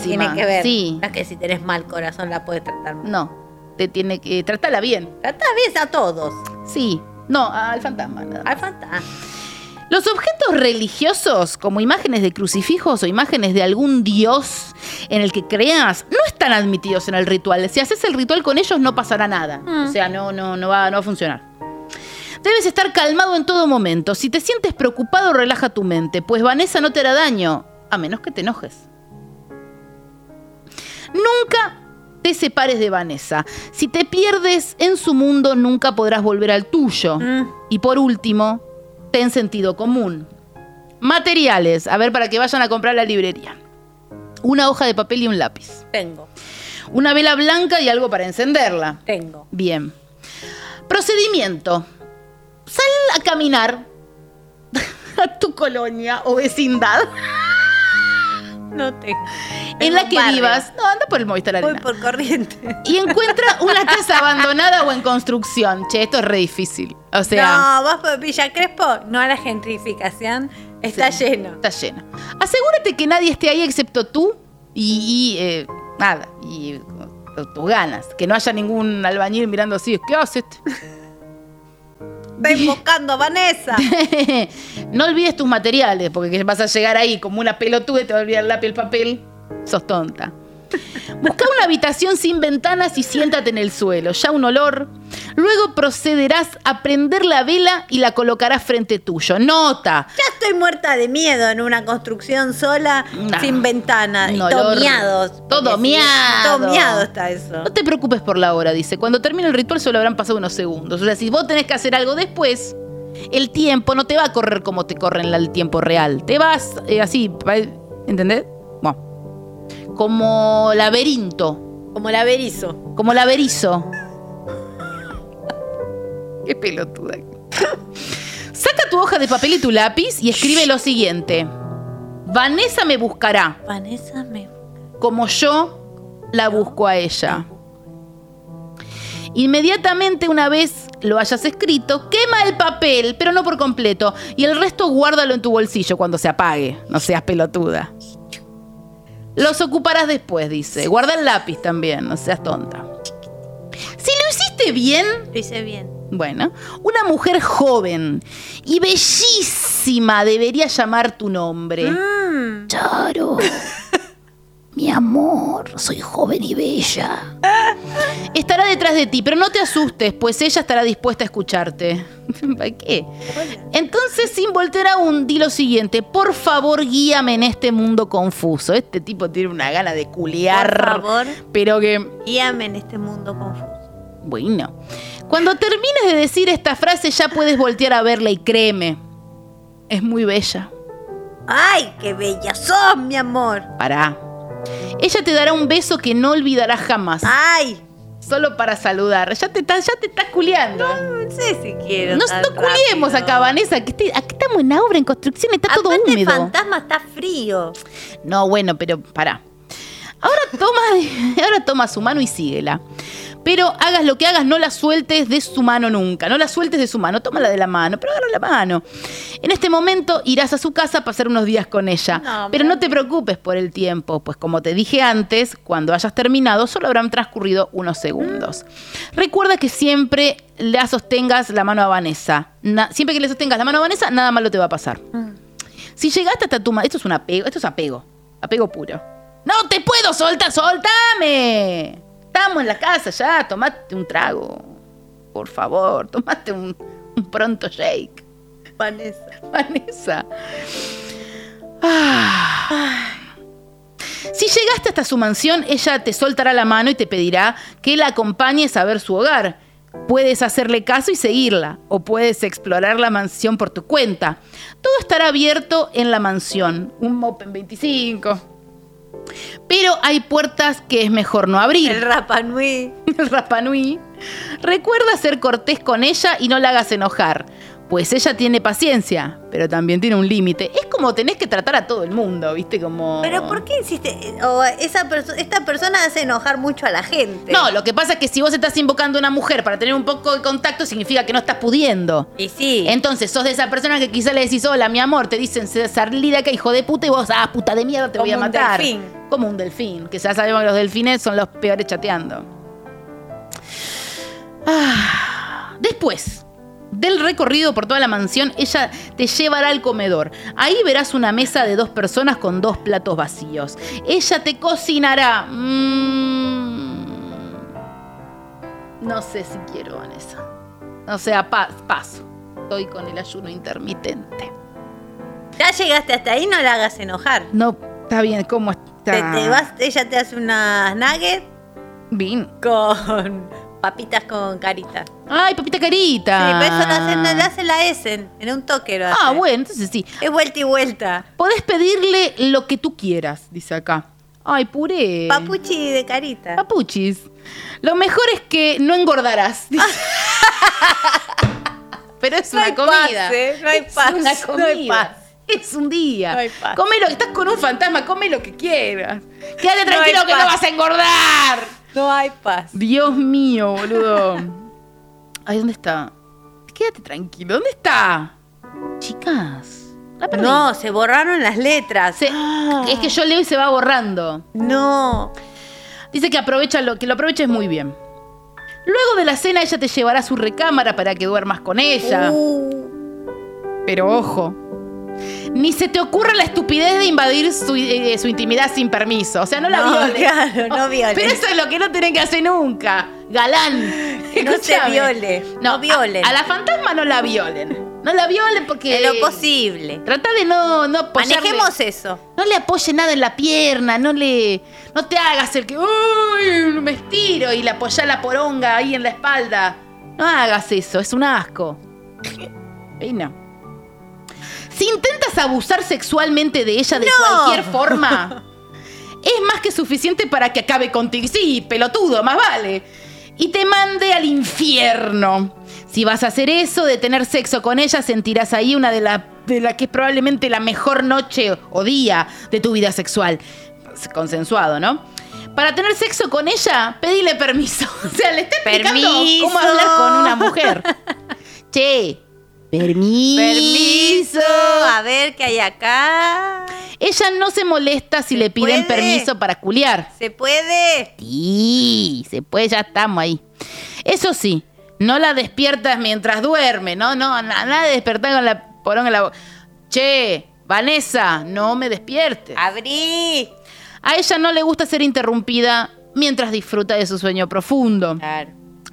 Speaker 3: que tiene que ver.
Speaker 2: sí.
Speaker 3: No es que si tenés mal corazón la puedes tratar mal.
Speaker 2: No, te tiene que... Trátala bien.
Speaker 3: Tratá bien a todos.
Speaker 2: Sí. No, al fantasma. nada más.
Speaker 3: Al fantasma.
Speaker 2: Los objetos religiosos, como imágenes de crucifijos o imágenes de algún dios en el que creas, no están admitidos en el ritual. Si haces el ritual con ellos no pasará nada. O sea, no, no, no, va, no va a funcionar. Debes estar calmado en todo momento. Si te sientes preocupado, relaja tu mente, pues Vanessa no te hará daño, a menos que te enojes. Nunca te separes de Vanessa. Si te pierdes en su mundo, nunca podrás volver al tuyo.
Speaker 3: Mm.
Speaker 2: Y por último, ten sentido común. Materiales, a ver, para que vayan a comprar a la librería. Una hoja de papel y un lápiz.
Speaker 3: Tengo.
Speaker 2: Una vela blanca y algo para encenderla.
Speaker 3: Tengo.
Speaker 2: Bien. Procedimiento. Sal a caminar a tu colonia o vecindad
Speaker 3: No tengo.
Speaker 2: en la que
Speaker 3: barrio.
Speaker 2: vivas. No, anda por el Movistar Arena.
Speaker 3: por corriente.
Speaker 2: Y encuentra una casa abandonada o en construcción. Che, esto es re difícil. O sea,
Speaker 3: no, vas por Villa Crespo, no a la gentrificación. Está lleno.
Speaker 2: está llena. Asegúrate que nadie esté ahí excepto tú y, y, eh, nada. Y eh, tus ganas. Que no haya ningún albañil mirando así. ¿Qué haces?
Speaker 3: Ven buscando a Vanessa.
Speaker 2: no olvides tus materiales, porque vas a llegar ahí como una pelotuda y te va a olvidar el lápiz y el papel. Sos tonta. Busca una habitación sin ventanas y siéntate en el suelo, ya un olor. Luego procederás a prender la vela y la colocarás frente tuyo. Nota.
Speaker 3: Ya estoy muerta de miedo en una construcción sola,
Speaker 2: No.
Speaker 3: sin ventana, y
Speaker 2: Un olor.
Speaker 3: todo miados.
Speaker 2: Todo
Speaker 3: Porque sí, Todo
Speaker 2: miado.
Speaker 3: miado está eso.
Speaker 2: No te preocupes por la hora, dice. Cuando termine el ritual solo habrán pasado unos segundos. O sea, si vos tenés que hacer algo después, el tiempo no te va a correr como te corre en la- el tiempo real. Te vas eh, así, pa- ¿entendés? Bueno. Como laberinto.
Speaker 3: Como laberizo.
Speaker 2: Como laberizo. Qué pelotuda. Saca tu hoja de papel y tu lápiz y escribe lo siguiente. Vanessa me buscará
Speaker 3: Vanessa me.
Speaker 2: como yo la busco a ella. Inmediatamente una vez lo hayas escrito, quema el papel, pero no por completo, y el resto guárdalo en tu bolsillo cuando se apague, no seas pelotuda. Los ocuparás después, dice. Guarda el lápiz tamén, no seas tonta. Si lo hiciste bien,
Speaker 3: Lo hice bien.
Speaker 2: bueno, una mujer joven y bellísima debería llamar tu nombre.
Speaker 3: Mm.
Speaker 2: Charo. Mi amor, soy joven y bella. Estará detrás de ti, pero no te asustes, pues ella estará dispuesta a escucharte. ¿Para qué? Entonces, sin voltear aún, di lo siguiente. Por favor, guíame en este mundo confuso. Este tipo tiene una gana de culiar.
Speaker 3: Por favor.
Speaker 2: Pero que...
Speaker 3: Guíame en este mundo confuso.
Speaker 2: Bueno. Cuando termines de decir esta frase ya puedes voltear a verla y créeme, es muy bella.
Speaker 3: ¡Ay, qué bella sos, mi amor!
Speaker 2: Pará. Ella te dará un beso que no olvidarás jamás.
Speaker 3: ¡Ay!
Speaker 2: Solo para saludar. Ya te estás, ya te estás culeando.
Speaker 3: No sé si quiero.
Speaker 2: No,
Speaker 3: tan
Speaker 2: no culiemos
Speaker 3: rápido.
Speaker 2: acá, Vanessa. Que este- aquí estamos en obra, en construcción, está todo
Speaker 3: Aparte, el
Speaker 2: húmedo.
Speaker 3: fantasma está frío.
Speaker 2: No, bueno, pero pará. Ahora toma, ahora toma su mano y síguela. Pero hagas lo que hagas, no la sueltes de su mano nunca. No la sueltes de su mano, tómala de la mano, pero agarra la mano. En este momento irás a su casa a pasar unos días con ella.
Speaker 3: No,
Speaker 2: pero no te preocupes por el tiempo, pues como te dije antes, cuando hayas terminado solo habrán transcurrido unos segundos. Recuerda que siempre la sostengas la mano a Vanessa. Na- siempre que le sostengas la mano a Vanessa, nada malo te va a pasar. Si llegaste hasta tu ma- Esto es un apego. Esto es apego. Apego puro. ¡No te puedo soltar! ¡Soltame! Estamos en la casa ya. Tomate un trago. Por favor, tomate un, un pronto shake.
Speaker 3: Vanessa.
Speaker 2: Vanessa. Ah. Si llegaste hasta su mansión, ella te soltará la mano y te pedirá que la acompañes a ver su hogar. Puedes hacerle caso y seguirla, o puedes explorar la mansión por tu cuenta. Todo estará abierto en la mansión, un Mopen 25. Pero hay puertas que es mejor no abrir. El
Speaker 3: Rapanui.
Speaker 2: El Rapanui. Recuerda ser cortés con ella y no la hagas enojar, Pues ella tiene paciencia, pero también tiene un límite. Es como tenés que tratar a todo el mundo, ¿viste? Como.
Speaker 3: Pero ¿por qué insiste? O esa perso- esta persona hace enojar mucho a la gente.
Speaker 2: No, lo que pasa es que si vos estás invocando a una mujer para tener un poco de contacto, significa que no estás pudiendo.
Speaker 3: Y sí.
Speaker 2: Entonces, sos de esa persona que quizá le decís, hola, mi amor, te dicen, "Se- salí de acá, hijo de puta, y vos, ah, puta de mierda, te voy a
Speaker 3: Como un
Speaker 2: matar.
Speaker 3: delfín.
Speaker 2: Como un delfín. Que ya sabemos que los delfines son los peores chateando. Ah, Después del recorrido por toda la mansión, ella te llevará al comedor. Ahí verás una mesa de dos personas con dos platos vacíos. Ella te cocinará. Mm. No sé si quiero, Vanessa. O sea, pa- paso. Estoy con el ayuno intermitente.
Speaker 3: Ya llegaste hasta ahí, no la hagas enojar.
Speaker 2: No, está bien, ¿cómo
Speaker 3: Te,
Speaker 2: está?
Speaker 3: te vas, ella te hace unas nuggets
Speaker 2: Bien.
Speaker 3: con papitas con carita.
Speaker 2: Ay, papita carita.
Speaker 3: Sí, pero eso lo hacen, lo hacen la Essen, en un toque lo
Speaker 2: Ah,
Speaker 3: hacen.
Speaker 2: bueno, entonces sí.
Speaker 3: Es vuelta y vuelta.
Speaker 2: Podés pedirle lo que tú quieras, dice acá. Ay, puré.
Speaker 3: Papuchi de carita.
Speaker 2: Papuchis. Lo mejor es que no engordarás. dice. Pero
Speaker 3: Ah.
Speaker 2: es
Speaker 3: No
Speaker 2: una
Speaker 3: hay
Speaker 2: comida.
Speaker 3: paz, ¿eh? No hay
Speaker 2: es
Speaker 3: paz,
Speaker 2: una
Speaker 3: no hay
Speaker 2: comida.
Speaker 3: paz.
Speaker 2: Es un día.
Speaker 3: No hay paz.
Speaker 2: Come lo, estás con un fantasma, come lo que quieras. Quédate
Speaker 3: No
Speaker 2: tranquilo
Speaker 3: hay
Speaker 2: que
Speaker 3: paz.
Speaker 2: no vas a engordar.
Speaker 3: No hay paz.
Speaker 2: Dios mío, boludo. Ay, ¿dónde está? Quédate tranquilo. ¿Dónde está? Chicas. la perdí.
Speaker 3: No, Ah. se borraron las letras.
Speaker 2: Se- Es que yo leo y se va borrando.
Speaker 3: No.
Speaker 2: Dice que aprovecha lo, que lo aproveches muy bien. Luego de la cena ella te llevará a su recámara para que duermas con ella.
Speaker 3: Uh.
Speaker 2: Pero ojo. Ni se te ocurra la estupidez de invadir su, eh, su intimidad sin permiso. O sea, no la
Speaker 3: No,
Speaker 2: violes.
Speaker 3: claro, no violes.
Speaker 2: Pero eso es lo que no tienen que hacer nunca. Galán.
Speaker 3: Que no se
Speaker 2: Escúchame.
Speaker 3: viole. No, violen.
Speaker 2: A, la fantasma no la violen. No la violen porque.
Speaker 3: En lo posible.
Speaker 2: Trata de no, no apoyarle.
Speaker 3: Manejemos eso.
Speaker 2: No le apoye nada en la pierna, no le. No te hagas el que. ¡Uy! Me estiro y le apoyá la poronga ahí en la espalda. No hagas eso, es un asco. Y no. Si intentas abusar sexualmente de ella de cualquier forma, es más que suficiente para que acabe contigo. Sí, pelotudo, más vale. Y te mande al infierno. Si vas a hacer eso, de tener sexo con ella, sentirás ahí una de las de la que es probablemente la mejor noche o día de tu vida sexual. Consensuado, ¿no? Para tener sexo con ella, pedile permiso. O sea, le está explicando cómo hablar con una mujer. Che, Permiso.
Speaker 3: Permiso. A ver qué hay acá.
Speaker 2: Ella no se molesta si le piden
Speaker 3: puede?
Speaker 2: permiso para culiar.
Speaker 3: ¿Se puede?
Speaker 2: Sí, se puede, ya estamos ahí. Eso sí, no la despiertas mientras duerme, no, no, na- nada de despertar con la poronga en la boca. Che, Vanessa, no me despiertes.
Speaker 3: Ah. Abrí.
Speaker 2: A ella no le gusta ser interrumpida mientras disfruta de su sueño profundo.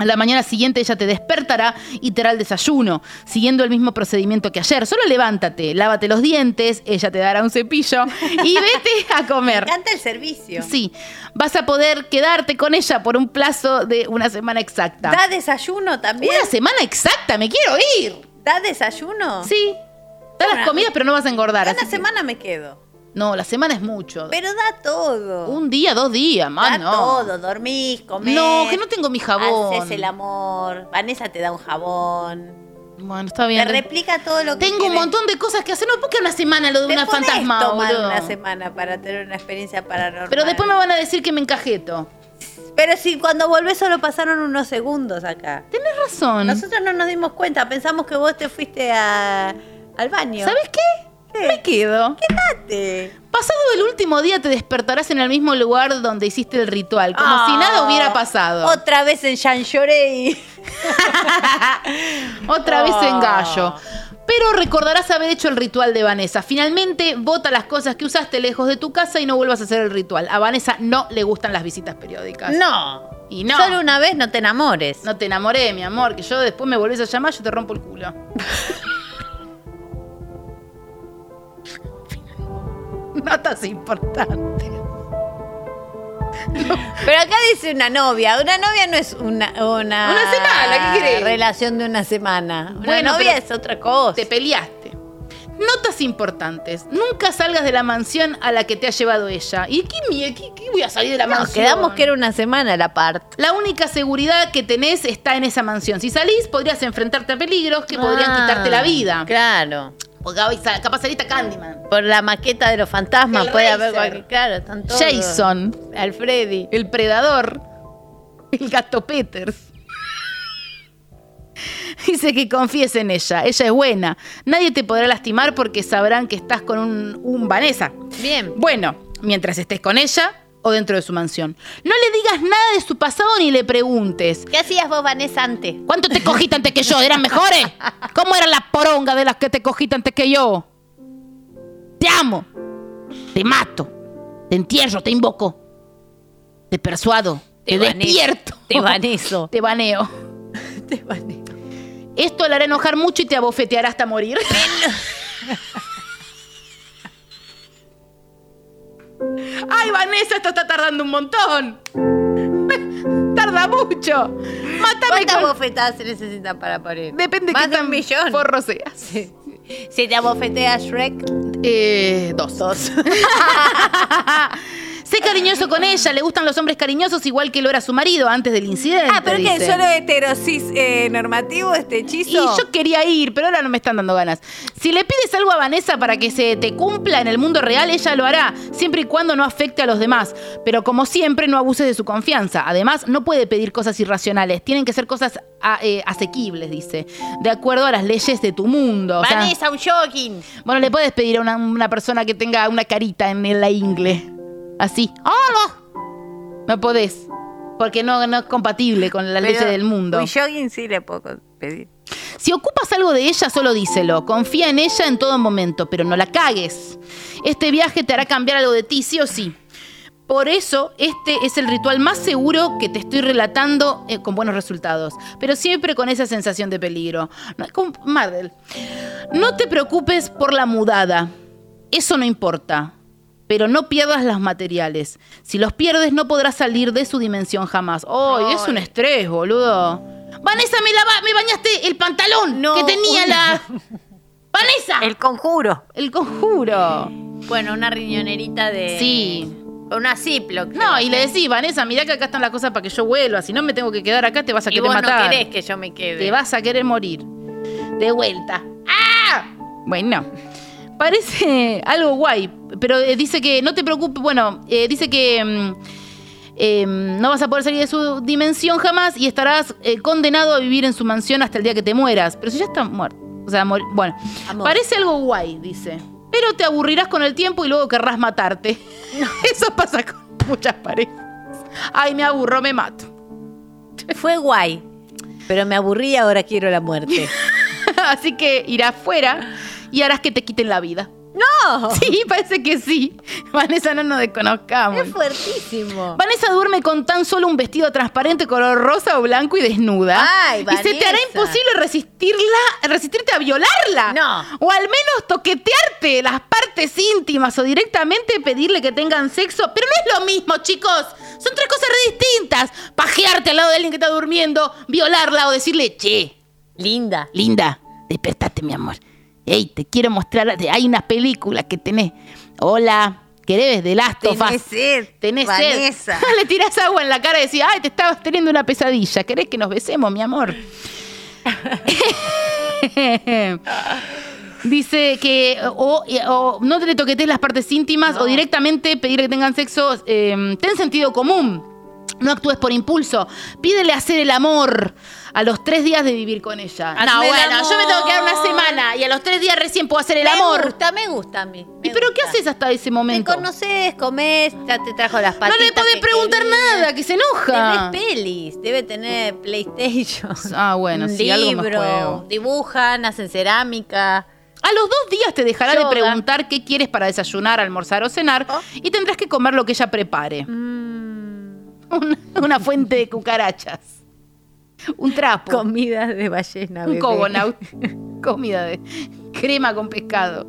Speaker 2: A la mañana siguiente ella te despertará y te hará el desayuno, siguiendo el mismo procedimiento que ayer. Solo levántate, lávate los dientes, ella te dará un cepillo y vete a comer.
Speaker 3: Me encanta el servicio.
Speaker 2: Sí, vas a poder quedarte con ella por un plazo de una semana exacta.
Speaker 3: ¿Da desayuno también?
Speaker 2: Una semana exacta, me quiero ir.
Speaker 3: ¿Da desayuno?
Speaker 2: Sí, da las comidas, pero no vas a engordar.
Speaker 3: Una
Speaker 2: así que-
Speaker 3: semana me quedo.
Speaker 2: No, la semana es mucho.
Speaker 3: Pero da todo.
Speaker 2: Un día, dos días, más
Speaker 3: da
Speaker 2: no.
Speaker 3: todo. Dormís, comés.
Speaker 2: No, que no tengo mi jabón.
Speaker 3: Haces el amor. Vanessa te da un jabón.
Speaker 2: Bueno, está
Speaker 3: Te
Speaker 2: bien.
Speaker 3: replica todo lo que
Speaker 2: Tengo un
Speaker 3: querés.
Speaker 2: montón de cosas que hacer. No, porque una semana lo de
Speaker 3: Te
Speaker 2: una
Speaker 3: podés
Speaker 2: fantasma,
Speaker 3: tomar
Speaker 2: boludo.
Speaker 3: una semana para tener una experiencia paranormal.
Speaker 2: Pero después me van a decir que me encajeto.
Speaker 3: Pero si cuando volvés solo pasaron unos segundos acá.
Speaker 2: Tenés razón.
Speaker 3: Nosotros no nos dimos cuenta, pensamos que vos te fuiste a- al baño.
Speaker 2: ¿Sabes qué? Me quedo.
Speaker 3: qué?
Speaker 2: Pasado el último día te despertarás en el mismo lugar donde hiciste el ritual, como
Speaker 3: Ah.
Speaker 2: si nada hubiera pasado.
Speaker 3: Otra vez en Jean Lloré.
Speaker 2: Otra vez en
Speaker 3: Oh.
Speaker 2: gallo. Pero recordarás haber hecho el ritual de Vanessa. Finalmente, bota las cosas que usaste lejos de tu casa y no vuelvas a hacer el ritual. A Vanessa no le gustan las visitas periódicas.
Speaker 3: No.
Speaker 2: Y no.
Speaker 3: Solo una vez no te enamores.
Speaker 2: No te enamoré, mi amor, que yo después me volvés a llamar, yo te rompo el culo. Notas importantes.
Speaker 3: Pero acá dice una novia. Una novia no es una. Una,
Speaker 2: Una semana, ¿qué querés?
Speaker 3: Relación de una semana. Una
Speaker 2: Bueno,
Speaker 3: novia
Speaker 2: pero
Speaker 3: es otra cosa.
Speaker 2: Te peleaste. Notas importantes. Nunca salgas de la mansión a la que te ha llevado ella. ¿Y qué, mie- qué- qué voy a salir de la
Speaker 10: No,
Speaker 2: mansión?
Speaker 10: quedamos que
Speaker 2: era una semana la parte. La única seguridad que tenés está en esa mansión. Si salís, podrías enfrentarte a peligros que podrían
Speaker 10: Ah,
Speaker 2: quitarte la vida.
Speaker 10: Claro.
Speaker 2: Porque hoy sa- capaz saliste a Candyman.
Speaker 10: Por la maqueta de los fantasmas
Speaker 2: El
Speaker 10: puede haber
Speaker 2: Racer.
Speaker 10: cualquier. Claro, están todos.
Speaker 2: Jason.
Speaker 10: Al Freddy.
Speaker 2: El predador. El gato Peters. Dice que confíes en ella. Ella es buena. Nadie te podrá lastimar porque sabrán que estás con un, un Vanessa. Bien. Bueno, mientras estés con ella o dentro de su mansión. No le digas nada de su pasado ni le preguntes.
Speaker 10: ¿Qué hacías vos, Vanessa, antes?
Speaker 2: ¿Cuánto te cogiste antes que yo? ¿Eran mejores? ¿Cómo eran las porongas de las que te cogiste antes que yo? Te amo. Te mato. Te entierro, te invoco. Te persuado. Te,
Speaker 10: baneo.
Speaker 2: despierto.
Speaker 10: Te banezo.
Speaker 2: Te baneo. te baneo. Esto la hará enojar mucho y te abofeteará hasta morir. Ay, Vanessa, esto está tardando un montón. Tarda mucho. Mátame
Speaker 10: ¿Cuántas
Speaker 2: con...
Speaker 10: bofetadas se necesitan para parir?
Speaker 2: Depende
Speaker 10: Más
Speaker 2: qué tan forro seas.
Speaker 10: Si te abofetea Shrek.
Speaker 2: Eh, dos. Dos. sé cariñoso con ella, le gustan los hombres cariñosos igual que lo era su marido antes del incidente.
Speaker 10: Ah, pero es que
Speaker 2: dice.
Speaker 10: solo heterosis eh, normativo este hechizo.
Speaker 2: Y yo quería ir, pero ahora no me están dando ganas. Si le pides algo a Vanessa para que se te cumpla en el mundo real, ella lo hará, siempre y cuando no afecte a los demás. Pero como siempre, no abuses de su confianza. Además, no puede pedir cosas irracionales, tienen que ser cosas a- eh, asequibles, dice, de acuerdo a las leyes de tu mundo. o sea-
Speaker 10: Vanessa, un jogging.
Speaker 2: bueno, le puedes pedir a una, una persona que tenga una carita en la ingle. Así. ¡Hola! No podés. Porque no, no es compatible con la ley
Speaker 10: Pero
Speaker 2: del mundo.
Speaker 10: Un jogging sí le puedo con- pedir.
Speaker 2: Si ocupas algo de ella, solo díselo. Confía en ella en todo momento, pero no la cagues. Este viaje te hará cambiar algo de ti, sí o sí. Por eso, este es el ritual más seguro que te estoy relatando eh, con buenos resultados, pero siempre con esa sensación de peligro. No, con Mardel, no te preocupes por la mudada. Eso no importa. Pero no pierdas los materiales. Si los pierdes, no podrás salir de su dimensión jamás. ¡Ay, es un estrés, boludo! Vanessa, me, lava- me bañaste el pantalón que tenía la... ¡Vanessa!
Speaker 10: El conjuro.
Speaker 2: El conjuro.
Speaker 10: Bueno, una riñonerita de.
Speaker 3: Eh.
Speaker 2: Sí.
Speaker 10: Una Ziploc.
Speaker 2: No, y le decís, Vanessa, mirá que acá están las cosas para que yo vuelva. Si no me tengo que quedar acá, te vas a
Speaker 10: Y
Speaker 2: querer
Speaker 10: vos
Speaker 2: matar.
Speaker 10: no querés que yo me quede.
Speaker 2: Te vas a querer morir. De vuelta. ¡Ah! Bueno. Parece algo guay, pero eh, dice que no te preocupes. Bueno, eh, dice que mm, eh, no vas a poder salir de su dimensión jamás y estarás eh, condenado a vivir en su mansión hasta el día que te mueras. Pero si ya está muerto. O sea, mor- bueno. Parece algo guay, dice. Pero te aburrirás con el tiempo y luego querrás matarte. Eso pasa con muchas parejas. Ay, me aburro, me mato.
Speaker 10: Fue guay. Pero me aburrí y ahora quiero la muerte.
Speaker 2: Así que irás fuera y harás que te quiten la vida. ¡No! Sí, parece que sí. Vanessa, no nos desconozcamos.
Speaker 10: Es fuertísimo.
Speaker 2: Vanessa duerme con tan solo un vestido transparente color rosa o blanco y desnuda.
Speaker 10: Ay,
Speaker 2: y se te hará
Speaker 10: Vanessa.
Speaker 2: imposible resistirla, resistirte a violarla. No. O al menos toquetearte las partes íntimas o directamente pedirle que tengan sexo. Pero no es lo mismo, chicos. Son tres cosas re distintas. Pajearte al lado de alguien que está durmiendo, violarla o decirle, che.
Speaker 10: Linda.
Speaker 2: Linda, despertate, mi amor. Ey, te quiero mostrar. Hay unas películas que tenés. Hola, ¿querés de Last of Us?
Speaker 10: Tenés sed,
Speaker 2: Tenés
Speaker 10: Vanessa.
Speaker 2: sed. Le tirás agua en la cara y decís, ay, te estabas teniendo una pesadilla. ¿Querés que nos besemos, mi amor? Dice que o, o no te toquetes las partes íntimas o directamente pedirle que tengan sexo. eh, ten sentido común. No actúes por impulso. Pídele hacer el amor a los tres días de vivir con ella.
Speaker 10: Hazme
Speaker 2: no,
Speaker 10: el
Speaker 2: bueno, yo me tengo que dar una
Speaker 10: amor.
Speaker 2: semana y a los tres días recién puedo hacer el
Speaker 10: me
Speaker 2: amor.
Speaker 10: gusta, me gusta a mí.
Speaker 2: ¿Y pero qué haces hasta ese momento?
Speaker 10: Te conoces, comés, ya te trajo las
Speaker 2: No
Speaker 10: patitas.
Speaker 2: le podés
Speaker 10: que
Speaker 2: preguntar
Speaker 10: querías.
Speaker 2: nada, que se enoja.
Speaker 10: Te ves pelis, debe tener PlayStation.
Speaker 2: Ah, bueno,
Speaker 10: un
Speaker 2: sí, algo más
Speaker 10: libro,
Speaker 2: juego.
Speaker 10: dibujan, hacen cerámica.
Speaker 2: A los dos días te dejará
Speaker 10: Yoga.
Speaker 2: de preguntar qué quieres para desayunar, almorzar o cenar
Speaker 10: Oh.
Speaker 2: y tendrás que comer lo que ella prepare. Mm. Una, una fuente de cucarachas. Un trapo.
Speaker 10: Comida de ballena.
Speaker 2: Un
Speaker 10: bebé.
Speaker 2: cogonaut. Comida de crema con pescado.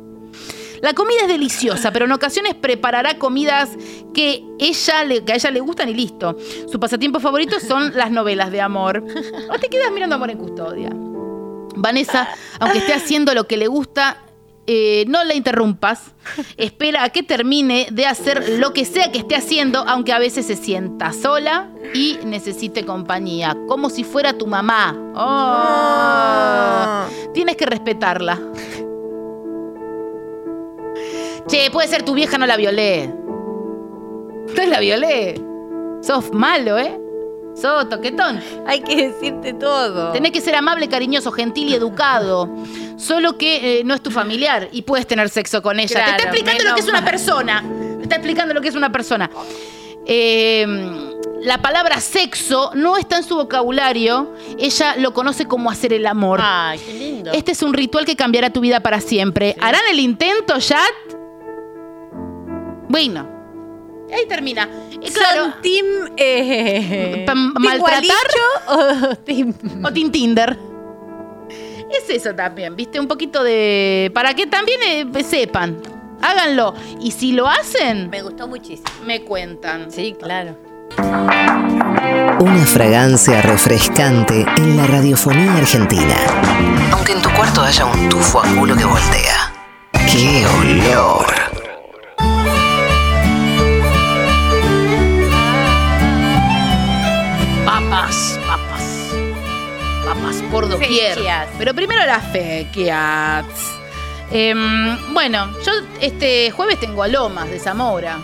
Speaker 2: La comida es deliciosa, pero en ocasiones preparará comidas que, ella le- que a ella le gustan y listo. Su pasatiempo favorito son las novelas de amor. O te quedas mirando Amor en Custodia. Vanessa, aunque esté haciendo lo que le gusta, eh, no la interrumpas. Espera a que termine de hacer lo que sea que esté haciendo, aunque a veces se sienta sola y necesite compañía, como si fuera tu mamá. Oh. Tienes que respetarla. Che, puede ser tu vieja, no la violé. No la violé. Sos malo, ¿eh? Sos toquetón.
Speaker 3: Hay que decirte todo.
Speaker 2: Tenés que ser amable, cariñoso, gentil y educado. Solo que eh, no es tu familiar y puedes tener sexo con ella. Te
Speaker 3: Claro,
Speaker 2: está explicando
Speaker 3: menos
Speaker 2: lo que es una
Speaker 3: mal.
Speaker 2: persona. Te está explicando lo que es una persona. Eh, la palabra sexo no está en su vocabulario. Ella lo conoce como hacer el amor.
Speaker 3: Ay, qué lindo.
Speaker 2: Este es un ritual que cambiará tu vida para siempre. ¿Harán el intento, Chat? Bueno. Ahí termina. Y claro,
Speaker 3: ¿Son team, eh,
Speaker 2: pa-
Speaker 3: team
Speaker 2: maltratar
Speaker 3: Gualicho o team-
Speaker 2: o Team Tinder. Es eso también, ¿viste? Un poquito de. Para que también eh, sepan. Háganlo. Y si lo hacen,
Speaker 3: Me gustó muchísimo.
Speaker 2: me cuentan.
Speaker 3: Sí, claro.
Speaker 1: Una fragancia refrescante en la radiofonía argentina. Aunque en tu cuarto haya un tufo a culo que voltea. ¡Qué olor!
Speaker 2: Papas, papas. Papas por doquier.
Speaker 3: Fequias.
Speaker 2: Pero primero las fequias. Em, bueno, yo este jueves tengo a Lomas de Zamora.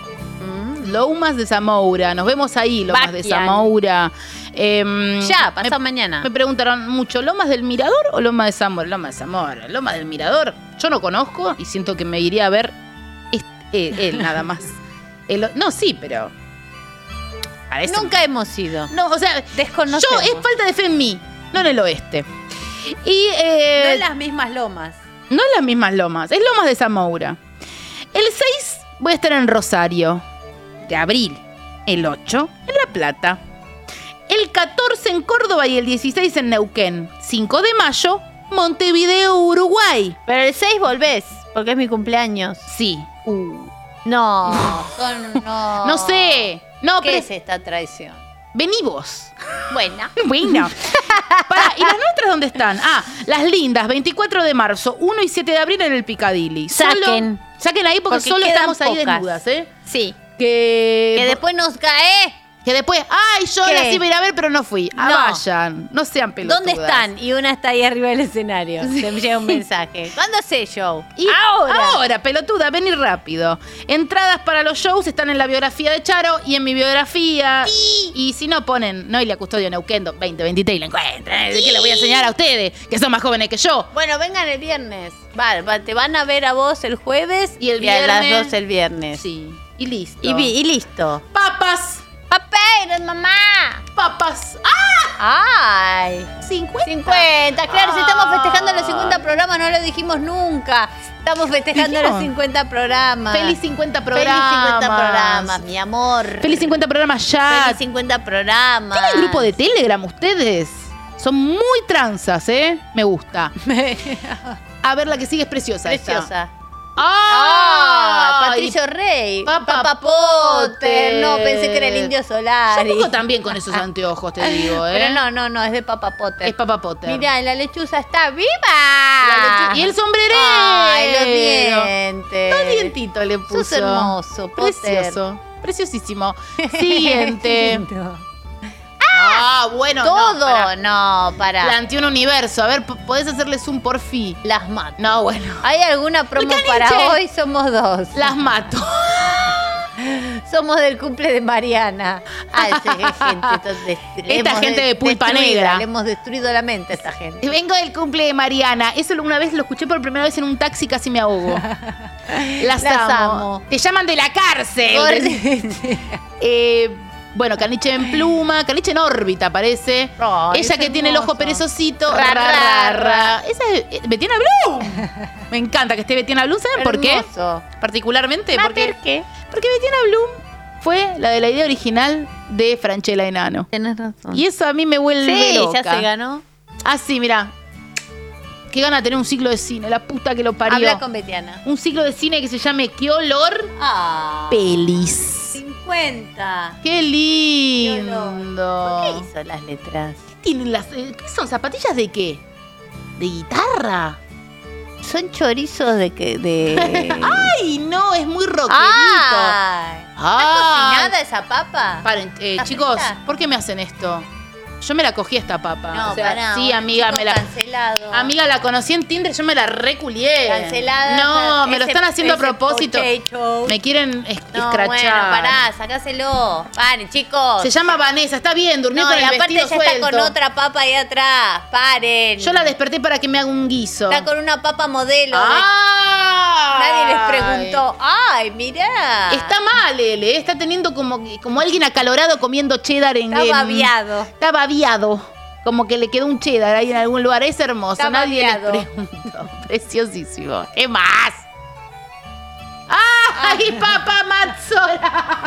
Speaker 2: Lomas de Zamora. Nos vemos ahí, Lomas de
Speaker 3: Bastian.
Speaker 2: Zamora. Em,
Speaker 3: Ya, pasado
Speaker 2: me-
Speaker 3: mañana.
Speaker 2: Me preguntaron mucho, ¿Lomas del Mirador o Lomas de Zamora? Lomas de Zamora. Lomas del Mirador, yo no conozco y siento que me iría a ver est- eh, él, nada más. El o- no, sí, pero... para eso-
Speaker 3: Nunca hemos ido.
Speaker 2: No, o sea,
Speaker 3: Desconocemos.
Speaker 2: yo es falta de fe en mí, no en el oeste. Y eh,
Speaker 3: No en las mismas lomas.
Speaker 2: no en las mismas lomas, es Lomas de Zamora. El 6 voy a estar en Rosario, de abril. El 8 en La Plata. El 14 en Córdoba y el 16 en Neuquén. 5 de mayo, Montevideo, Uruguay.
Speaker 3: Pero el 6 volvés, porque es mi cumpleaños.
Speaker 2: Sí.
Speaker 3: No, son- no.
Speaker 2: No sé. No,
Speaker 3: Oh, ¿Qué
Speaker 2: pero-
Speaker 3: es esta traición?
Speaker 2: Vení vos.
Speaker 3: Buena.
Speaker 2: Bueno. Pará, ¿y las nuestras dónde están? Ah, las lindas, 24 de marzo, 1 y 7 de abril en el Piccadilly. Solo-
Speaker 3: Saquen.
Speaker 2: saquen ahí porque,
Speaker 3: Porque
Speaker 2: solo
Speaker 3: quedan
Speaker 2: estamos ahí
Speaker 3: pocas.
Speaker 2: desnudas, ¿eh?
Speaker 3: Sí.
Speaker 2: Que,
Speaker 3: Que después nos cae.
Speaker 2: Que después, ay, yo
Speaker 3: ¿Qué?
Speaker 2: las iba a ir a ver, pero no fui. Ah,
Speaker 3: No.
Speaker 2: vayan, no sean pelotudas.
Speaker 3: ¿Dónde están? Y una está ahí arriba del escenario. Se me llega un mensaje. ¿Cuándo hace show? ah,
Speaker 2: Y
Speaker 3: ahora.
Speaker 2: Ahora, pelotuda, vení rápido. Entradas para los shows están en la biografía de Charo y en mi biografía. Y si no ponen Noelia Custodio Neuquendo 2023 y la encuentran. ¿Qué les voy a enseñar a ustedes? Que son más jóvenes que yo.
Speaker 3: Bueno, vengan el viernes. Va, va- te van a ver a vos el jueves y,
Speaker 2: el
Speaker 3: a las
Speaker 2: viernes.
Speaker 3: 2 el viernes.
Speaker 2: Sí. Y listo.
Speaker 3: Y, vi- y listo.
Speaker 2: Papas.
Speaker 3: ¡Papeiros, mamá!
Speaker 2: Papas. ¡Ah!
Speaker 3: ¡Ay!
Speaker 2: 50.
Speaker 3: 50, claro, si estamos festejando los
Speaker 2: Ah.
Speaker 3: 50 programas, no lo dijimos nunca. Estamos festejando
Speaker 2: ¿Dijimos?
Speaker 3: los 50 programas.
Speaker 2: Feliz 50
Speaker 3: Feliz 50
Speaker 2: programas.
Speaker 3: programas, mi amor.
Speaker 2: Feliz 50 programas ya.
Speaker 3: Feliz 50 programas.
Speaker 2: ¿Tienen grupo de Telegram ustedes? Son muy tranzas, ¿eh? Me gusta. A ver, la que sigue es preciosa. esta.
Speaker 3: Preciosa.
Speaker 2: ¡Ah!
Speaker 3: Ah, Patricio Rey.
Speaker 2: Papa
Speaker 3: Papá Potter.
Speaker 2: Potter.
Speaker 3: No, pensé que era el indio
Speaker 2: Yo
Speaker 3: Solari.
Speaker 2: un poco también con esos anteojos, te digo, ¿eh?
Speaker 3: Pero no, no, no, es de Papá Potter.
Speaker 2: Es Papá Potter.
Speaker 3: Mirá, la lechuza está viva.
Speaker 2: La lechu- Y el sombrerero.
Speaker 3: Ay, los dientes.
Speaker 2: Dos dientitos le puso.
Speaker 3: Sos hermoso, Potter.
Speaker 2: Precioso. Preciosísimo. Siguiente. ah, bueno. no,
Speaker 3: Todo,
Speaker 2: pará.
Speaker 3: no, para.
Speaker 2: Planteó un universo. A ver, p- podés hacerles un porfi.
Speaker 3: Las mato.
Speaker 2: No, bueno.
Speaker 3: ¿Hay alguna promo
Speaker 2: El
Speaker 3: para
Speaker 2: caniche.
Speaker 3: hoy? Somos dos.
Speaker 2: Las mato.
Speaker 3: Somos del cumple de Mariana. Ah, esa gente. entonces, le
Speaker 2: Esta
Speaker 3: hemos
Speaker 2: gente de pulpa
Speaker 3: destruida,
Speaker 2: negra.
Speaker 3: Le hemos destruido la mente a esta gente.
Speaker 2: Vengo del cumple de Mariana. Eso lo- una vez lo escuché por primera vez en un taxi, casi me ahogo. Las,
Speaker 3: Las
Speaker 2: amo.
Speaker 3: amo.
Speaker 2: Te llaman de la cárcel.
Speaker 3: Corre-
Speaker 2: Eh, bueno, caniche en pluma, caniche en órbita parece.
Speaker 3: Ay,
Speaker 2: Ella
Speaker 3: es
Speaker 2: que tiene el ojo
Speaker 3: hermoso.
Speaker 2: perezosito.
Speaker 3: Ra,
Speaker 2: Ra,
Speaker 3: ra,
Speaker 2: ra,
Speaker 3: ra.
Speaker 2: ra. Esa es eh, Betiana Blum. Me encanta que esté Betiana Blum. ¿Saben por qué?
Speaker 3: Hermoso.
Speaker 2: Particularmente
Speaker 3: ¿Por
Speaker 2: porque,
Speaker 3: qué?
Speaker 2: porque Betiana Blum fue la de la idea original de Franchella Enano.
Speaker 3: Tenés razón.
Speaker 2: Y eso a mí me vuelve
Speaker 3: sí,
Speaker 2: loca.
Speaker 3: ya se ganó.
Speaker 2: Ah, sí, mira. Qué gana tener un ciclo de cine, la puta que lo parió.
Speaker 3: Habla con Betiana.
Speaker 2: Un ciclo de cine que se llame Qué olor
Speaker 3: Ah,
Speaker 2: pelis.
Speaker 3: 50.
Speaker 2: Qué
Speaker 3: ¿Qué
Speaker 2: lindo.
Speaker 3: hizo las letras?
Speaker 2: ¿Qué tienen las eh, qué son zapatillas de qué? ¿De guitarra?
Speaker 3: son chorizos de que de
Speaker 2: ¡Ay, no! Es muy rockerito.
Speaker 3: Ay.
Speaker 2: Ah.
Speaker 3: ¿Está cocinada esa papa?
Speaker 2: Paren, eh,
Speaker 3: ¿Está
Speaker 2: chicos,
Speaker 3: frita?
Speaker 2: ¿por qué me hacen esto? Yo me la cogí esta papa.
Speaker 3: No,
Speaker 2: O sea,
Speaker 3: pará,
Speaker 2: sí,
Speaker 3: otro
Speaker 2: amiga,
Speaker 3: chico
Speaker 2: me la.
Speaker 3: cancelado.
Speaker 2: Amiga, la conocí en Tinder, yo me la reculié.
Speaker 3: Cancelada,
Speaker 2: No,
Speaker 3: esa-
Speaker 2: me lo
Speaker 3: ese-
Speaker 2: están haciendo a
Speaker 3: ese
Speaker 2: propósito.
Speaker 3: potato.
Speaker 2: Me quieren es-
Speaker 3: No,
Speaker 2: escrachar.
Speaker 3: bueno, pará, sacáselo. Paren, chicos.
Speaker 2: Se llama Vanessa, está bien, durmió
Speaker 3: No,
Speaker 2: con
Speaker 3: y
Speaker 2: el
Speaker 3: aparte ya
Speaker 2: vestido
Speaker 3: está con
Speaker 2: suelto.
Speaker 3: otra papa ahí atrás. Paren.
Speaker 2: Yo la desperté para que me haga un guiso.
Speaker 3: Está con una papa modelo. de-
Speaker 2: ¡Ay!
Speaker 3: Nadie les preguntó. ¡Ay, mirá!
Speaker 2: Está mal, L, ¿eh? está teniendo como, como alguien acalorado comiendo cheddar en.
Speaker 3: Está
Speaker 2: en-
Speaker 3: babeado.
Speaker 2: Está babeado. Como que le quedó un cheddar ahí en algún lugar. Es hermoso.
Speaker 3: Está
Speaker 2: Nadie
Speaker 3: babeado.
Speaker 2: les preguntó. Preciosísimo. ¿Qué más? ¡Ay,
Speaker 3: Ah.
Speaker 2: papá Mazzola!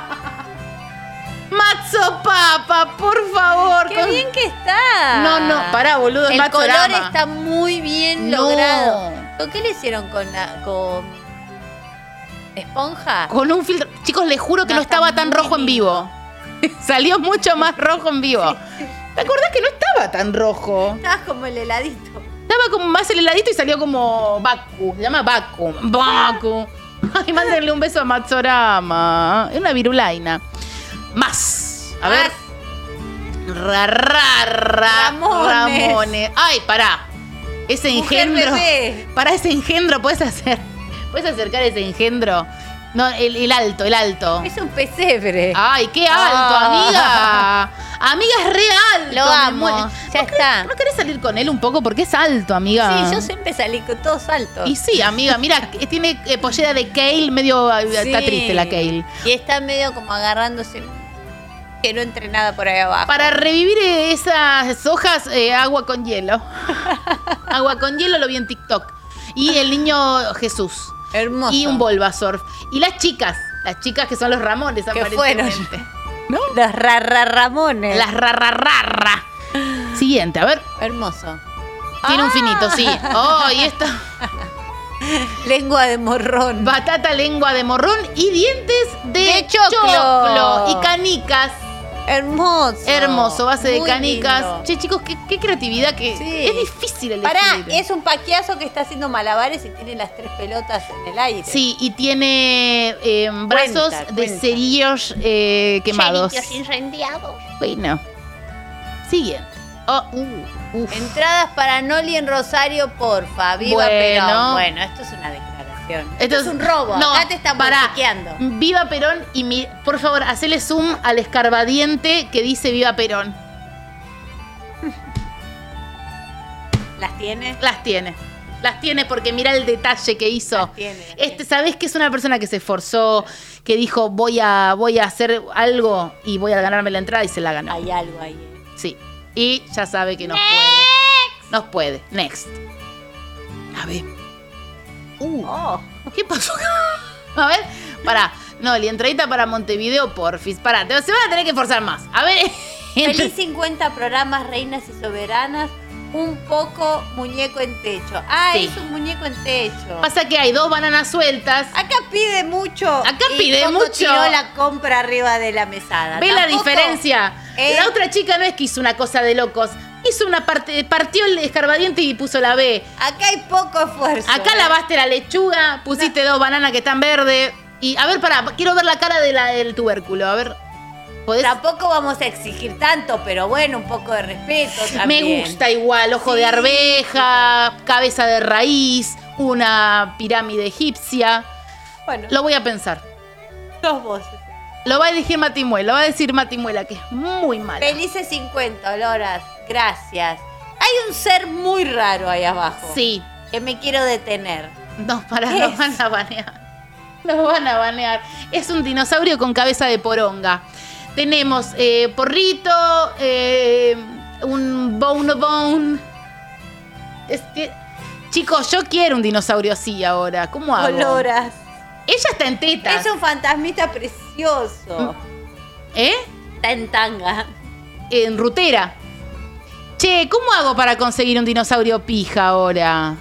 Speaker 2: ¡Mazzo papa! ¡Por favor!
Speaker 3: ¡Qué
Speaker 2: Con-
Speaker 3: bien que está!
Speaker 2: No, no, pará, boludo, es
Speaker 3: El
Speaker 2: Mazzorama.
Speaker 3: color está muy bien
Speaker 2: No.
Speaker 3: logrado. ¿Con qué le hicieron con la, con esponja?
Speaker 2: Con un filtro. Chicos, les juro que no, estaba tan rojo en vivo. Salió mucho más rojo en vivo. ¿Te acordás que no estaba tan rojo?
Speaker 3: Estabas como el heladito.
Speaker 2: Estaba como más el heladito y salió como Baku. Se llama Baku. Baku. Ay, mándenle un beso a Matsorama. Es una virulaina. Más. A ver. Ra, ra, ra,
Speaker 3: Ramones.
Speaker 2: Ramones. Ay, pará. Ese
Speaker 3: Mujer
Speaker 2: engendro.
Speaker 3: bebé.
Speaker 2: Pará, ese engendro. ¿Puedes hacer? ¿Puedes acercar ese engendro? No, el, el alto, el alto.
Speaker 3: Es un pesebre.
Speaker 2: Ay, qué alto,
Speaker 3: Ah.
Speaker 2: amiga. Amiga, es re alto.
Speaker 3: Lo
Speaker 2: me
Speaker 3: amo,
Speaker 2: muero.
Speaker 3: ya
Speaker 2: ¿No querés-
Speaker 3: está.
Speaker 2: ¿No querés salir con él un poco? Porque es alto, amiga.
Speaker 3: Sí, yo siempre salí con todos altos.
Speaker 2: Y sí, amiga, mira, que tiene eh, pollera de Kale, medio eh, está
Speaker 3: Sí.
Speaker 2: triste la Kale.
Speaker 3: Y está medio como agarrándose que no entre nada por ahí abajo.
Speaker 2: Para revivir eh, esas hojas, eh, agua con hielo. agua con hielo lo vi en TikTok. Y el niño Jesús.
Speaker 3: Hermoso.
Speaker 2: Y un Bulbasaur. Y las chicas, las chicas que son los Ramones,
Speaker 3: que fueron.
Speaker 2: aparentemente.
Speaker 3: ¿No? Los rarramones.
Speaker 2: Las rarrarrarra. Siguiente, a ver.
Speaker 3: Hermoso.
Speaker 2: Tiene un finito, sí.
Speaker 3: Ah.
Speaker 2: Oh, y esta.
Speaker 3: Lengua de morrón.
Speaker 2: Batata, lengua de morrón y dientes de,
Speaker 3: De choclo.
Speaker 2: Y canicas.
Speaker 3: Hermoso.
Speaker 2: Hermoso, base
Speaker 3: Muy
Speaker 2: de canicas.
Speaker 3: lindo.
Speaker 2: Che, chicos, qué, qué creatividad que. Es difícil elegir.
Speaker 3: Pará, es un paquiazo que está haciendo malabares y tiene las tres pelotas en el aire.
Speaker 2: Sí, y tiene eh, brazos
Speaker 3: Cuenta,
Speaker 2: de
Speaker 3: cuenta.
Speaker 2: cerillos eh, quemados.
Speaker 3: Cheritos incendiados.
Speaker 2: Bueno. Siguiente. Oh, uh, uf.
Speaker 3: Entradas para Noli en Rosario, porfa. Viva
Speaker 2: Bueno.
Speaker 3: Perón. Bueno, esto es una declaración. Esto, es un robo.
Speaker 2: No,
Speaker 3: Acá te están
Speaker 2: pará. Mm.
Speaker 3: boicoteando.
Speaker 2: Viva Perón y mi- por favor, hacele zoom al escarbadiente que dice Viva Perón.
Speaker 3: ¿Las tiene?
Speaker 2: Las tiene. Las tiene porque mira el detalle que hizo.
Speaker 3: Tiene.
Speaker 2: Este, ¿sabés que es una persona que se esforzó, que dijo, voy a, voy a hacer algo y voy a ganarme la entrada y se la ganó?
Speaker 3: Hay algo ahí.
Speaker 2: Sí. Y ya sabe que nos puede. Nos puede. Next. A ver. Uh.
Speaker 3: Oh,
Speaker 2: ¿Qué pasó? a ver, pará. No, la entradita para Montevideo, porfis. Pará, te- se van a tener que forzar más. A ver.
Speaker 3: Feliz 50 programas, reinas y soberanas. Un poco muñeco en techo. Ah,
Speaker 2: Sí.
Speaker 3: es un muñeco en techo.
Speaker 2: Pasa que hay dos bananas sueltas.
Speaker 3: Acá pide mucho. Acá
Speaker 2: Y pide
Speaker 3: Coco
Speaker 2: mucho.
Speaker 3: tiró la compra arriba de la mesada.
Speaker 2: ¿Ve la
Speaker 3: Tampoco-
Speaker 2: diferencia?
Speaker 3: Eh.
Speaker 2: La otra chica no es que hizo una cosa de locos. Hizo una parte, partió el escarbadiente y puso la B.
Speaker 3: Acá hay poco esfuerzo. ¿eh?
Speaker 2: Acá lavaste la lechuga, pusiste dos bananas que están verdes. Y a ver, pará, quiero ver la cara de la, del tubérculo. A ver. ¿podés?
Speaker 3: Tampoco vamos a exigir tanto, pero bueno, un poco de respeto
Speaker 2: Me
Speaker 3: también.
Speaker 2: gusta igual, ojo de
Speaker 3: Sí.
Speaker 2: arveja, cabeza de raíz, una pirámide egipcia.
Speaker 3: Bueno.
Speaker 2: Lo voy a pensar.
Speaker 3: Dos voces.
Speaker 2: Lo va a elegir Matimuela, va a decir Matimuela, que es muy mala.
Speaker 3: Felices 50, Loras. Gracias. Hay un ser muy raro ahí abajo.
Speaker 2: Sí.
Speaker 3: Que me quiero detener.
Speaker 2: No, para,
Speaker 3: ¿Qué
Speaker 2: nos
Speaker 3: es?
Speaker 2: van a banear. Nos van a banear. Es un dinosaurio con cabeza de poronga. Tenemos eh, porrito, eh, un bone bone. chicos, yo quiero un dinosaurio así ahora. ¿Cómo hago?
Speaker 3: Oloras.
Speaker 2: Ella está en tetas.
Speaker 3: Es un fantasmita precioso.
Speaker 2: ¿Eh?
Speaker 3: Está en tanga.
Speaker 2: En rutera. Che, ¿cómo hago para conseguir un dinosaurio pija ahora?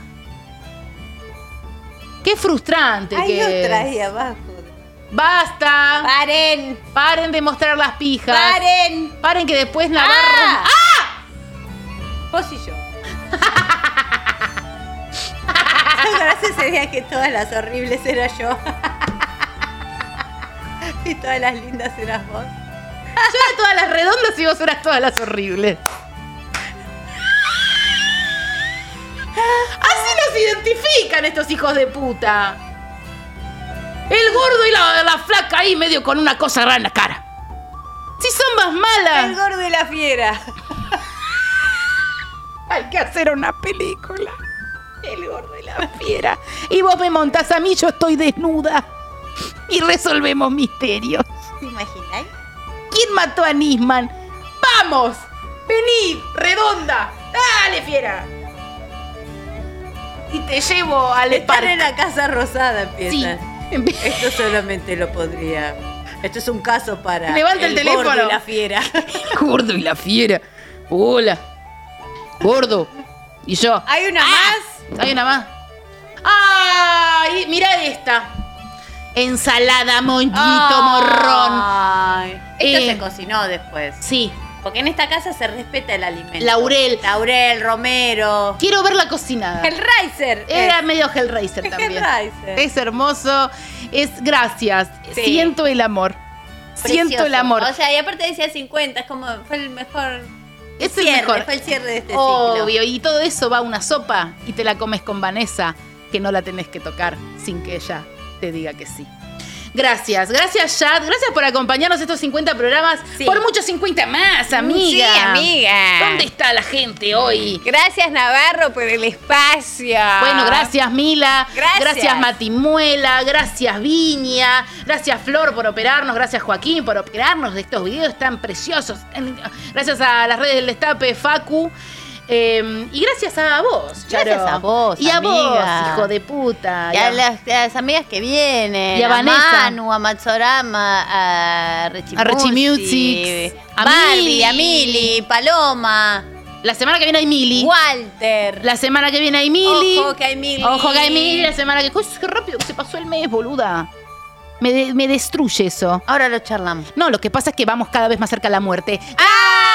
Speaker 2: Qué frustrante
Speaker 3: Hay
Speaker 2: que es.
Speaker 3: otra eh. ahí abajo.
Speaker 2: ¡Basta!
Speaker 3: ¡Paren!
Speaker 2: ¡Paren de mostrar las pijas!
Speaker 3: ¡Paren!
Speaker 2: ¡Paren que después la
Speaker 3: ¡Ah!
Speaker 2: agarran!
Speaker 3: Vos y yo. acordás ese día que todas las horribles era yo? y todas las lindas eras vos.
Speaker 2: Yo era todas las redondas y vos eras todas las horribles. Así nos identifican estos hijos de puta.
Speaker 8: El gordo y la, la flaca ahí medio con una cosa rara en la cara.
Speaker 2: Si son más malas.
Speaker 3: Ah. El gordo y la fiera.
Speaker 2: Hay que hacer una película. El gordo y la fiera. Y vos me montás a mí, yo estoy desnuda. Y resolvemos misterios.
Speaker 3: ¿Te imagináis?
Speaker 2: ¿Quién mató a Nisman? ¡Vamos! ¡Venid! ¡Redonda! ¡Dale, fiera! Y te llevo al
Speaker 3: Están
Speaker 2: parque.
Speaker 3: en la casa rosada, empiezan.
Speaker 2: Sí.
Speaker 3: Esto solamente lo podría. Esto es un caso para.
Speaker 2: Levanta el teléfono.
Speaker 3: gordo y la fiera.
Speaker 8: Gordo y la fiera. Hola. Gordo. Y yo. Ah,
Speaker 3: Hay una
Speaker 2: más. Hay una más. ¡Ay! Mira esta. Ensalada, monjito,
Speaker 8: Ah.
Speaker 3: Ay.
Speaker 2: morrón.
Speaker 3: Esto
Speaker 2: Eh,
Speaker 3: se cocinó después.
Speaker 2: Sí.
Speaker 3: Porque en esta casa se respeta el alimento.
Speaker 2: Laurel.
Speaker 3: Laurel, Romero.
Speaker 2: Quiero ver la cocinada.
Speaker 3: Hellraiser.
Speaker 2: Era
Speaker 3: es.
Speaker 2: medio Hellraiser también.
Speaker 3: Hellraiser.
Speaker 2: Es hermoso. Es gracias.
Speaker 3: Sí.
Speaker 2: Siento el amor. Siento
Speaker 3: Precioso.
Speaker 2: el amor.
Speaker 3: O sea, y aparte decía 50, es como fue el mejor.
Speaker 2: Es el
Speaker 3: cierre,
Speaker 2: mejor.
Speaker 3: Fue el cierre de este ciclo.
Speaker 2: Obvio, y todo eso va a una sopa y te la comes con Vanessa, que no la tenés que tocar sin que ella te diga que sí. Gracias, gracias Chad, gracias por acompañarnos estos 50 programas, por muchos 50 más, amiga.
Speaker 3: Sí, amiga.
Speaker 2: ¿Dónde está la gente hoy?
Speaker 3: Gracias, Navarro, por el espacio.
Speaker 2: Bueno, gracias Mila,
Speaker 3: Ah. Gracias.
Speaker 2: Matimuela, gracias Viña, gracias Flor por operarnos, gracias Joaquín por operarnos de estos videos tan preciosos, tan- gracias a las redes del Destape, Facu, eh, y gracias a vos. Charo.
Speaker 3: Gracias a vos,
Speaker 2: Y a
Speaker 3: amiga.
Speaker 2: vos, hijo de puta.
Speaker 3: Y a las, a las amigas que vienen.
Speaker 2: Y a Vanessa.
Speaker 3: Manu, a Matsorama, a Rechimusi.
Speaker 2: A Rechimusic, a Mili.
Speaker 3: Barbie, a Mili, Paloma.
Speaker 2: La semana que viene hay Mili.
Speaker 3: Walter.
Speaker 2: La semana que viene hay Mili.
Speaker 3: Ojo que hay Mili.
Speaker 2: Ojo que hay Mili. La semana que... Uy, qué rápido que se pasó el mes, boluda. Me, de- me destruye eso.
Speaker 3: Ahora lo charlamos.
Speaker 2: No, lo que pasa es que vamos cada vez más cerca a la muerte.
Speaker 3: ¡Ah!
Speaker 2: ¡Ah!